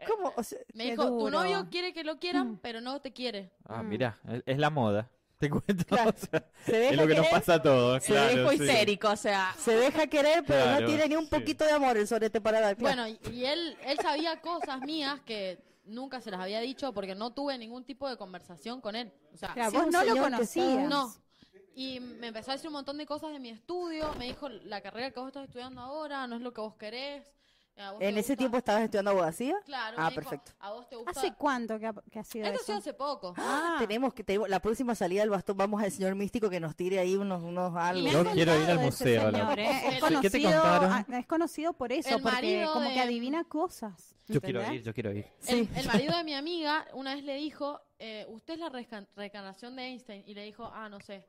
¿Cómo? O sea, Mm. Me Qué dijo, tu duro. novio quiere que lo quieran, pero no te quiere. Ah, Mm. mira, es la moda. Te cuento. Claro. o sea, se deja es lo que nos querer, pasa a todos. Se claro, dejó sí. histérico, o sea. se deja querer, pero Claro, no tiene ni un sí. poquito de amor el sorete para dar. claro. Bueno, y, y él, él sabía cosas mías que nunca se las había dicho porque no tuve ningún tipo de conversación con él. O sea, O sea, Sí, vos un no lo señor que conocías. está- no. Y me empezó a decir un montón de cosas de mi estudio. Me dijo, la carrera que vos estás estudiando ahora no es lo que vos querés. Eh, A vos ¿En te ese gusta- tiempo estabas estudiando abogacía? Claro, Ah, me dijo, perfecto. a vos te gusta. ¿Hace cuánto que ha, que ha sido Esto ha eso? sido hace poco. Ah, Tenemos que tenemos- la próxima salida del bastón vamos al señor místico que nos tire ahí unos unos algo. me Yo han quiero ir contado al de ese museo, la señor, verdad. ¿eh? Es Sí, ¿qué te conocido, contaron? ah, es conocido por eso, El porque marido como que de- adivina cosas. Yo quiero ¿entendés? ir, yo quiero ir. El, el marido de mi amiga una vez le dijo, eh, usted es la resca- reencarnación de Einstein. Y le dijo, ah, no sé.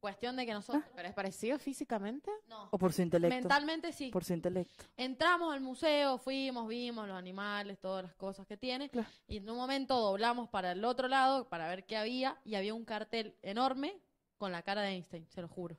Cuestión de que nosotros... ¿Pero es parecido físicamente? No. O por su intelecto. Mentalmente sí. Por su intelecto. Entramos al museo, fuimos, vimos los animales, todas las cosas que tiene. Y en un momento doblamos para el otro lado para ver qué había. Y había un cartel enorme con la cara de Einstein, se lo juro.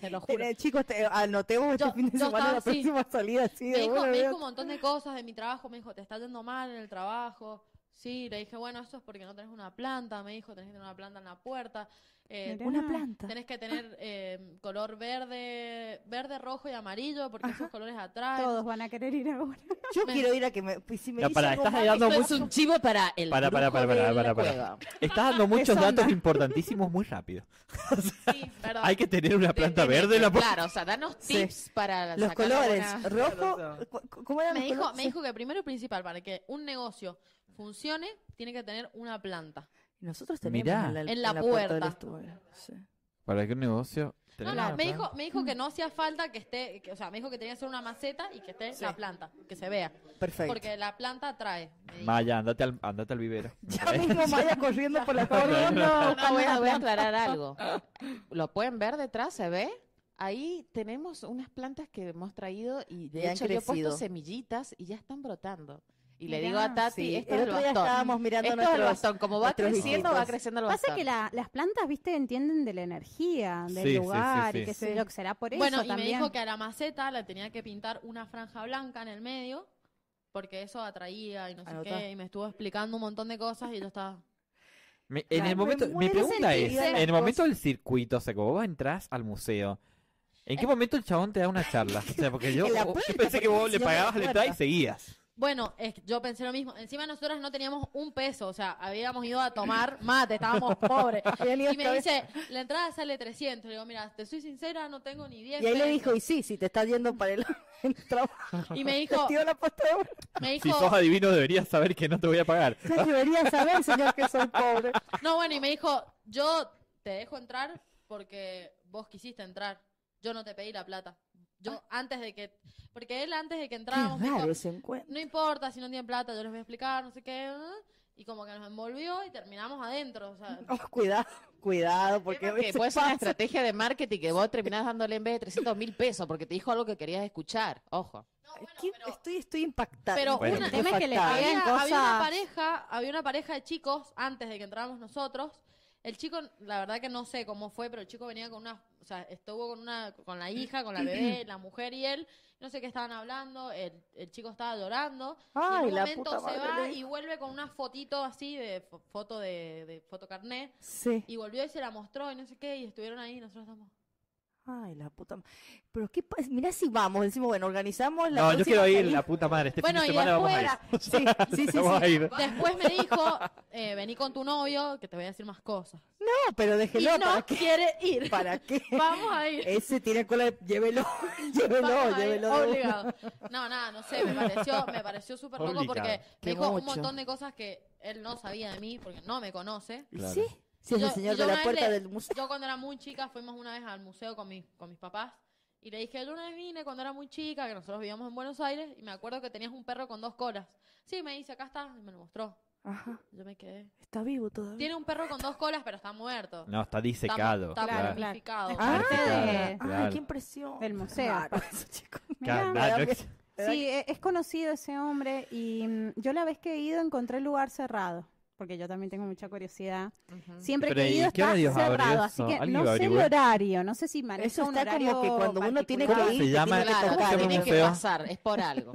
Se lo juro. Eh, chicos, te- anotemos Yo- este fin de yo semana estaba la así. próxima salida así Me de dijo, bueno, me veo- dijo un montón de cosas de mi trabajo, me dijo, te está yendo mal en el trabajo. Sí, le dije, bueno, eso es porque no tenés una planta, me dijo, tenés que tener una planta en la puerta, eh, Mirá. una planta. tenés que tener eh, color verde, verde, rojo y amarillo, porque esos colores atraen. Todos van a querer ir ahora. Yo me- quiero ir a que me pues, si me Ya, dice pará, algo estás mal, dando Esto mucho- es un chivo para el Para, para, brujo para, para, de para, la para. cueva. Estás dando muchos datos importantísimos muy rápido. Sí, perdón. Hay que tener una planta De- de- verde de- en la puerta. Claro, o sea, danos Sí. tips para los sacar colores alguna- rojo, cu- cu- ¿cómo eran Me los dijo, colores? me dijo que primero y principal, para que un negocio funcione, tiene que tener una planta. Nosotros tenemos Mirá. en la, En la del puerta. estudio, sí. ¿Para qué un negocio? No, tenés no, una me planta? dijo, me dijo Mm. que no hacía falta que esté, que- o sea, me dijo que tenía que ser una maceta y que esté Sí. la planta, que se vea. Perfecto. Porque la planta atrae. me dijo. Maya, andate al, andate al vivero. Ya mismo Maya corriendo por la No, corriendo. no, no, voy, a, voy a aclarar algo. ¿Lo pueden ver detrás? ¿Se ve? Ahí tenemos unas plantas que hemos traído y de Y han hecho yo he puesto crecido. semillitas y ya están brotando. Y le Mirá, digo a Tati, Sí, esto el es el otro día bastón. estábamos mirando Esto es el nuestros- bastón. Como va nuestros creciendo, va hijitos. creciendo el bastón. Pasa que la- las plantas, viste, entienden de la energía, del Sí, sí, sí, lugar sí. y qué Sí. sé yo, que será por eso Bueno, y también. me dijo que a la maceta la tenía que pintar una franja blanca en el medio, porque eso atraía y no sé Anotá. qué, y me estuvo explicando un montón de cosas y yo estaba... Me- en el Claro, momento, me mi muero pregunta es, sentido de en las el momento del circuito, o sea, como vos entras al museo, ¿en qué momento el chabón te da una charla? O sea, porque yo, Eh. En la yo puerta, pensé que porque vos le si no, en la pagabas la entrada y puerta. seguías. Bueno, es que yo pensé lo mismo. Encima nosotras no teníamos un peso, o sea, habíamos ido a tomar mate, estábamos pobres. Habían ido Y me esta vez. dice, la entrada sale 300. Le digo, mira, te soy sincera, no tengo ni 10 Y ahí le pesos". dijo, y sí, si te estás yendo para el, el trabajo. Y me dijo, Tío, la posta de- me Si dijo, sos adivino deberías saber que no te voy a pagar. Ya debería saber, señor, que soy pobre. no, bueno, y me dijo, yo te dejo entrar porque vos quisiste entrar. Yo no te pedí la plata. Yo antes de que, porque él antes de que Ah. Qué entráramos, me dijo, raro ese encuentro. no importa si no tienen plata, yo les voy a explicar, no sé qué. ¿eh? Y como que nos envolvió y terminamos adentro. O sea, Oh, cuidado, cuidado, porque Porque a veces puede ser pues una pasa. estrategia de marketing que vos terminás dándole en vez de 300 mil pesos porque te dijo algo que querías escuchar. Ojo. Aquí estoy, estoy impactada. pero Bueno, una- El tema es que le Impactada. habían había, había una cosas- pareja, había una pareja de chicos antes de que entráramos nosotros. El chico, la verdad que no sé cómo fue, pero el chico venía con una, o sea, estuvo con una, con la hija, con la bebé, la mujer y él. No sé qué estaban hablando. El, el chico estaba llorando. y Ay, en un la momento puta se madre. va le y dijo. vuelve con una fotito así de fo- foto de, de fotocarnet Sí. y volvió y se la mostró y no sé qué y estuvieron ahí y nosotros estamos. Ay, la puta ma- Pero qué pasa, mirá si vamos, decimos, bueno, organizamos la No, yo próxima quiero ir, salida. la puta madre, este Bueno, fin de y semana vamos a ir. después Sí, sí, sí, sí. Vamos a ir. Después me dijo, eh, vení con tu novio, que te voy a decir más cosas. No, pero Y déjelo, no ¿para qué? quiere ir. ¿Para qué? Vamos a ir. Ese tiene cola, de- llévelo, llévelo, Vamos a ir, llévelo. de- obligado. No, nada, no sé, me pareció, me pareció súper loco Obligado. porque Qué me dijo un mucho. montón de cosas que él no sabía de mí porque no me conoce. ¿Y Claro. Sí, sí, es Yo- el señor yo de una la vez puerta le- del museo. Yo cuando era muy chica fuimos una vez al museo con, mis con mis papás y le dije, yo una vez vine cuando era muy chica, que nosotros vivíamos en Buenos Aires y me acuerdo que tenías un perro con dos colas. Sí, me dice, acá está, y me lo mostró. Ajá, Yo me quedé. está vivo todavía. Tiene un perro con dos colas, pero está muerto. No, está Está, disecado. está claro. claro. momificado. Es Ah, parte de- Ay, Claro. qué impresión. Del museo. Claro, eso, chicos. Mirá, Claro, no, me da ex- Sí, e- es conocido ese hombre y mm, yo la vez que he ido encontré el lugar cerrado, porque yo también tengo mucha curiosidad. Siempre Pero, que he ¿y ido qué está horarios habrá cerrado, así eso? que ¿Alguien no lo sé el averiguó? horario, no sé si maneja Eso un está como que horario cuando uno tiene particular. que ir, se te llama? tiene que ¿Cómo Claro, se tocar. llama tiene el que museo? pasar, es por algo.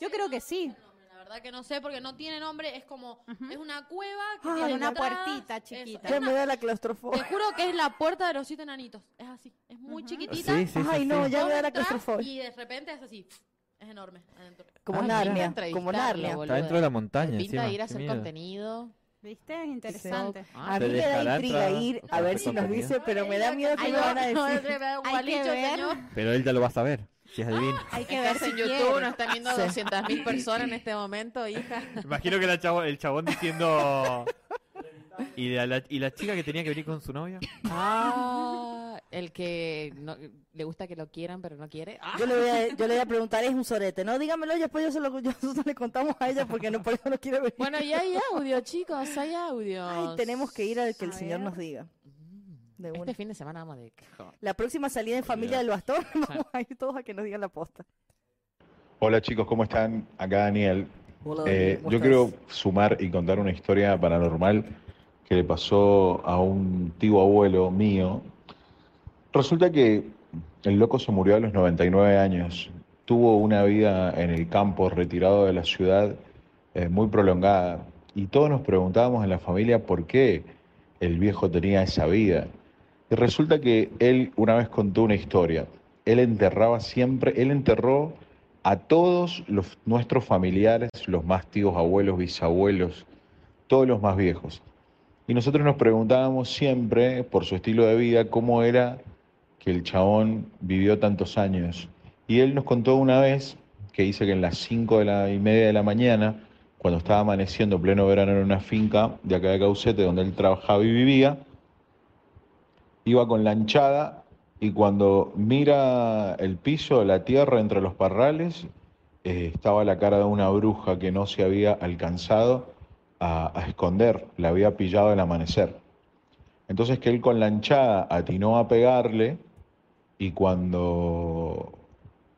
Yo creo que sí. La verdad que no sé porque no tiene nombre, es como es una cueva que Ay, tiene una entradas, puertita es- chiquita. es Ya una- me da la te claustrofobia. juro que es la puerta de los siete enanitos, es así, es muy chiquitita. Sí, sí, Ay, sí, no, sí. ya vos me da la entrás claustrofobia. y de repente es así, es enorme adentro. Como Ah, Narnia, pinta como entrevistarlo, Narnia. boludo. Está dentro de la montaña. Pinta encima, de ir a Ah, qué hacer miedo. contenido. ¿Viste? Es interesante. Ah, A ¿Te mí me da dejará intriga entrar? ir a Ah, ver te si nos conviene. dice, pero me da miedo que Ay, me no, van a no, decir. me da un Hay que Este gualicho, ver. señor. Pero él ya lo va a saber. Si es adivino. Hay que ver Estás si en YouTube, quiere. nos están viendo Sí. 200.000 personas en este momento, hija. Imagino que la chavo- el chabón diciendo. ¿Y la, la- y la chica que tenía que venir con su novia? Ah, el que no- le gusta que lo quieran, pero no quiere. Ah, Yo le, voy a, yo le voy a preguntar, es un sorete, ¿no? Dígamelo y después yo se lo, yo- nosotros le contamos a ella porque no, por eso no quiere venir. Bueno, y hay audio, chicos, hay audio. Ay, tenemos que ir al que el A señor ver. nos diga. De una. Este fin de semana vamos de La próxima salida en familia del bastón, vamos a ir todos a que nos digan la posta. Hola chicos, ¿cómo están? Acá Daniel. Eh, yo quiero sumar y contar una historia paranormal que le pasó a un tío abuelo mío. Resulta que el loco se murió a los 99 años. Tuvo una vida en el campo, retirado de la ciudad, eh, muy prolongada. Y todos nos preguntábamos en la familia por qué el viejo tenía esa vida. Y resulta que él una vez contó una historia. Él enterraba siempre, él enterró a todos los, nuestros familiares, los más tíos, abuelos, bisabuelos, todos los más viejos. Y nosotros nos preguntábamos siempre, por su estilo de vida, cómo era que el chabón vivió tantos años. Y él nos contó una vez que dice que en las 5 de la, y media de la mañana, cuando estaba amaneciendo pleno verano en una finca de acá de Caucete, donde él trabajaba y vivía, iba con la hinchada y cuando mira el piso, la tierra entre los parrales, eh, estaba la cara de una bruja que no se había alcanzado a, a esconder, la había pillado al amanecer. Entonces que él con la hinchada atinó a pegarle y cuando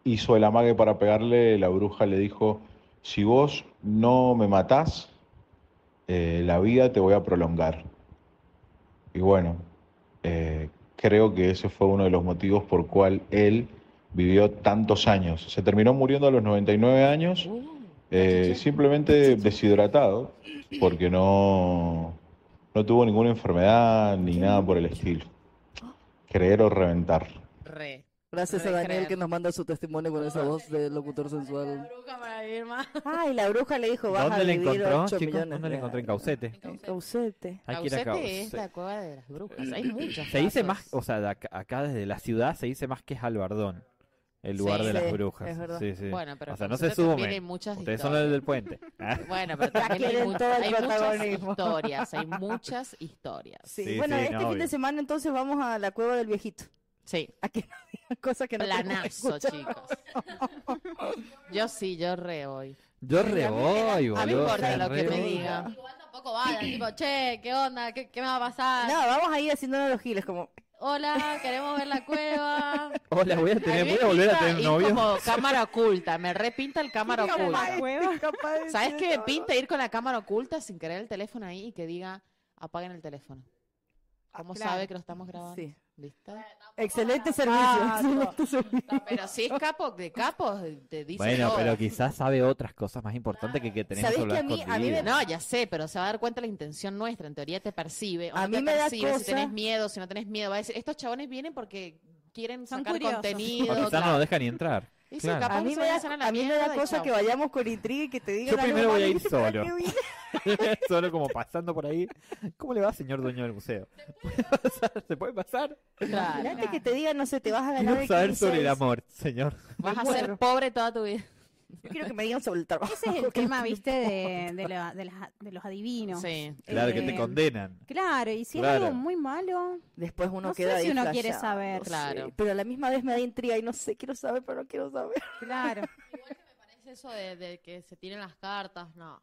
hizo el amague para pegarle, la bruja le dijo, si vos no me matás, eh, la vida te voy a prolongar. Y bueno, eh, creo que ese fue uno de los motivos por cual él vivió tantos años. Se terminó muriendo a los 99 años, eh, simplemente deshidratado, porque no, no tuvo ninguna enfermedad ni nada por el estilo. Creer o reventar. Re. Gracias a Re Daniel creer. que nos manda su testimonio con esa voz de locutor La sensual. bruja para vivir más. Ay, la bruja le dijo, vas ¿Dónde a le vivir encontró, 8 chicos? millones ¿Dónde le de encontró? En años. Caucete. Caucete. Hay que ir a Caucete es Caucete. la cueva de las brujas. Hay muchas. Se dice pasos. más, o sea, de acá, acá desde la ciudad se dice más que es Albardón, el lugar Sí. de Sí, las brujas. es verdad. Sí, sí. Bueno, pero o sea, no se Caucete también sumen. hay muchas Ustedes son los del puente. Ah, Bueno, pero Ya también hay, quieren mu- todo el hay protagonismo. muchas historias, hay muchas historias. Sí. Sí, bueno, sí, este no, fin de obvio. semana entonces vamos a la cueva del viejito. Sí, A que nos digan cosas que no tenemos que planazo, escuchar. chicos. Yo sí, yo re hoy. Yo re voy, boludo. A mí me importa o sea, lo que re me voy. digan. Igual tampoco vayan, tipo, che, ¿qué onda? ¿Qué, qué me va a pasar? No, vamos a ir haciéndonos los giles como... Hola, queremos ver la cueva. Hola, voy a Ay, tener, me voy a volver a pinta tener ir novio. Como cámara oculta, me repinta el cámara oculta. ¿Sabes qué me pinta ir con la cámara oculta sin querer el teléfono ahí y que diga apaguen el teléfono? ¿Cómo claro. sabe que lo estamos grabando? Sí. ¿Viste? Excelente servicio. Ah, excelente servicio. Pero si es capo de capos, te dice Bueno, todo. pero quizás sabe otras cosas más importantes que que tenés eh. ¿Sabés que hablar que a mí- a mí escondidas. me- No, ya sé, pero se va a dar cuenta la intención nuestra. En teoría te percibe. O A no te mí me da percibe, Si cosa- tenés miedo, si no tenés miedo. Va a decir, estos chabones vienen porque quieren Son sacar curiosos. contenido. O quizás no claro. nos deja ni entrar. Y sí, Claro. capaz A que mí se me vayan a hacer da, a mí me da mierda y cosa chau. que vayamos con intriga y que te digan Yo algo, primero voy a mami, ir ¿para qué solo. vine? Solo como pasando por ahí. ¿Cómo le va, señor dueño del museo? ¿Se puede pasar? ¿Se puede pasar? Claro. Imagínate que te digan, no sé, te vas a ganar Quiero el saber 15 sobre el de- amor, señor. Vas a Bueno. ser pobre toda tu vida. Yo quiero que me digan sobre el trabajo. Ese es el tema, viste, de, de la- de las- de los adivinos. Sí. Claro, que Eh, te condenan. Claro, y si es Claro. algo muy malo, Después uno No sé queda ahí si uno quiere flasheado, saber. no sé. Claro. Pero a la misma vez me da intriga y no sé, quiero saber, pero no quiero saber. claro. Es eso de, de que se tiren las cartas, no. O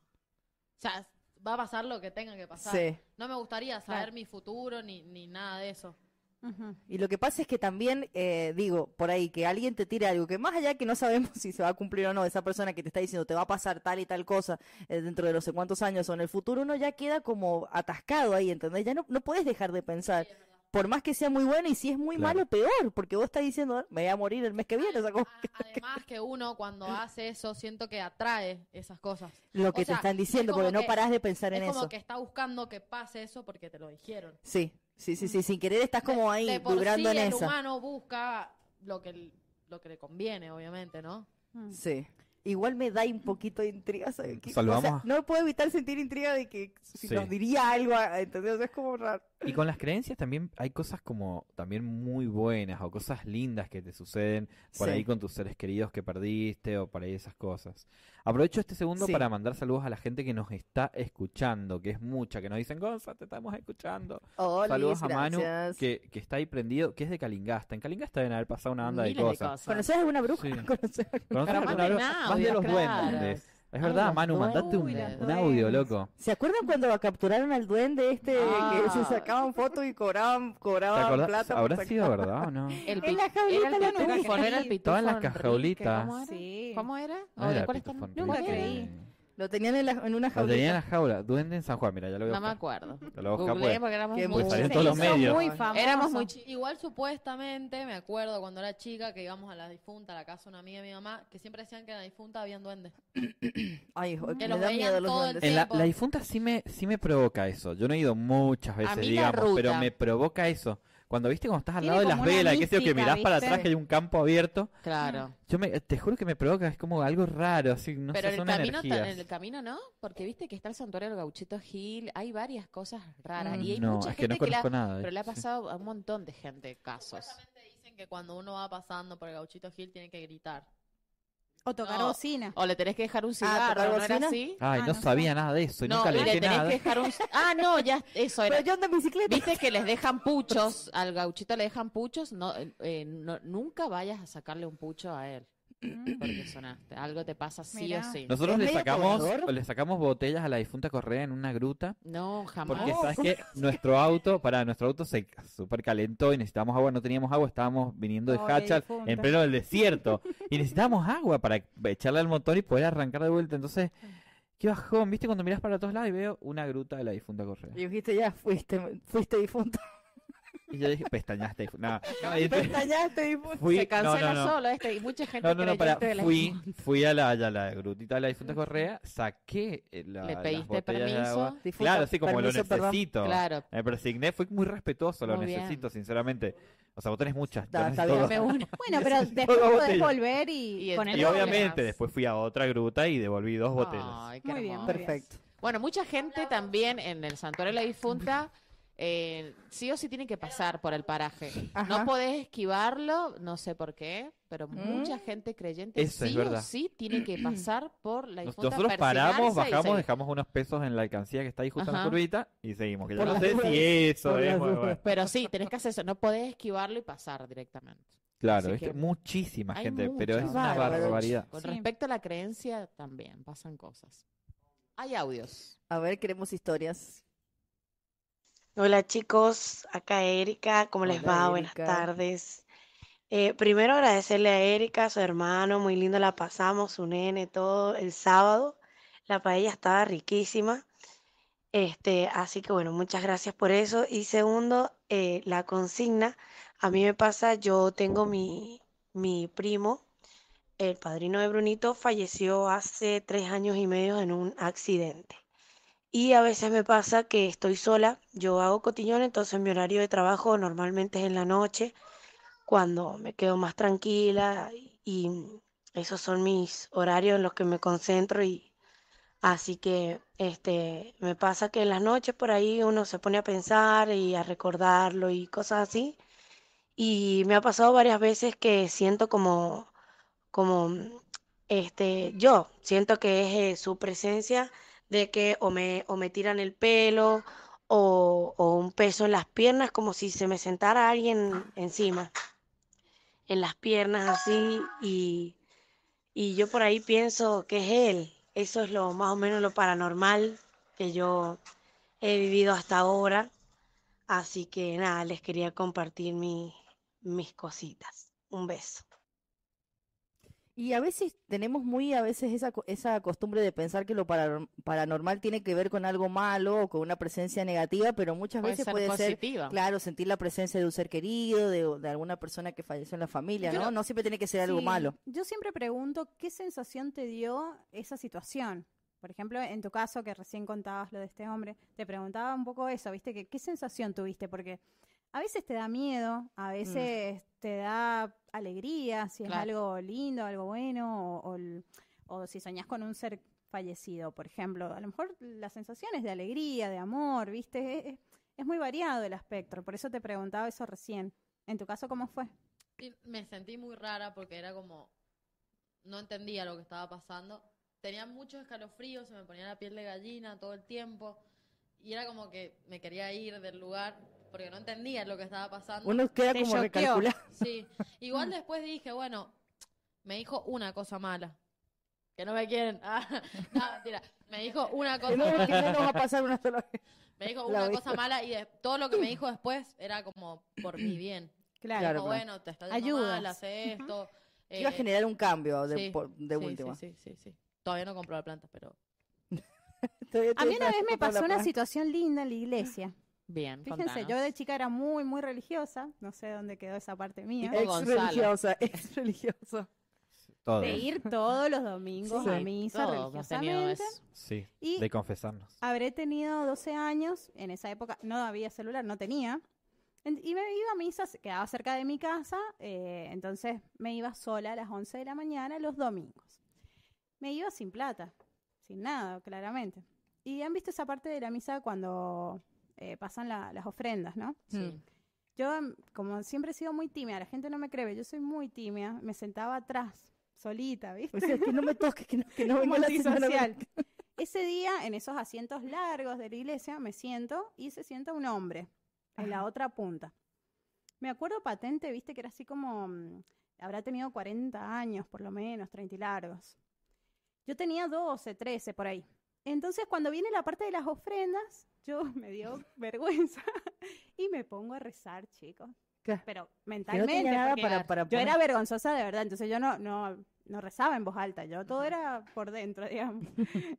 sea, va a pasar lo que tenga que pasar. Sí. No me gustaría saber Claro. mi futuro ni, ni nada de eso. Ujú. Y lo que pasa es que también, eh, digo, por ahí, que alguien te tire algo, que más allá que no sabemos si se va a cumplir o no, esa persona que te está diciendo te va a pasar tal y tal cosa eh, dentro de no sé cuántos años o en el futuro, uno ya queda como atascado ahí, ¿entendés? Ya no, no puedes dejar de pensar. Por más que sea muy bueno y si es muy Claro. malo, peor, porque vos estás diciendo, "Ah, me voy a morir el mes que viene. o sea, como- A- Además que uno cuando hace eso siento que atrae esas cosas. lo que sea, te están diciendo, es como porque no que- parás de pensar en es como eso. que está buscando que pase eso porque te lo dijeron. Sí, sí, sí, sí, sin querer estás como ahí, ah. de por vibrando sí en el esa. humano busca lo que, lo que le conviene, obviamente, ¿no? Hmm. Sí. Igual me da un poquito de intriga. ¿sabes qué? O sea, Saludamos a- no puedo evitar sentir intriga de que si Sí. nos diría algo, a- ah, ¿entendés? O sea, es como raro. Y con las creencias también hay cosas como también muy buenas o cosas lindas que te suceden por Sí. ahí con tus seres queridos que perdiste o por ahí esas cosas. Aprovecho este segundo Sí. para mandar saludos a la gente que nos está escuchando, que es mucha, que nos dicen, Gonza, te estamos escuchando. Olis, saludos a Manu, gracias. que, que está ahí prendido, que es de Calingasta. En Calingasta deben haber pasado una banda de Miles de cosas. cosas. ¿Conoces alguna bruja? Sí. ¿Conoces alguna- Conocer Pero a manden Leonardo- audios, más de los claro. duendes. Es Ay, verdad, los Manu, mandate un, duendes. un audio, loco. ¿Se acuerdan cuando capturaron al duende este que Ah. se sacaban fotos y cobraban, ¿Te cobraban acordás? plata? por ¿Habrá sacar- sido verdad o no? El En pi- la jaulita era el la pitufo, nubí. era el pitufo Todas las Enrique, cajolitas. ¿Cómo era? Sí. ¿Cómo era? No ¿O de era cuál Pitufo Enrique. está- Nunca creí. Lo tenían en, la- en una Lo jaulita. tenía en la jaula. Duende en San Juan, mira, ya lo voy a No me buscar. acuerdo. Te lo busco, Googleé pues. porque éramos Qué muy Pues salió en chicos. todos los hizo medios. muy famoso. Éramos muy Sí, Igual supuestamente, me acuerdo cuando era chica que íbamos a la difunta, a la casa de una amiga de mi mamá, que siempre decían que en la difunta habían duendes. Ay, hijo, Que me los da veían miedo los todo el duendes. En la, tiempo. la difunta sí me, sí me provoca eso. Yo no he ido muchas veces, mí la digamos, pero ruta. me provoca eso. Cuando viste cuando estás al Tiene lado de las como una velas, y qué sé yo, que mística, mirás para ¿viste? atrás que hay un campo abierto, Mm. Claro. yo me, te juro que me provoca, es como algo raro, así, no sé, Pero en el son camino, ta- energías. en el camino no, porque viste que está el santuario del Gauchito Gil, hay varias cosas raras Mm. y hay No, mucha es que no gente que la, conozco nada. pero le ha sí. pasado a un montón de gente casos. Supuestamente dicen que cuando uno va pasando por el gauchito Gil tiene que gritar. O tocar No. bocina. O le tenés que Ah, dejar un cigarro, ¿tocar ¿no era bocina? así? Ay, Ah, no no sabía nada de eso, y No, nunca le y le dije tenés nada. que dejar un Ah, no, ya eso era. Pero yo ando en bicicleta. Viste que les dejan puchos, al gauchito le dejan puchos, no, eh, no- nunca vayas a sacarle un pucho a él, porque sonaste, algo te pasa sí Mirá. o sí. Nosotros ¿Es le medio sacamos, cobrador? le sacamos botellas a la difunta Correa en una gruta No, jamás. Porque sabes que nuestro auto, para nuestro auto se super calentó y necesitábamos agua, no teníamos agua, estábamos viniendo de Pobre Hachal difunta. en pleno del desierto y necesitábamos agua para echarle al motor y poder arrancar de vuelta. Entonces, qué bajón, viste cuando miras para todos lados y veo una gruta de la difunta Correa. Y dijiste, ya fuiste, fuiste difunta. Y yo dije, pestañaste, difunta. no, no, y después Pestañaste difunta. fui- se no, no, cancela no. solo este y mucha gente No, no, no, creyente para, de la fui, fui a la, a la grutita de la difunta Correa, saqué eh, la, Le las pediste botellas de permiso. agua. Difunta, Claro, sí, como permiso, lo perdón. necesito. Claro, Me persigné, fui muy respetuoso, lo Muy bien. necesito, sinceramente. O sea, vos tenés muchas. yo Está- está necesito bien, dos. me uno. Bueno, pero después Toda podés botella. volver y, Y con el Y Pero obviamente botellas. después fui a otra gruta y devolví dos botellas. Ay, qué Muy bien, hermoso. muy bien. Perfecto. Bueno, mucha gente también en el Santuario de la Difunta eh, sí o sí tiene que pasar por el paraje. Ajá. Mm. No podés esquivarlo, no sé por qué, pero mucha gente creyente Eso es sí o verdad. sí tiene que pasar por la Nos- Difunta. Nosotros persignarse paramos, y bajamos, seguir. dejamos unos pesos en la alcancía que está ahí justo en la Ajá. curvita y seguimos. Que yo Por no las sé dudas, si eso por es las eh, muy dudas. bueno. Pero sí, tenés que hacer eso, no podés esquivarlo y pasar directamente. Claro, Así ¿viste? que muchísima hay gente, pero mucho. es una Bárbaro. barbaridad. Con Sí. respecto a la creencia también pasan cosas. Hay audios. A ver, queremos historias. Hola chicos, acá Erika, ¿cómo les Hola, va? Buenas Erika. tardes. Eh, primero agradecerle a Erika, a su hermano, muy lindo la pasamos, su nene, todo el sábado. La paella estaba riquísima. Este, así que bueno, muchas gracias por eso. Y segundo, eh, la consigna, a mí me pasa, yo tengo mi, mi primo, el padrino de Brunito, falleció hace tres años y medio en un accidente. Y a veces me pasa que estoy sola, yo hago cotillón, entonces mi horario de trabajo normalmente es en la noche, cuando me quedo más tranquila y esos son mis horarios en los que me concentro y así que este me pasa que en las noches por ahí uno se pone a pensar y a recordarlo y cosas así. Y me ha pasado varias veces que siento como como mm, este yo siento que es eh, su presencia de que o me, o me tiran el pelo o, o un peso en las piernas, como si se me sentara alguien encima, en las piernas así, y, y yo por ahí pienso que es él. Eso es lo más o menos lo paranormal que yo he vivido hasta ahora. Así que nada, les quería compartir mi- mis cositas. Un beso. Y a veces tenemos muy a veces esa, co- esa costumbre de pensar que lo paranor- paranormal tiene que ver con algo malo o con una presencia negativa, pero muchas Puede veces ser puede ser, positiva. claro, sentir la presencia de un ser querido, de, de alguna persona que falleció en la familia, Yo ¿no? lo- No siempre tiene que ser algo Sí. malo. Yo siempre pregunto qué sensación te dio esa situación. Por ejemplo, en tu caso que recién contabas lo de este hombre, te preguntaba un poco eso, ¿viste? Que, ¿Qué sensación tuviste? Porque a veces te da miedo, Mm. a veces te da alegría, si es Claro. algo lindo, algo bueno, o, o el- o si soñás con un ser fallecido, por ejemplo. A lo mejor las sensaciones de alegría, de amor, ¿viste? Es- es- es muy variado el espectro, por eso te preguntaba eso recién. En tu caso, ¿cómo fue? Y me sentí muy rara porque era como, no entendía lo que estaba pasando. Tenía muchos escalofríos, se me ponía la piel de gallina todo el tiempo. Y era como que me quería ir del lugar porque no entendía lo que estaba pasando. Uno queda Te como choqueó. recalculado. Sí. Igual después dije, bueno, me dijo una cosa mala. Que no me quieren. Ah, no, mentira. Me dijo una cosa No, que no nos va a pasar una sola vez. Me dijo La una oí. cosa mala y de- todo lo que me dijo después era como por mi bien. Claro. Dijo, Claro, claro. bueno, te está yendo Ayudas. mal, hace esto. eh, Iba a generar un cambio de, sí, por- de sí, última. Sí, sí, sí, sí. Todavía no compró la planta, pero. Todavía Ah, A mí te- una vez me toda la pasó una paz. situación linda en la iglesia. Bien, Fíjense, yo contanos. de chica era muy, muy religiosa. No sé dónde quedó esa parte mía. Tipo Ex Gonzalo. religiosa, ex religiosa. Todo. De ir todos los domingos Sí, a misa Todos hemos tenido religiosamente. eso. Sí, Y- de confesarnos. Habré tenido 12 años, en esa época no había celular, no tenía. En- Y me iba a misa, se- quedaba cerca de mi casa, eh, entonces me iba sola a las 11 de la mañana los domingos. Me iba sin plata, sin nada, claramente. Y han visto esa parte de la misa cuando eh, pasan la- las ofrendas, ¿no? Sí. Yo, mm, como siempre he sido muy tímida, la gente no me cree, pero yo soy muy tímida, me sentaba atrás, solita, ¿viste? O sea, que no me toques, que no, que no venga la señora. multisocial. Ese día, en esos asientos largos de la iglesia, me siento y se sienta un hombre en la otra punta. Me acuerdo patente, viste, que era así como, mm, habrá tenido 40 años, por lo menos, 30 y largos. Yo tenía 12, 13, por ahí. Entonces, cuando viene la parte de las ofrendas, yo me dio vergüenza y me pongo a rezar, chicos. Claro. Pero Que no mentalmente, tenía nada porque- para, para yo poner. era vergonzosa de verdad, entonces yo no, no, no rezaba en voz alta, yo todo era por dentro, digamos.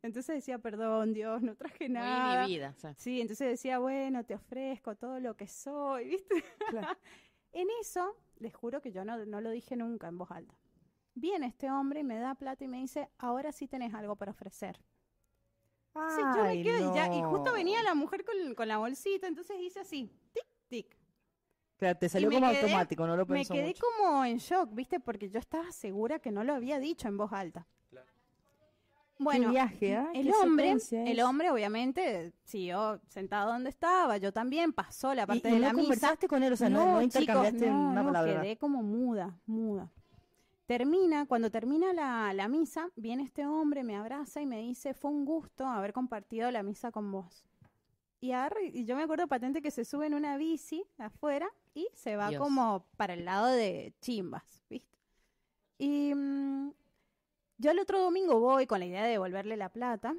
Entonces decía, perdón, Dios, no traje Muy nada. inhibida. sí. Sí, entonces decía, bueno, te ofrezco todo lo que soy, ¿viste? Claro. en eso, les juro que yo no, no lo dije nunca en voz alta. Viene este hombre y me da plata y me dice, ahora sí tenés algo para ofrecer. Sí, yo me Ay, quedo y ya, y no. justo venía la mujer con, con la bolsita, entonces hice así, tic, tic. Claro, te salió me como quedé- automático, no lo Me pensó quedé mucho. como en shock, ¿viste? Porque yo estaba segura que no lo había dicho en voz alta. Bueno, Qué viaje, ¿ah? el Qué hombre, secuencia el es. hombre obviamente siguió sentado donde estaba, yo también pasó la parte y, y de no la misa. conversaste con él, o sea, no, no chicos, intercambiaste no, una no, palabra. quedé como muda, muda. Termina, cuando termina la, la misa, viene este hombre, me abraza y me dice, fue un gusto haber compartido la misa con vos. Y, agarra y- y yo me acuerdo patente que se sube en una bici afuera y se va Dios. como para el lado de chimbas, ¿viste? Y mm, yo el otro domingo voy con la idea de devolverle la plata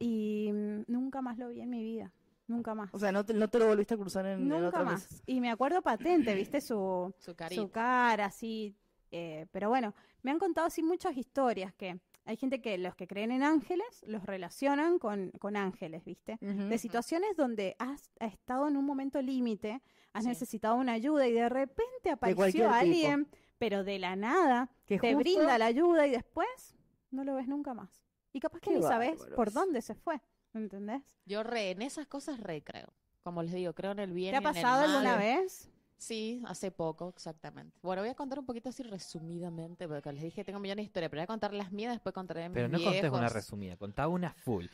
y mm, nunca más lo vi en mi vida, nunca más. O sea, no te, no te lo volviste a cruzar en, en Nunca otra más. vez. Y me acuerdo patente, viste su, Su carita. su cara así. eh, pero bueno, me han contado así muchas historias que hay gente que los que creen en ángeles los relacionan con, con ángeles, viste. De situaciones donde has, has estado en un momento límite, has Sí. necesitado una ayuda y de repente cualquier apareció tipo. alguien, pero de la nada, Que te justo- brinda la ayuda y después no lo ves nunca más. Y capaz que Qué ni sabes bárbaros. por dónde se fue, ¿entendés? Yo re, en esas cosas re creo. Como les digo, creo en el bien. ¿Te ha en el pasado alguna mal. vez? Sí, hace poco, exactamente. Bueno, voy a contar un poquito así resumidamente, porque les dije, tengo millones de historias, pero voy a contar las mías, después contaré de mis Pero no contés una viejos. resumida, contá una full.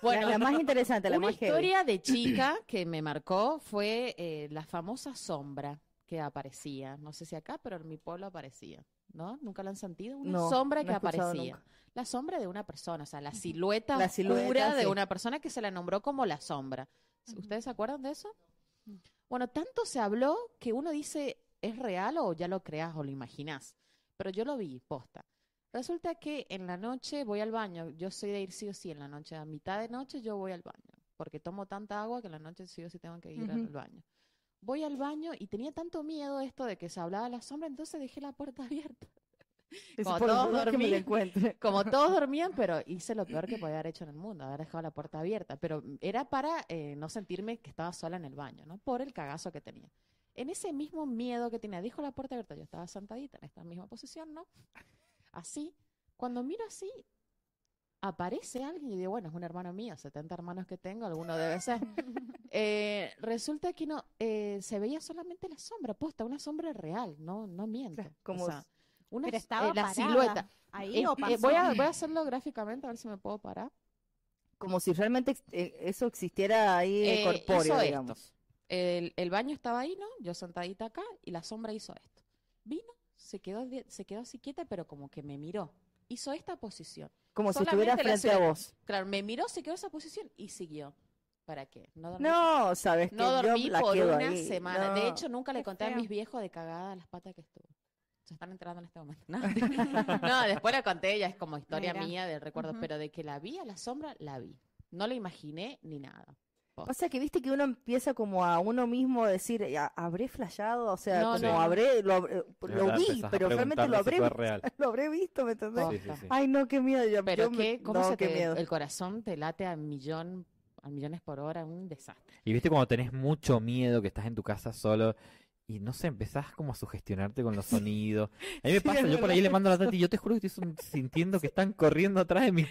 Bueno, la, la más interesante, la una más heavy. historia de chica que me marcó fue eh, la famosa sombra que aparecía. No sé si acá, pero en mi pueblo aparecía. ¿No? ¿Nunca la han sentido? Una No, sombra no que he escuchado aparecía. nunca. La sombra de una persona, o sea, la silueta, La silueta, oscura de sí. una persona que se la nombró como la sombra. ¿Ustedes se acuerdan de eso? Bueno, tanto se habló que uno dice, ¿es real o ya lo creas o lo imaginás? Pero yo lo vi, posta. Resulta que en la noche voy al baño. Yo soy de ir sí o sí en la noche. A mitad de noche yo voy al baño. Porque tomo tanta agua que en la noche sí o sí tengo que ir al Ujú. baño. Voy al baño y tenía tanto miedo esto de que se hablaba la sombra, entonces dejé la puerta abierta. Eso Como por lo todos menos que me la dormí. encuentre. Como todos dormían, pero hice lo peor que podía haber hecho en el mundo, haber dejado la puerta abierta. Pero era para eh, no sentirme que estaba sola en el baño, ¿no? Por el cagazo que tenía. En ese mismo miedo que tenía, dijo la puerta abierta, yo estaba sentadita en esta misma posición, ¿no? Así, cuando miro así, aparece alguien y digo, bueno, es un hermano mío, 70 hermanos que tengo, alguno debe ser. Eh, resulta que no, eh, se veía solamente la sombra, posta, una sombra real, no, no miento. Claro, como O sea, s- una, Pero s- eh, estaba la parada. silueta. Ahí Eh, o eh, pasó. voy, a, voy a hacerlo gráficamente, a ver si me puedo parar. Como si realmente ex- eh, eso existiera ahí eh, Eh, corpóreo, hizo digamos. esto. el, el baño estaba ahí, ¿no? Yo sentadita acá y la sombra hizo esto. Vino, se quedó, de- se quedó así quieta, pero como que me miró. Hizo esta posición. Como si Solamente estuviera la frente a ciudad- vos. Claro, me miró, se quedó en esa posición y siguió. ¿Para qué? No dormí. No, sabes que No dormí yo la por quedo una ahí. semana. No. De hecho, nunca le Qué conté a feo. mis viejos de cagada las patas que estuvo. Se están enterando en este momento. No, No, después la conté, ya es como historia Mira. mía del recuerdo, Ujú. pero de que la vi a la sombra, la vi. No la imaginé ni nada. O sea, que viste que uno empieza como a uno mismo decir, "Ya, habré flashado, o sea, No, como no. habré, lo, habré- lo verdad, vi, empezás a pero realmente lo preguntarte habré, si fue real. lo habré visto, ¿me entendés? Sí, sí, sí. Ay, no, qué miedo. yo- Pero yo me- que, ¿cómo no, se qué te- miedo. el corazón te late a millón, a millones por hora? Un desastre. Y viste cuando tenés mucho miedo, que estás en tu casa solo y no sé, empezás como a sugestionarte con los sonidos. A mí me pasa, yo por ahí le mando a la Tati y yo te juro que estoy sun- sintiendo que están corriendo atrás de mi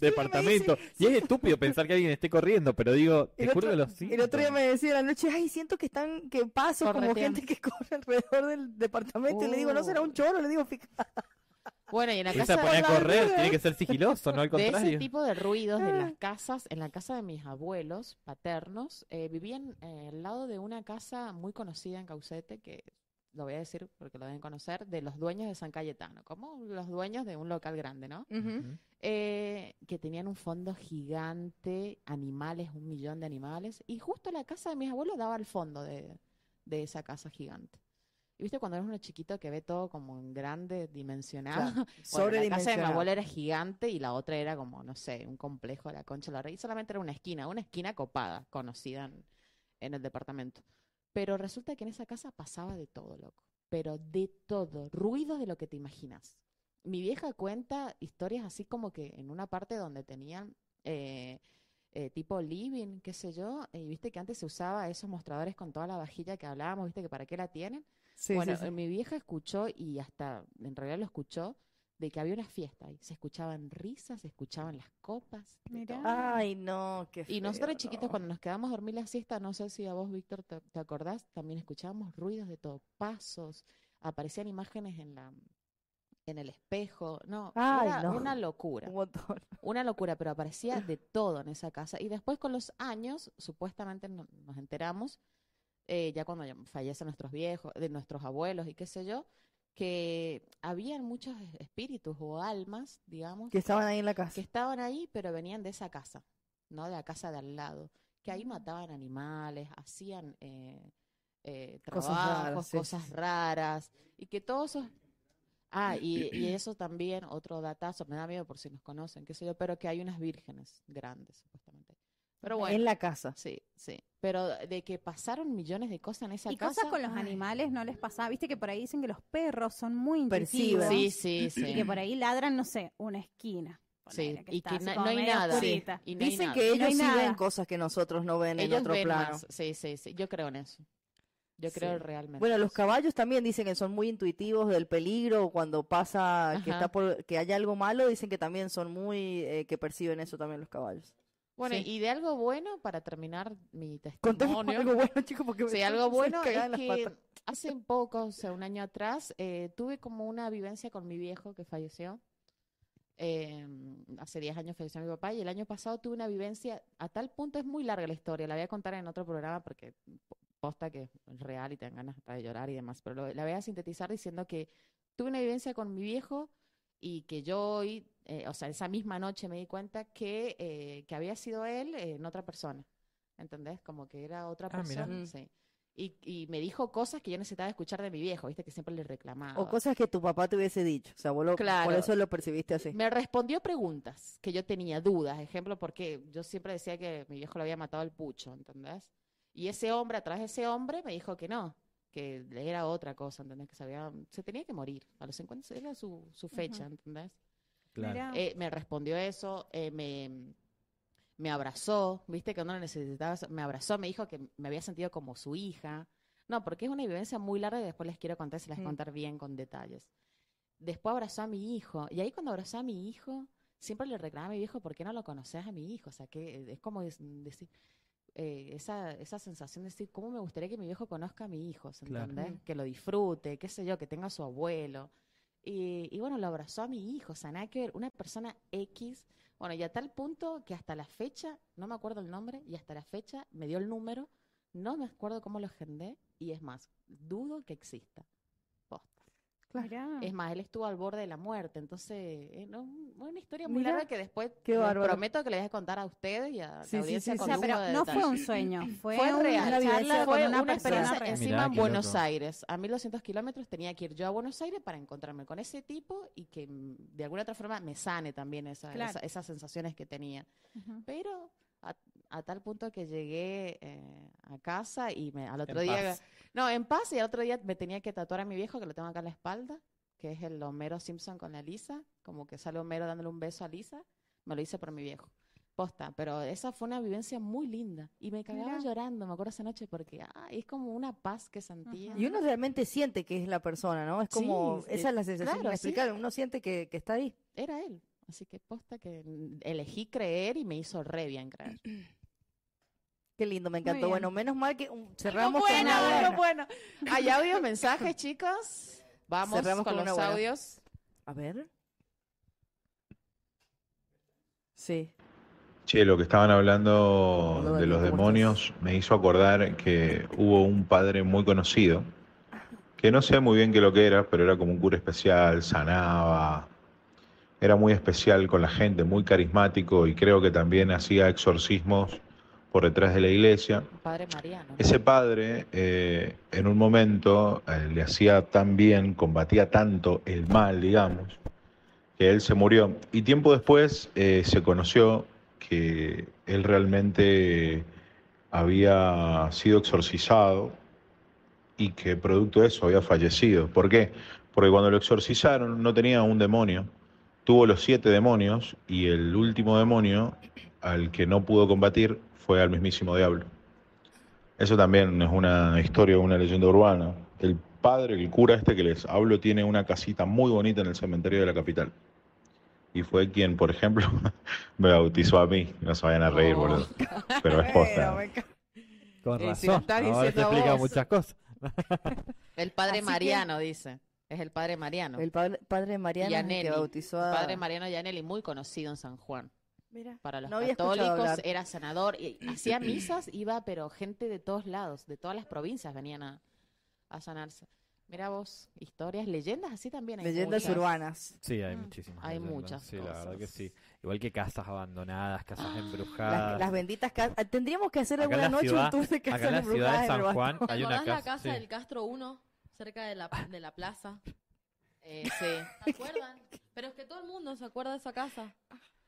departamento. Y es estúpido pensar que alguien esté corriendo, pero digo, te El juro otro- que lo El otro día siento. me decía en la noche, ay, siento que están, que paso como Corretean. gente que corre alrededor del departamento. Y le digo, no será un Oh. choro, le digo, fíjate. Bueno, y en la Irse a casa poner a correr, tiene que ser sigiloso, no al de ese contrario. Ah. tipo de ruidos de las casas, en la casa de mis abuelos paternos, eh, vivían eh, al lado de una casa muy conocida en Caucete, que lo voy a decir porque lo deben conocer, de los dueños de San Cayetano, como los dueños de un local grande, ¿no? Ujú. eh, que tenían un fondo gigante, animales, un millón de animales, y justo la casa de mis abuelos daba al fondo de, de esa casa gigante. Y viste, cuando eres uno chiquito que ve todo como en grande, dimensionado. Claro, Bueno, la casa de mi sobredimensionado. abuela era gigante y la otra era como, no sé, un complejo de la Concha de la Rey. Solamente era una esquina, una esquina copada, conocida en, en el departamento. Pero resulta que en esa casa pasaba de todo, loco. Pero de todo, ruidos de lo que te imaginas. Mi vieja cuenta historias así como que en una parte donde tenían eh, eh, tipo living, qué sé yo, y viste que antes se usaba esos mostradores con toda la vajilla que hablábamos, viste que para qué la tienen. Sí, Bueno, sí, sí. eh, mi vieja escuchó y hasta en realidad lo escuchó de que había una fiesta y se escuchaban risas, se escuchaban las copas. de Mirá. todo. Ay, no, qué Y nosotros feo, chiquitos no. cuando nos quedamos a dormir la siesta, no sé si a vos, Víctor, te, te acordás, también escuchábamos ruidos de todo, pasos, aparecían imágenes en la en el espejo, no, Ay, era no. una locura. Un montón. Una locura, pero aparecía de todo en esa casa. Y después con los años, supuestamente no- nos enteramos, eh, ya cuando ya fallecen nuestros viejos, de nuestros abuelos y qué sé yo, que habían muchos es- espíritus o almas, digamos, Que estaban ahí en la casa. que estaban ahí, pero venían de esa casa, ¿no? De la casa de al lado. Que Mm. ahí mataban animales, hacían eh, eh, Cosas trabajos, raras, sí, cosas sí, sí. raras. Y que todos esos... Ah, y, y eso también, otro datazo, me da miedo por si nos conocen, qué sé yo, pero que hay unas vírgenes grandes, supuestamente. Pero bueno, En la casa. sí, sí. Pero de que pasaron millones de cosas en esa Y casa... cosas con los ay, animales no les pasaba. Viste que por ahí dicen que los perros son muy Perciben. intuitivos. Sí, sí, sí. Y que por ahí ladran, no sé, una esquina. Sí, ponele, y está que así na- como no hay medio nada. oscurita. Y no hay Dicen nada. que Y no ellos hay sí ven nada. cosas que nosotros no ven en Ellos otro ven plano. más, Sí, sí, sí. Yo creo en eso. Yo creo Sí. realmente. Bueno, en los eso. caballos también dicen que son muy intuitivos del peligro cuando pasa que Ajá. está por, que haya algo malo, dicen que también son muy eh, que perciben eso también los caballos. Bueno, Sí. y de algo bueno, para terminar mi Contemos testimonio. algo bueno, chicos, porque me Sí, estoy algo bueno cagada en es las que patas. hace un poco, o sea, un año atrás, eh, tuve como una vivencia con mi viejo que falleció. Eh, hace 10 años falleció mi papá y el año pasado tuve una vivencia, a tal punto es muy larga la historia, la voy a contar en otro programa porque po- posta que es real y te dan ganas hasta de llorar y demás, pero lo- la voy a sintetizar diciendo que tuve una vivencia con mi viejo y que yo hoy, eh, o sea, esa misma noche me di cuenta que, eh, que había sido él eh, en otra persona, ¿entendés? Como que era otra Ah, mirá. Mm. persona, sí. Y, y me dijo cosas que yo necesitaba escuchar de mi viejo, viste, que siempre le reclamaba. O cosas que tu papá te hubiese dicho, o sea, vos lo- Claro. por eso lo percibiste así. Me respondió preguntas que yo tenía dudas, ejemplo, porque yo siempre decía que mi viejo lo había matado al pucho, ¿entendés? Y ese hombre, atrás de ese hombre, me dijo que no, que era otra cosa, ¿entendés? Que se, había- se tenía que morir, a los 50 era su, su fecha, ¿entendés? Claro. Mirá. Eh, me respondió eso, eh, me, me abrazó, viste que no lo necesitaba, me abrazó, me dijo que me había sentido como su hija. No, porque es una vivencia muy larga y después les quiero contar, se las voy a Mm. contar bien con detalles. Después abrazó a mi hijo, y ahí cuando abrazó a mi hijo, siempre le reclamaba a mi viejo, ¿por qué no lo conoces a mi hijo? O sea, que es como es- decir, eh, esa, esa sensación de decir, ¿cómo me gustaría que mi viejo conozca a mi hijo? ¿se Claro. ¿Entendés? Que lo disfrute, qué sé yo, que tenga a su abuelo. Y, y bueno, lo abrazó a mi hijo, o sea, nada que ver, una persona X. Bueno, y a tal punto que hasta la fecha, no me acuerdo el nombre, y hasta la fecha me dio el número No me acuerdo cómo lo agendé y es más, dudo que exista. Posta. Ah. Claro. Es más, él estuvo al borde de la muerte, entonces es una historia muy Mirá, larga que después qué les bárbaro. prometo que les voy a contar a ustedes y a la Sí, sí, audiencia sí, con sí. O sea, lujo pero de no fue detalle. un sueño, fue, Fue real. una La charla vivencia con Fue una, una, persona experiencia real. encima Mirá, en qué Buenos loco. Aires. A 1200 kilómetros tenía que ir yo a Buenos Aires para encontrarme con ese tipo y que mm, de alguna otra forma me sane también esa- Claro. esa- esas sensaciones que tenía. Ujú. Pero a, a tal punto que llegué eh, a casa y me, al otro En día... paz. No, en paz y al otro día me tenía que tatuar a mi viejo, que lo tengo acá en la espalda, que es el Homero Simpson con la Lisa, como que sale Homero dándole un beso a Lisa, me lo hice por mi viejo. Posta, pero esa fue una vivencia muy linda y me cagaba Mirá. llorando, me acuerdo esa noche, porque ah, es como una paz que sentía. Y uno realmente siente que es la persona, ¿no? Es Sí, como, eh, esa es la sensación que claro, me sí. explicaron, uno siente que, que está ahí. Era él, así que posta que mm, elegí creer y me hizo re bien creer. Qué lindo, me encantó. bien. Bueno, menos mal que um, cerramos con bueno, una buena. algo bueno. Hay audios, mensajes, chicos. Vamos Cerramos con, con una los buena. audios. A ver. Sí. Che, lo que estaban hablando Hola, de los Daniel, ¿cómo demonios me hizo acordar que hubo un padre muy conocido, que no sé muy bien qué lo que era, pero era como un cura especial, sanaba, era muy especial con la gente, muy carismático y creo que también hacía exorcismos por detrás de la iglesia. Padre Mariano. ¿no? Ese padre eh, en un momento eh, le hacía tan bien, combatía tanto el mal, digamos, que él se murió. Y tiempo después eh, se conoció que él realmente había sido exorcizado y que producto de eso había fallecido. ¿Por qué? Porque cuando lo exorcizaron no tenía un demonio, tuvo los siete demonios y el último demonio al que no pudo combatir fue al mismísimo diablo. Eso también es una historia, una leyenda urbana. El padre, el cura este que les hablo, tiene una casita muy bonita en el cementerio de la capital. Y fue quien, por ejemplo, me bautizó a mí. No se vayan a reír, Oh. boludo. Pero es posta. Con Eh, razón. si lo Ahora estás te diciendo explica vos. muchas cosas. El padre Así que- Mariano, dice. Es el padre Mariano. El padre, padre Mariano es el Yaneli. que bautizó a... Padre Mariano Yanelli, muy conocido en San Juan. Mira, Para los no había escuchado católicos hablar. era sanador. y hacía misas, iba, pero gente de todos lados, de todas las provincias venían a, a sanarse. Mira vos, historias, leyendas así también. Hay Leyendas muchas. urbanas. Sí, hay Mm. muchísimas. Hay leyendas. muchas Sí, la verdad que cosas. Ah, sí. Igual que casas abandonadas, casas Las, embrujadas. las benditas casas. Ah, Tendríamos que hacer Acá en alguna la noche ciudad- un tour de Acá casas en la ciudad de embrujadas San Uruguay. Juan ¿Te hay una acordás casa. la casa sí. del Castro 1, cerca de la, de la plaza? Eh, sí. ¿Se acuerdan? Pero es que todo el mundo se acuerda de esa casa.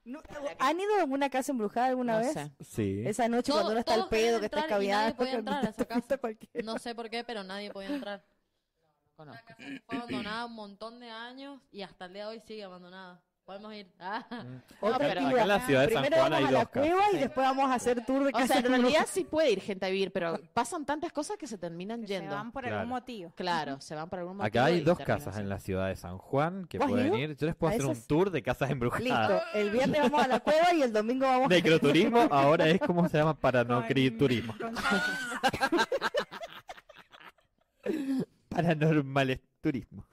No, ¿Han ido a alguna casa embrujada alguna No vez? sé. Sí. Esa noche Todo- cuando uno está al todos querían pedo, que está entrar y nadie escabeado, podía entrar a que esa te pinta casa. cualquiera. No sé por qué, pero nadie podía entrar. Una Conozco. casa que fue abandonada un montón de años y hasta el día de hoy sigue abandonada. Podemos ir. Ah. Otra pero actividad. acá en la ciudad de San Primero Juan vamos hay a la dos casas. cueva y después vamos a hacer tour de O sea, casas en realidad sí puede ir gente a vivir, pero pasan tantas cosas que se terminan Que se van yendo. por Claro. algún motivo. Claro, se van por algún motivo. Acá hay y dos terminan casas en siendo. la ciudad de San Juan que ¿Vos has pueden ido? ir. Yo les puedo ¿A hacer un esas? tour de casas embrujadas. Listo, el viernes vamos a la cueva y el domingo vamos a... Necroturismo ahora es como se llama paranocriturismo. Con- con- Paranormales turismo.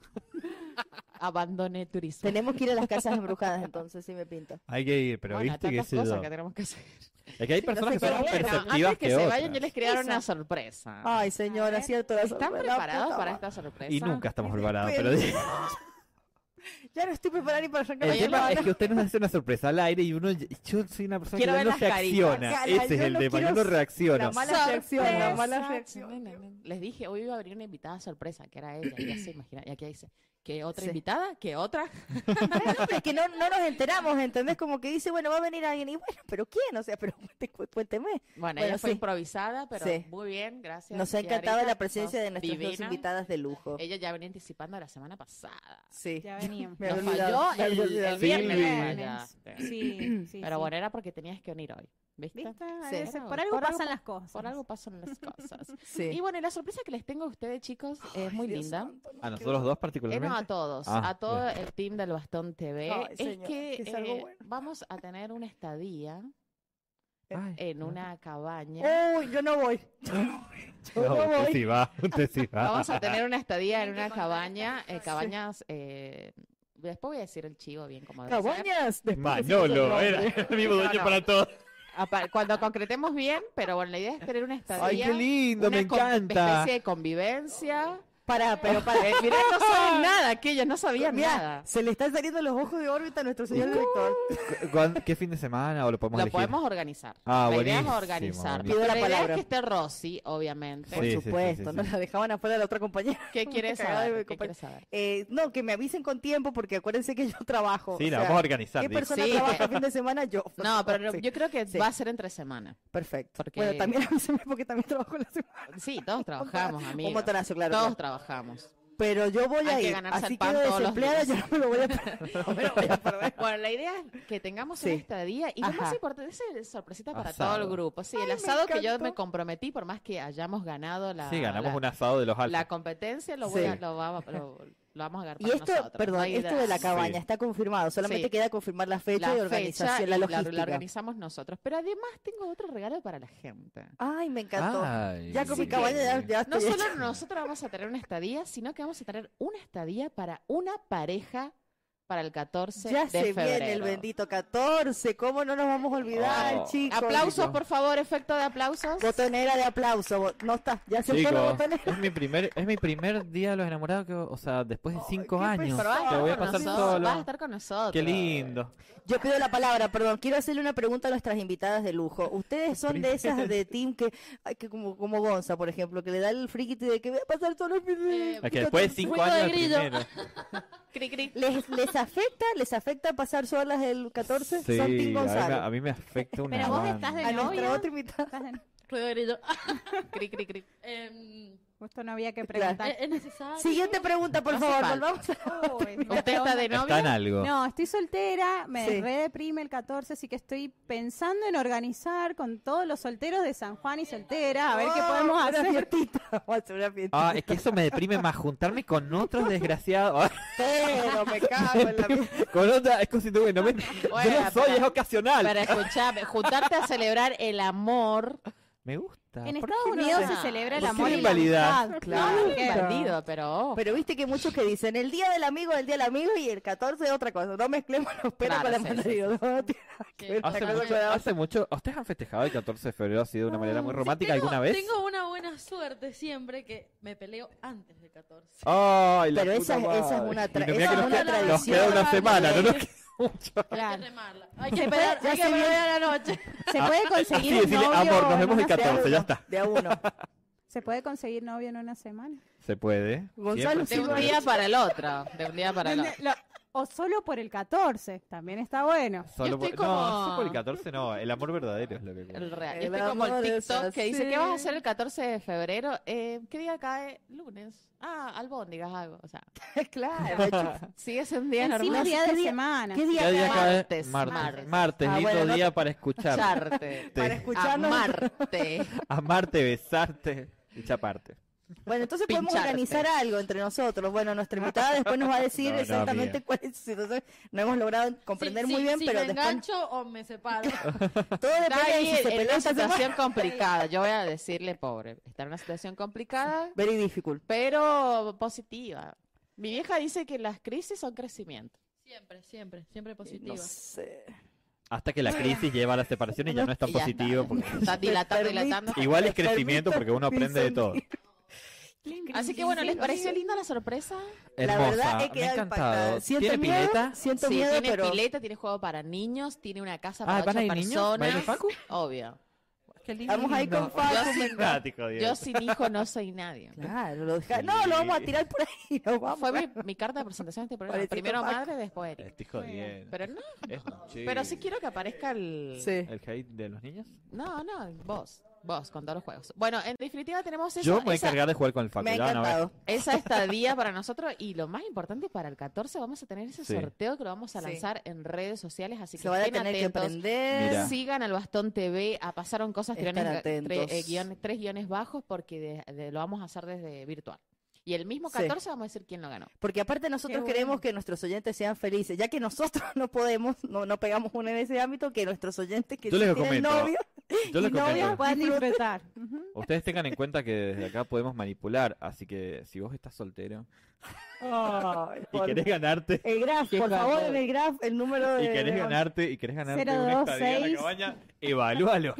Abandoné turismo. Tenemos que ir a las casas embrujadas entonces, si me pinta. Hay que ir, pero Bueno, viste que tantas sé cosas yo. que tenemos que hacer. Es que hay personas sé que son qué más hacer. Bueno, perceptivas antes que, que se vayan, yo otras. les crearon Eso. una sorpresa. Ay, señora, ver. cierto. la ¿Están sorpresa, la preparados puta para madre. esta sorpresa? Y nunca estamos Ni preparados, pedo. pero Ya no estoy preparada ni para arrancar El la tema es semana. que usted nos hace una sorpresa al aire y uno. Yo soy una persona Quiero que ver no las caritas. reacciona. Cala, Ese es yo el no tema, yo quiero no reacciono. La mala reacción, la mala reacción. Les dije, hoy iba a venir una invitada sorpresa, que era ella, ya se imagina. Y aquí dice, ¿qué otra Sí. invitada? ¿Qué otra? Es que no, no nos enteramos, ¿entendés? Como que dice, bueno, va a venir alguien. Y bueno, ¿pero quién? O sea, pero cuente- cu- cuénteme. Bueno, Bueno, ella fue sí. improvisada, pero Sí. muy bien, gracias. Nos ha encantado Kiarita, la presencia sos de nuestras dos divina. invitadas de lujo. Ella ya venía anticipando la semana pasada. Sí. Ya veníamos. Me había Nos olvidado, falló me había el, olvidado. el viernes. Sí. fallaste. Sí, sí. Pero sí. bueno, era porque tenías que unir hoy. ¿Viste? ¿Viste? A Sí. veces Claro, por algo por algo pasan pa- las cosas. Por algo pasan las cosas. Sí. Y bueno, y la sorpresa que les tengo a ustedes, chicos, es muy Dios linda. santo, no A quiero- nosotros dos Eh, no, a particularmente. todos, Ah, a todo el team del Bastón TV. Ay, ¿eh? es señor, que, que es algo eh, bueno. Eh. vamos a tener una estadía Ay, en no. una cabaña. Uy, yo no voy. Yo No, no usted voy. sí va, usted sí va. Vamos a tener una estadía en Tienen que una contar cabaña, esta eh, historia. cabañas... eh, después voy a decir el chivo bien como debe ser. Cabañas. después decimos el Manolo, nombre. era el mismo No, dueño no. para todos. Apa- Cuando concretemos bien, pero bueno, la idea es tener una estadía. Ay, qué lindo, una me con- encanta. especie de convivencia. Para, pero para. Eh, mirá, no saben nada, que ellos no sabían Mirá, nada. se le están saliendo los ojos de órbita a nuestro señor director. ¿Cu- cuán- ¿Qué fin de semana o lo podemos Lo elegir? podemos organizar. Ah, la idea es buenísimo, organizar. buenísimo. Pido la la idea palabra. es que esté Rosy, obviamente. Sí, sí, sí, Por supuesto, sí, sí. no la dejaban afuera de la otra compañera. ¿Qué Me quieres cagaba de mi saber? ¿Qué compañera. quieres saber? Eh, no, que me avisen con tiempo porque acuérdense que yo trabajo. o Sí, la sea, vamos a organizar. ¿Qué dice. persona Sí, trabaja pero- fin de semana? Yo. por No, favor, pero sí. yo creo que Sí. va a ser entre semana. Perfecto. Porque- Bueno, también avísenme porque también trabajo la semana. Sí, todos trabajamos, amigo. Un motorazo, claro. Todos claro. trabajamos. Pero yo voy Hay a que ir. ganarse así el pan quedo todos los desempleada, yo días. no me lo voy a perder. No me lo voy a perder. Bueno, la idea es que tengamos Sí. una estadía y lo más Ajá. importante esa es sorpresita para todo Asado. el grupo. Sí, el me asado que yo encantó. me comprometí, por más que hayamos ganado la, Sí, ganamos la, un asado de los altos. la competencia, lo, voy Sí. a- lo, va- lo- lo vamos a agarrar Y esto, nosotros. perdón, No hay esto de la drama. cabaña Sí. está confirmado. Solamente Sí. queda confirmar la fecha y La fecha organización, y la la- logística. organizamos nosotros. Pero además tengo otro regalo para la gente. Ay, me encantó. Ay. ya con mi Sí. cabaña ya, ya No estoy solo hecha. nosotros vamos a tener una estadía, sino que vamos a tener una estadía para una pareja para el 14 Ya de se febrero. viene el bendito 14. ¿Cómo no nos vamos a olvidar, Oh. chicos? Aplausos, por favor, efecto de aplausos. Botonera de aplauso. bo- No está. Ya se fue la Chicos, botonera. es mi primer, es mi primer día de los enamorados, que, o sea, después de Ay, cinco qué Pues, años. pesado. Te voy a pasar nosotros, todo Vas a lo... estar con nosotros. Qué lindo. Yo pido la palabra, perdón. Quiero hacerle una pregunta a nuestras invitadas de lujo. Ustedes son de esas de team que, ay, que como, como Gonza, por ejemplo, que le da el frikiti de que voy a pasar todos los videos. Eh, Es que después de cinco Ruido de años el grillo. primero. Cri, cri. ¿Les, ¿Les afecta? ¿Les afecta pasar solas el 14? Sí, son a mí, Tim me, Gonzalo. a mí me afecta una Pero vos estás banda. de A nuestra novia. otra invitada. Estás en- Ruido de grillo. cri, cri, cri. Em, Justo no había que Claro. preguntar. ¿es- ¿Es necesario? Siguiente pregunta, por No hace favor. falta. Volvamos a- Uy, no. ¿Usted está de Está en novia? algo. No, estoy soltera, me Sí. redeprime el 14, así que estoy pensando en organizar con todos los solteros de San Juan y solteras, a ver qué Oh, podemos una hacer. Fiestita. Vamos a hacer una fiestita. Ah, es que eso me deprime más, juntarme con otros desgraciados. Ah, Pero me cago en la con otra, es como si tuve- no me- yo Bueno, no soy, pero- es ocasional. Para escuchar, juntarte a celebrar el amor. Me Ah, gusta. En ¿por Estados qué no? Unidos sé? se celebra el ¿Por qué amor la y la invalidad? amistad. Claro, No, que- bandido, pero. ojo. Pero viste que muchos que dicen el día del amigo, el día del amigo y el 14 es otra cosa. No mezclemos los peras con Claro, la sí, sí, mandarina. No tiene nada que Sí. ver Hace una cosa mucho, con la otra. hace mucho- ¿Ustedes han festejado el 14 de febrero así de una manera muy Sí, romántica tengo- alguna vez? Tengo una buena suerte siempre que me peleo antes del 14. Ay, la Pero puta esa es- esa es madre. una tra- Y no, esa mirá que es una nos queda- Nos tradición. queda una semana, no nos Sí. queda mucho. Hay Claro. que remarla. Hay que esperar, Ya hay que se esperar viene. a la noche. Se puede Así conseguir decirle, novio amor, nos en vemos el una se- 14, ya está. De a uno. Se puede conseguir novio en una semana. Se puede. Gonzalo, sí, siempre se De un bueno. puede. día para el otro. De un día para el otro. Lo- o solo por el 14, también está bueno. Solo estoy por... como- No, sí por el 14 no, el amor verdadero es lo que El cuenta. real. El Este es como amor el es TikTok que dice, ¿qué vas a hacer así". el 14 de febrero? Eh, ¿Qué día cae? Lunes. Ah, albóndigas algo. O sea, Claro. sigue siendo un día Encima normal. es día ¿Qué de día- semana. ¿Qué día, ¿Qué día acaba? cae? Martes, martes. Martes, Ah, lindo bueno, no- día para escuchar. Escucharte. Para escucharnos. Amarte. Amarte, besarte y chaparte. Bueno, entonces podemos Pincharte. organizar algo entre nosotros. Bueno, nuestra invitada después nos va a decir No, no, exactamente amiga. cuál es su situación. No hemos logrado comprender muy bien, si pero me después engancho o me separo. todo Está depende de ahí si se en pelea una esta situación semana. complicada. Yo voy a decirle, pobre, está en una situación complicada, Very difficult. pero positiva. Mi vieja dice que las crisis son crecimiento. Siempre, siempre, siempre positiva. No sé. Hasta que la crisis lleva a la separación y ya no es tan Y ya positivo. está. porque- Está dilatando, Permite- dilatando. Igual es Permite- crecimiento porque uno aprende de todo. Así que bueno, ¿les pareció linda la sorpresa? La Hermosa, verdad he me ha quedado impactada. encantado. Siento ¿Tiene miedo, pileta? siento sí, miedo, tiene pero pileta, tiene juego para niños, tiene una casa Ah, para ¿van a ocho ir niños? ¿Va a ir personas. el Facu? Obvio. vamos ahí con Yo Facu. sin- Simpático, Diego. Yo sin hijo no soy nadie. Claro, lo deja- No, lo vamos a tirar por ahí. Lo vamos Fue a- mi, mi carta de presentación de este programa. Pobrecito Primero Paco. madre, después Eric. Estoy jodiendo. Pero no, Es un pero chiste. sí quiero que aparezca el... Sí. ¿El hate de los niños? No, no, vos. Vos, con todos los juegos. Bueno, en definitiva tenemos esa, Yo me voy a esa, encargar de jugar con el Facu. Me ha ya van a ver. encantado. esa estadía para nosotros. Y lo más importante, para el 14 vamos a tener ese Sí. sorteo que lo vamos a Sí. lanzar en redes sociales. Así que Se van a estén tener que atentos. aprender. Mira. Sigan al Bastón TV, a pasaron cosas Estar tiriones, ga- tre- atentos. eh, guion- tres guiones bajos porque de- de- lo vamos a hacer desde virtual. Y el mismo Sí. 14 vamos a decir quién lo ganó. Porque aparte nosotros Qué queremos bueno. que nuestros oyentes sean felices, ya que nosotros no podemos, no, no pegamos una en ese ámbito, que nuestros oyentes que Yo sí les tienen comento. novio Yo y les novios comento, puedan disfrutar. Ujú. ustedes tengan en cuenta que desde acá podemos manipular, así que si vos estás soltero Ay, y por- querés ganarte, El graf, Qué por favor, calor. en el graf, el número de. y querés de- ganarte, y querés ganarte Cero, una dos, estadía en la seis. cabaña, evalúalo.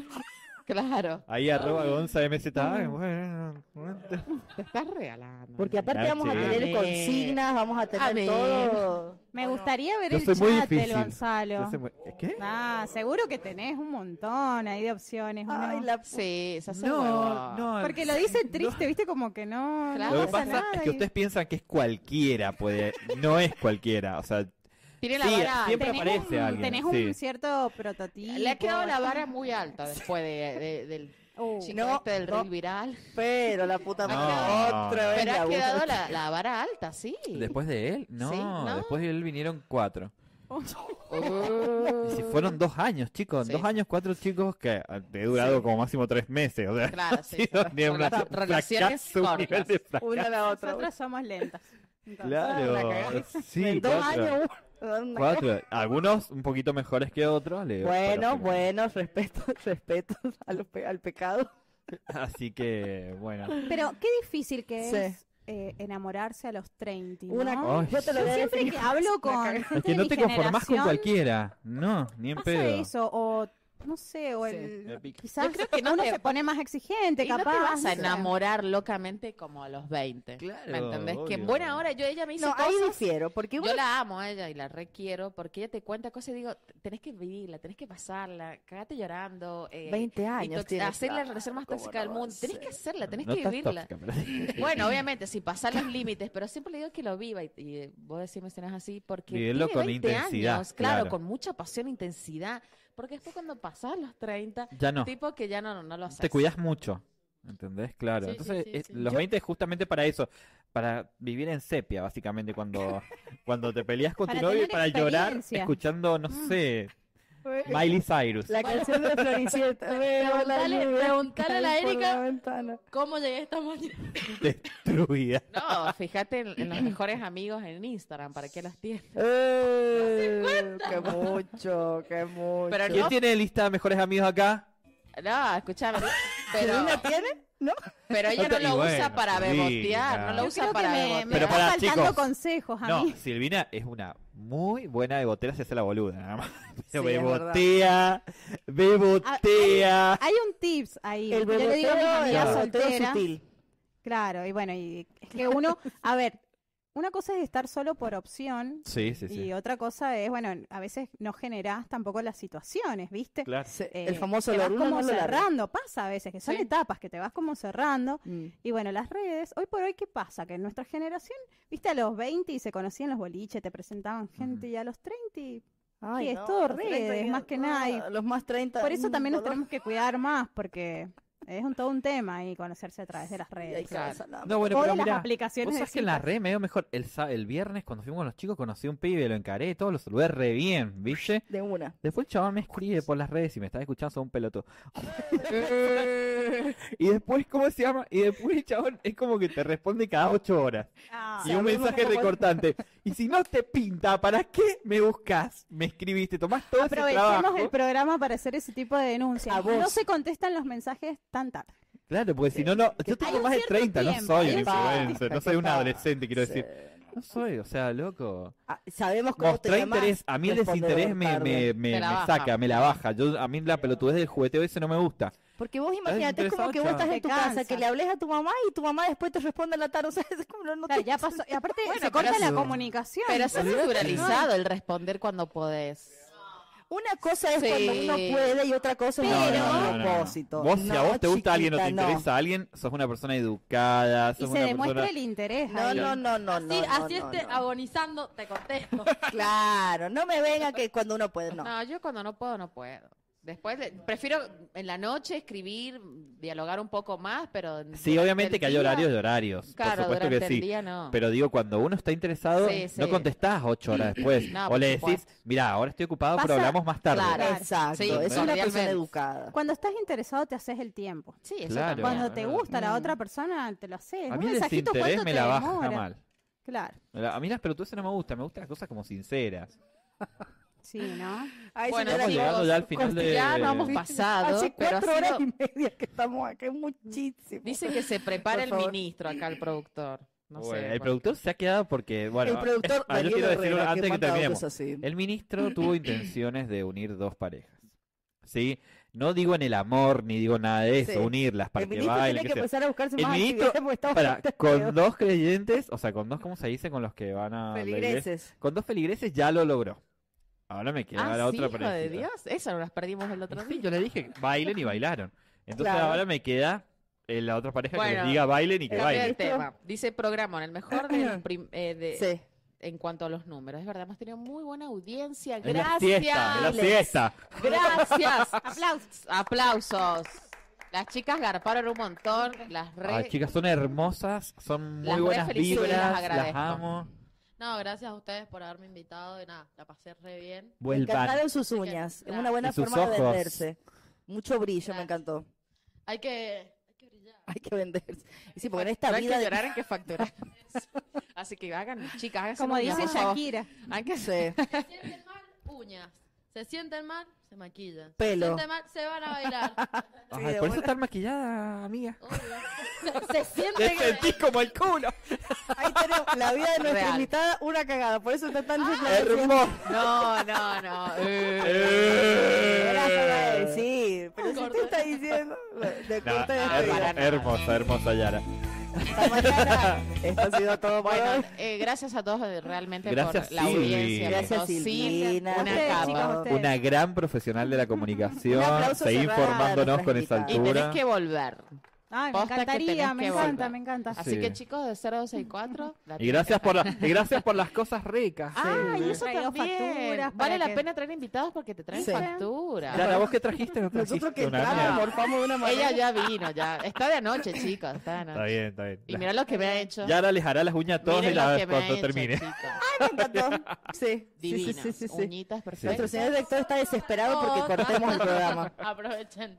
Claro, Ahí arroba gonza MZA, bueno, bueno. te estás regalando. Porque aparte Claro, vamos a sí. tener Amén. consignas, vamos a tener Amén. todo. Me gustaría ver Yo el soy muy chat del difícil. Gonzalo. Entonces, bueno, ¿Qué? Ah, seguro que tenés un montón ahí de opciones. ¿o Ay, no? la p- Sí, se hace No, huevo. no. Porque lo dice triste, viste, como que no, no Claro. Lo que pasa pasa nada. es que y- ustedes piensan que es cualquiera, puede, no es cualquiera, o sea, Tiene la Sí, vara. siempre tenés aparece un, alguien, Tenés sí. un cierto prototipo. Le ha quedado la vara muy alta después de, Eh, de- del Oh. chico No, este del no. reel viral. pero la puta No, madre. no, Otra no. vez Pero la ha busca. quedado la, la vara alta, sí. después de él, no, Sí, no. después de él vinieron cuatro. Oh. Uh, Y si fueron dos años, chicos, Sí. dos años, cuatro chicos que eh, he durado como máximo tres meses. O sea, Claro, ha sí, sido sí. ni una Rela- fracaso, relaciones un cortas. nivel de fracaso. Una a la otra. Nosotros somos lentas. Entonces, la Claro, cagada. sí, Dos cuatro, años. una- cuatro. Algunos un poquito mejores que otros. le- Bueno, pero- bueno, respeto, respeto a lo pe- al pecado. Así que, bueno. Pero qué difícil que Sí. es eh, enamorarse a los 30. ¿no? Una, Ay, yo te lo Yo voy a siempre definir. que hablo con este gente Es que de no mi te conformás con generación, cualquiera. No, ni en pasa pedo. eso, o no sé, o el- me pica. quizás Yo creo que no uno te- se pone más exigente, y no te capaz. vas a sé. enamorar locamente como a los 20. Claro, ¿Me entendés? Que en obvio. buena hora yo ella me hizo No, ahí cosas- difiero, porque Yo uno- la amo a ella y la requiero porque ella te cuenta cosas y digo, tenés que vivirla, tenés que pasarla, cagate llorando. Eh, 20 años hacerla tienes. hacer la Ah, relación más ¿cómo tóxica no del va a mundo. Tenés que ser? hacerla, tenés No que estás vivirla. tóxica, pero- Bueno, obviamente, si pasar los límites, pero siempre le digo que lo viva y, y eh, vos decís escenas así porque Vivirlo tiene con 20 intensidad, años, claro, claro. con mucha pasión e intensidad, porque después cuando pasás los 30, Ya no. tipo que ya no, no lo haces. te cuidas mucho, ¿entendés? Claro. Sí, sí, Entonces, sí, eh, sí. los 20 es justamente para eso, para vivir en sepia, básicamente, cuando, cuando te peleas con tu Para novio y tener para llorar experiencia. Mm. escuchando, no sé, Miley Cyrus. La canción de Floricienta. Veo la Preguntale- lluvia preguntale a la caer por Erika. ventana. ¿Cómo llegué esta mañana? Destruida. No, fíjate en, en los mejores amigos en Instagram, ¿para qué los tienes? Eh, qué mucho, qué mucho. Pero ¿Quién no- tiene lista de mejores amigos acá? No, escúchame, pero, ¿Selena Ah, tiene? ¿No? pero ella no Y lo bueno, usa para Silvina. bebotear, no lo Yo usa creo para que me, me bebotear. Pero va pará, faltando chicos. consejos a No, mí. Silvina es una muy buena bebotera, se hace la boluda, nada más. Pero Sí, es verdad. Ah, bebotea, bebotea. Hay un tips ahí. El yo le digo a mis beboteo, amigas el beboteo solteras. sutil. Claro, y bueno, y es que uno, a ver, una cosa es estar solo por opción Sí, sí, sí. y otra cosa es, bueno, a veces no generás tampoco las situaciones, ¿viste? Claro. Eh, El famoso te lo vas uno como no lo largo. cerrando, pasa a veces, que son Sí. etapas que te vas como cerrando. Mm. Y bueno, las redes, hoy por hoy, ¿qué pasa? Que en nuestra generación, viste, a los 20 y se conocían los boliches, te presentaban Mm. gente y a los 30 y- Ay, es no, todo los redes, 30 más que ah, nada, y Los más 30. Por eso mm, también nos dolor. tenemos que cuidar más, porque es un, todo un tema ahí conocerse a través de las Y hay redes. que Claro. besarla. No, bueno, o pero de Ah, las mirá, aplicaciones Vos de sabés que en la citas. red me dio mejor. El, sa- el viernes, cuando fuimos con los chicos, conocí a un pibe, lo encaré y todo, lo saludé re bien, ¿viste? De una. Después el chaval me escribe por las redes y me está escuchando, son un pelotudo. y después, ¿cómo se llama? Y después el chabón es como que te responde cada ocho horas. Ah, y un sabemos mensaje cómo- recortante. Y si no te pinta, ¿para qué me buscas? Me escribiste, tomás todo ese trabajo. Aprovechemos el programa para hacer ese tipo de denuncias. A vos. No se contestan los mensajes tan tarde. Claro, porque si no, no. Yo tengo un más de cierto 30, no tiempo, soy hay un un cierto influencer, no soy un adolescente, quiero Sí. decir. No soy, o sea, loco. Ah, Sabemos cómo te Mostré llamas. interés, a mí el Responde desinterés me, tarde. me, me- Te la me baja. saca, me la baja. Yo, a mí la pelotudez del jugueteo ese no me gusta. Porque vos imagínate, es como que vos desinteresado, estás en tu chao. casa, que le hables a tu mamá y tu mamá después te responde a la tarde. O sea, es como no, no Claro, te- ya pasó. Y aparte, Bueno, se corta pero la eso- comunicación. Pero se ha Olvídate. naturalizado el responder cuando podés. Una cosa es Sí. cuando uno puede y otra cosa es No, cuando Pero- uno no, no, a no, no. propósito. Vos, si a No, vos te gusta alguien o te chiquita, no. interesa a alguien, sos una persona educada, y sos se una demuestra persona. el interés. No, ahí. no, no, no, así no. no, así no, esté no. agonizando, te contesto. Claro, no me venga que cuando uno puede, no. No. yo cuando no puedo, no puedo. Después, de- prefiero en la noche escribir, dialogar un poco más, pero... en- Sí, durante obviamente el que hay día- horarios de horarios. Claro, por supuesto durante que sí. el día no. Pero digo, cuando uno está interesado, Sí, sí. no contestás ocho horas después. No, o por le decís, supuesto. mira, ahora estoy ocupado, pero Pasa- hablamos más tarde. Claro. Exacto, Sí, es una persona cordialmente. educada. Cuando estás interesado, te haces el tiempo. Sí, eso Claro. también. Cuando te Ah. gusta Mm. la otra persona, te lo haces. A Un mí el mensajito, desinterés ¿cuánto me te la baja demora? mal. Claro. A mí las pelotudeces no me gustan, me gustan las cosas como sinceras. Sí, ¿no? Ay, Bueno, señora, Estamos chicos, llegando ya al final de... este ya no hemos pasado, Hace pero ha cuatro horas sido- y media que estamos acá, es muchísimo. Dice que se prepara Por el favor. ministro acá, el productor. No Bueno, sé. el por- productor se ha quedado porque, bueno, el productor ah, yo Daniel quiero decir Herrera, antes que manda terminemos. audios así. El ministro tuvo intenciones de unir dos parejas. ¿Sí? No digo en el amor, ni digo nada de eso, Sí. unirlas para El que ministro bailen. tiene qué que sé yo. empezar a buscarse El más ministro- actividades porque estamos Pará, bastante con feos. dos creyentes, o sea, con dos, ¿cómo se dice? Con los que van a la iglesia. feligreses. Con dos feligreses ya lo logró. Ahora me queda Ah, la sí, otra hijo pareja. de Dios. Esa nos las perdimos el otro Sí, día. yo le dije, bailen y bailaron. Entonces Claro. ahora me queda eh, la otra pareja que les Bueno, diga bailen y que Cambio de bailen. tema. Dice programa, el mejor de, los prim- eh, de- Sí. en cuanto a los números. Es verdad, hemos tenido muy buena audiencia. Es la siesta, es la Gracias. siesta. Gracias. Aplausos. Aplausos. Las chicas garparon un montón. Las re... Ay, chicas, son hermosas, son muy Las re buenas felicito y las vibras, las agradezco. amo. No, gracias a ustedes por haberme invitado y nada, la pasé re bien. Vuelvan. Encantaron sus Así que, uñas. Es claro. una buena Y sus forma de ojos. venderse. Mucho brillo, me Claro. encantó. Hay que, hay que brillar. Hay que venderse. Y sí, porque en No esta hay vida que de- llorar, hay que facturar. Así que hagan, chicas, hagan Como dice Shakira. Hay que Sí. Se sienten mal, uñas. Se sienten mal, se maquillan. Pelo. Se sienten mal, se van a bailar. Ay, Sí, de por eso buena- estás maquillada, amiga. Obvio. se Te sienten mal. sentís como el culo. Ahí tenemos la vida de nuestra Real. Ah, invitada, una cagada. Por eso está tan resplandeciente. Hermoso. No, no, no. Era solo Eh. de decir. Pero si Corta. usted está diciendo, de este Nah, corte de her- despedida. hermosa, hermosa Yara. Hasta mañana. Esto ha sido todo por hoy. Bueno, eh, gracias a todos eh, realmente Gracias, por la Silvi. audiencia. Gracias, Pasó sin Silvina. Una Ustedes, capa. chicos, ustedes. Una gran profesional de la comunicación, Un aplauso seguí cerrado a informándonos nuestra con esa Y invitada. altura. tenés que volver. Ay, me Posta que encantaría, tenés me que encanta, volver. me encanta. Así Sí. que chicos de 0264. la Y tienen gracias que por, hacer. la- y gracias por las cosas ricas. Ah, y eso Traigo también. facturas para Vale la que- pena traer invitados porque te traen Sí. facturas. Yara, ¿vos qué trajiste? ¿No trajiste Nosotros que una entramos, mierda? morfamos de una manera. Ella ya vino, ya. Está de anoche, chicos. Está de Está anoche. bien, está bien. Y mirá lo que me ha hecho. Yara les hará las uñas a todos Miren de la- lo que me ha cuando hecho, termine. chicos. Me encantó. Sí, sí, sí, Divinas. sí, sí, sí. Uñitas Nuestro perfectas. Oh. señor director está desesperado porque cortemos el programa. Aprovechen.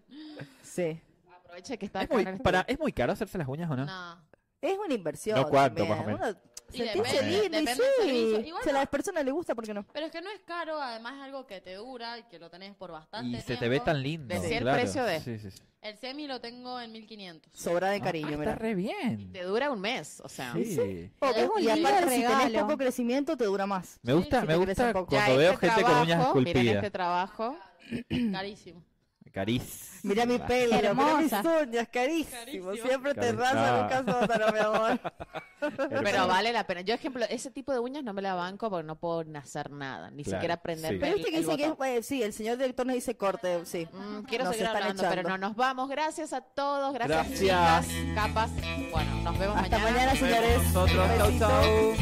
Sí. Aprovecha que está Es acá muy, en el para, estudio. ¿Es muy caro hacerse las uñas o no? No. Es una inversión. No, ¿cuánto, también. más o menos? Uno Y sentirse depende, lindo y depende del servicio. sí. Y bueno. Si a la persona le gusta, ¿por qué no? Pero es que no es caro, además es algo que te dura y que lo tenés por bastante Y se te tiempo. ve tan lindo. Decía el claro. precio de- Sí, sí, sí. El semi lo tengo en 1500. Sobra de Ah, cariño, está mira. Oh, re bien. Te dura un mes, o sea. Sí. Es un y lindo aparte, si tenés regalo. poco crecimiento, te dura más. Me gusta, sí, me te gusta crecen poco. cuando Ya veo este gente con uñas trabajo, miren esculpidas. este trabajo. Carísimo. este Cariz. Mira mi pelo, mira mis Hermosa. uñas, carísimo. Carísimo. Siempre te Cari- raza, Ah. nunca sótano, mi amor. Pero vale la pena. Yo, ejemplo, ese tipo de uñas no me la banco porque no puedo hacer nada, ni Claro, siquiera aprenderme sí. Pero el- viste que el dice que es, botón. eh, sí, el señor director nos dice corte, sí. Mm, quiero Nos seguir están hablando, pero echando. no nos vamos. Gracias a todos, gracias, Gracias. chicas, capas. Bueno, nos vemos Hasta mañana. mañana, señores. Nosotros, chau, Besito. chau.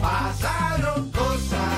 Pasaron cosas.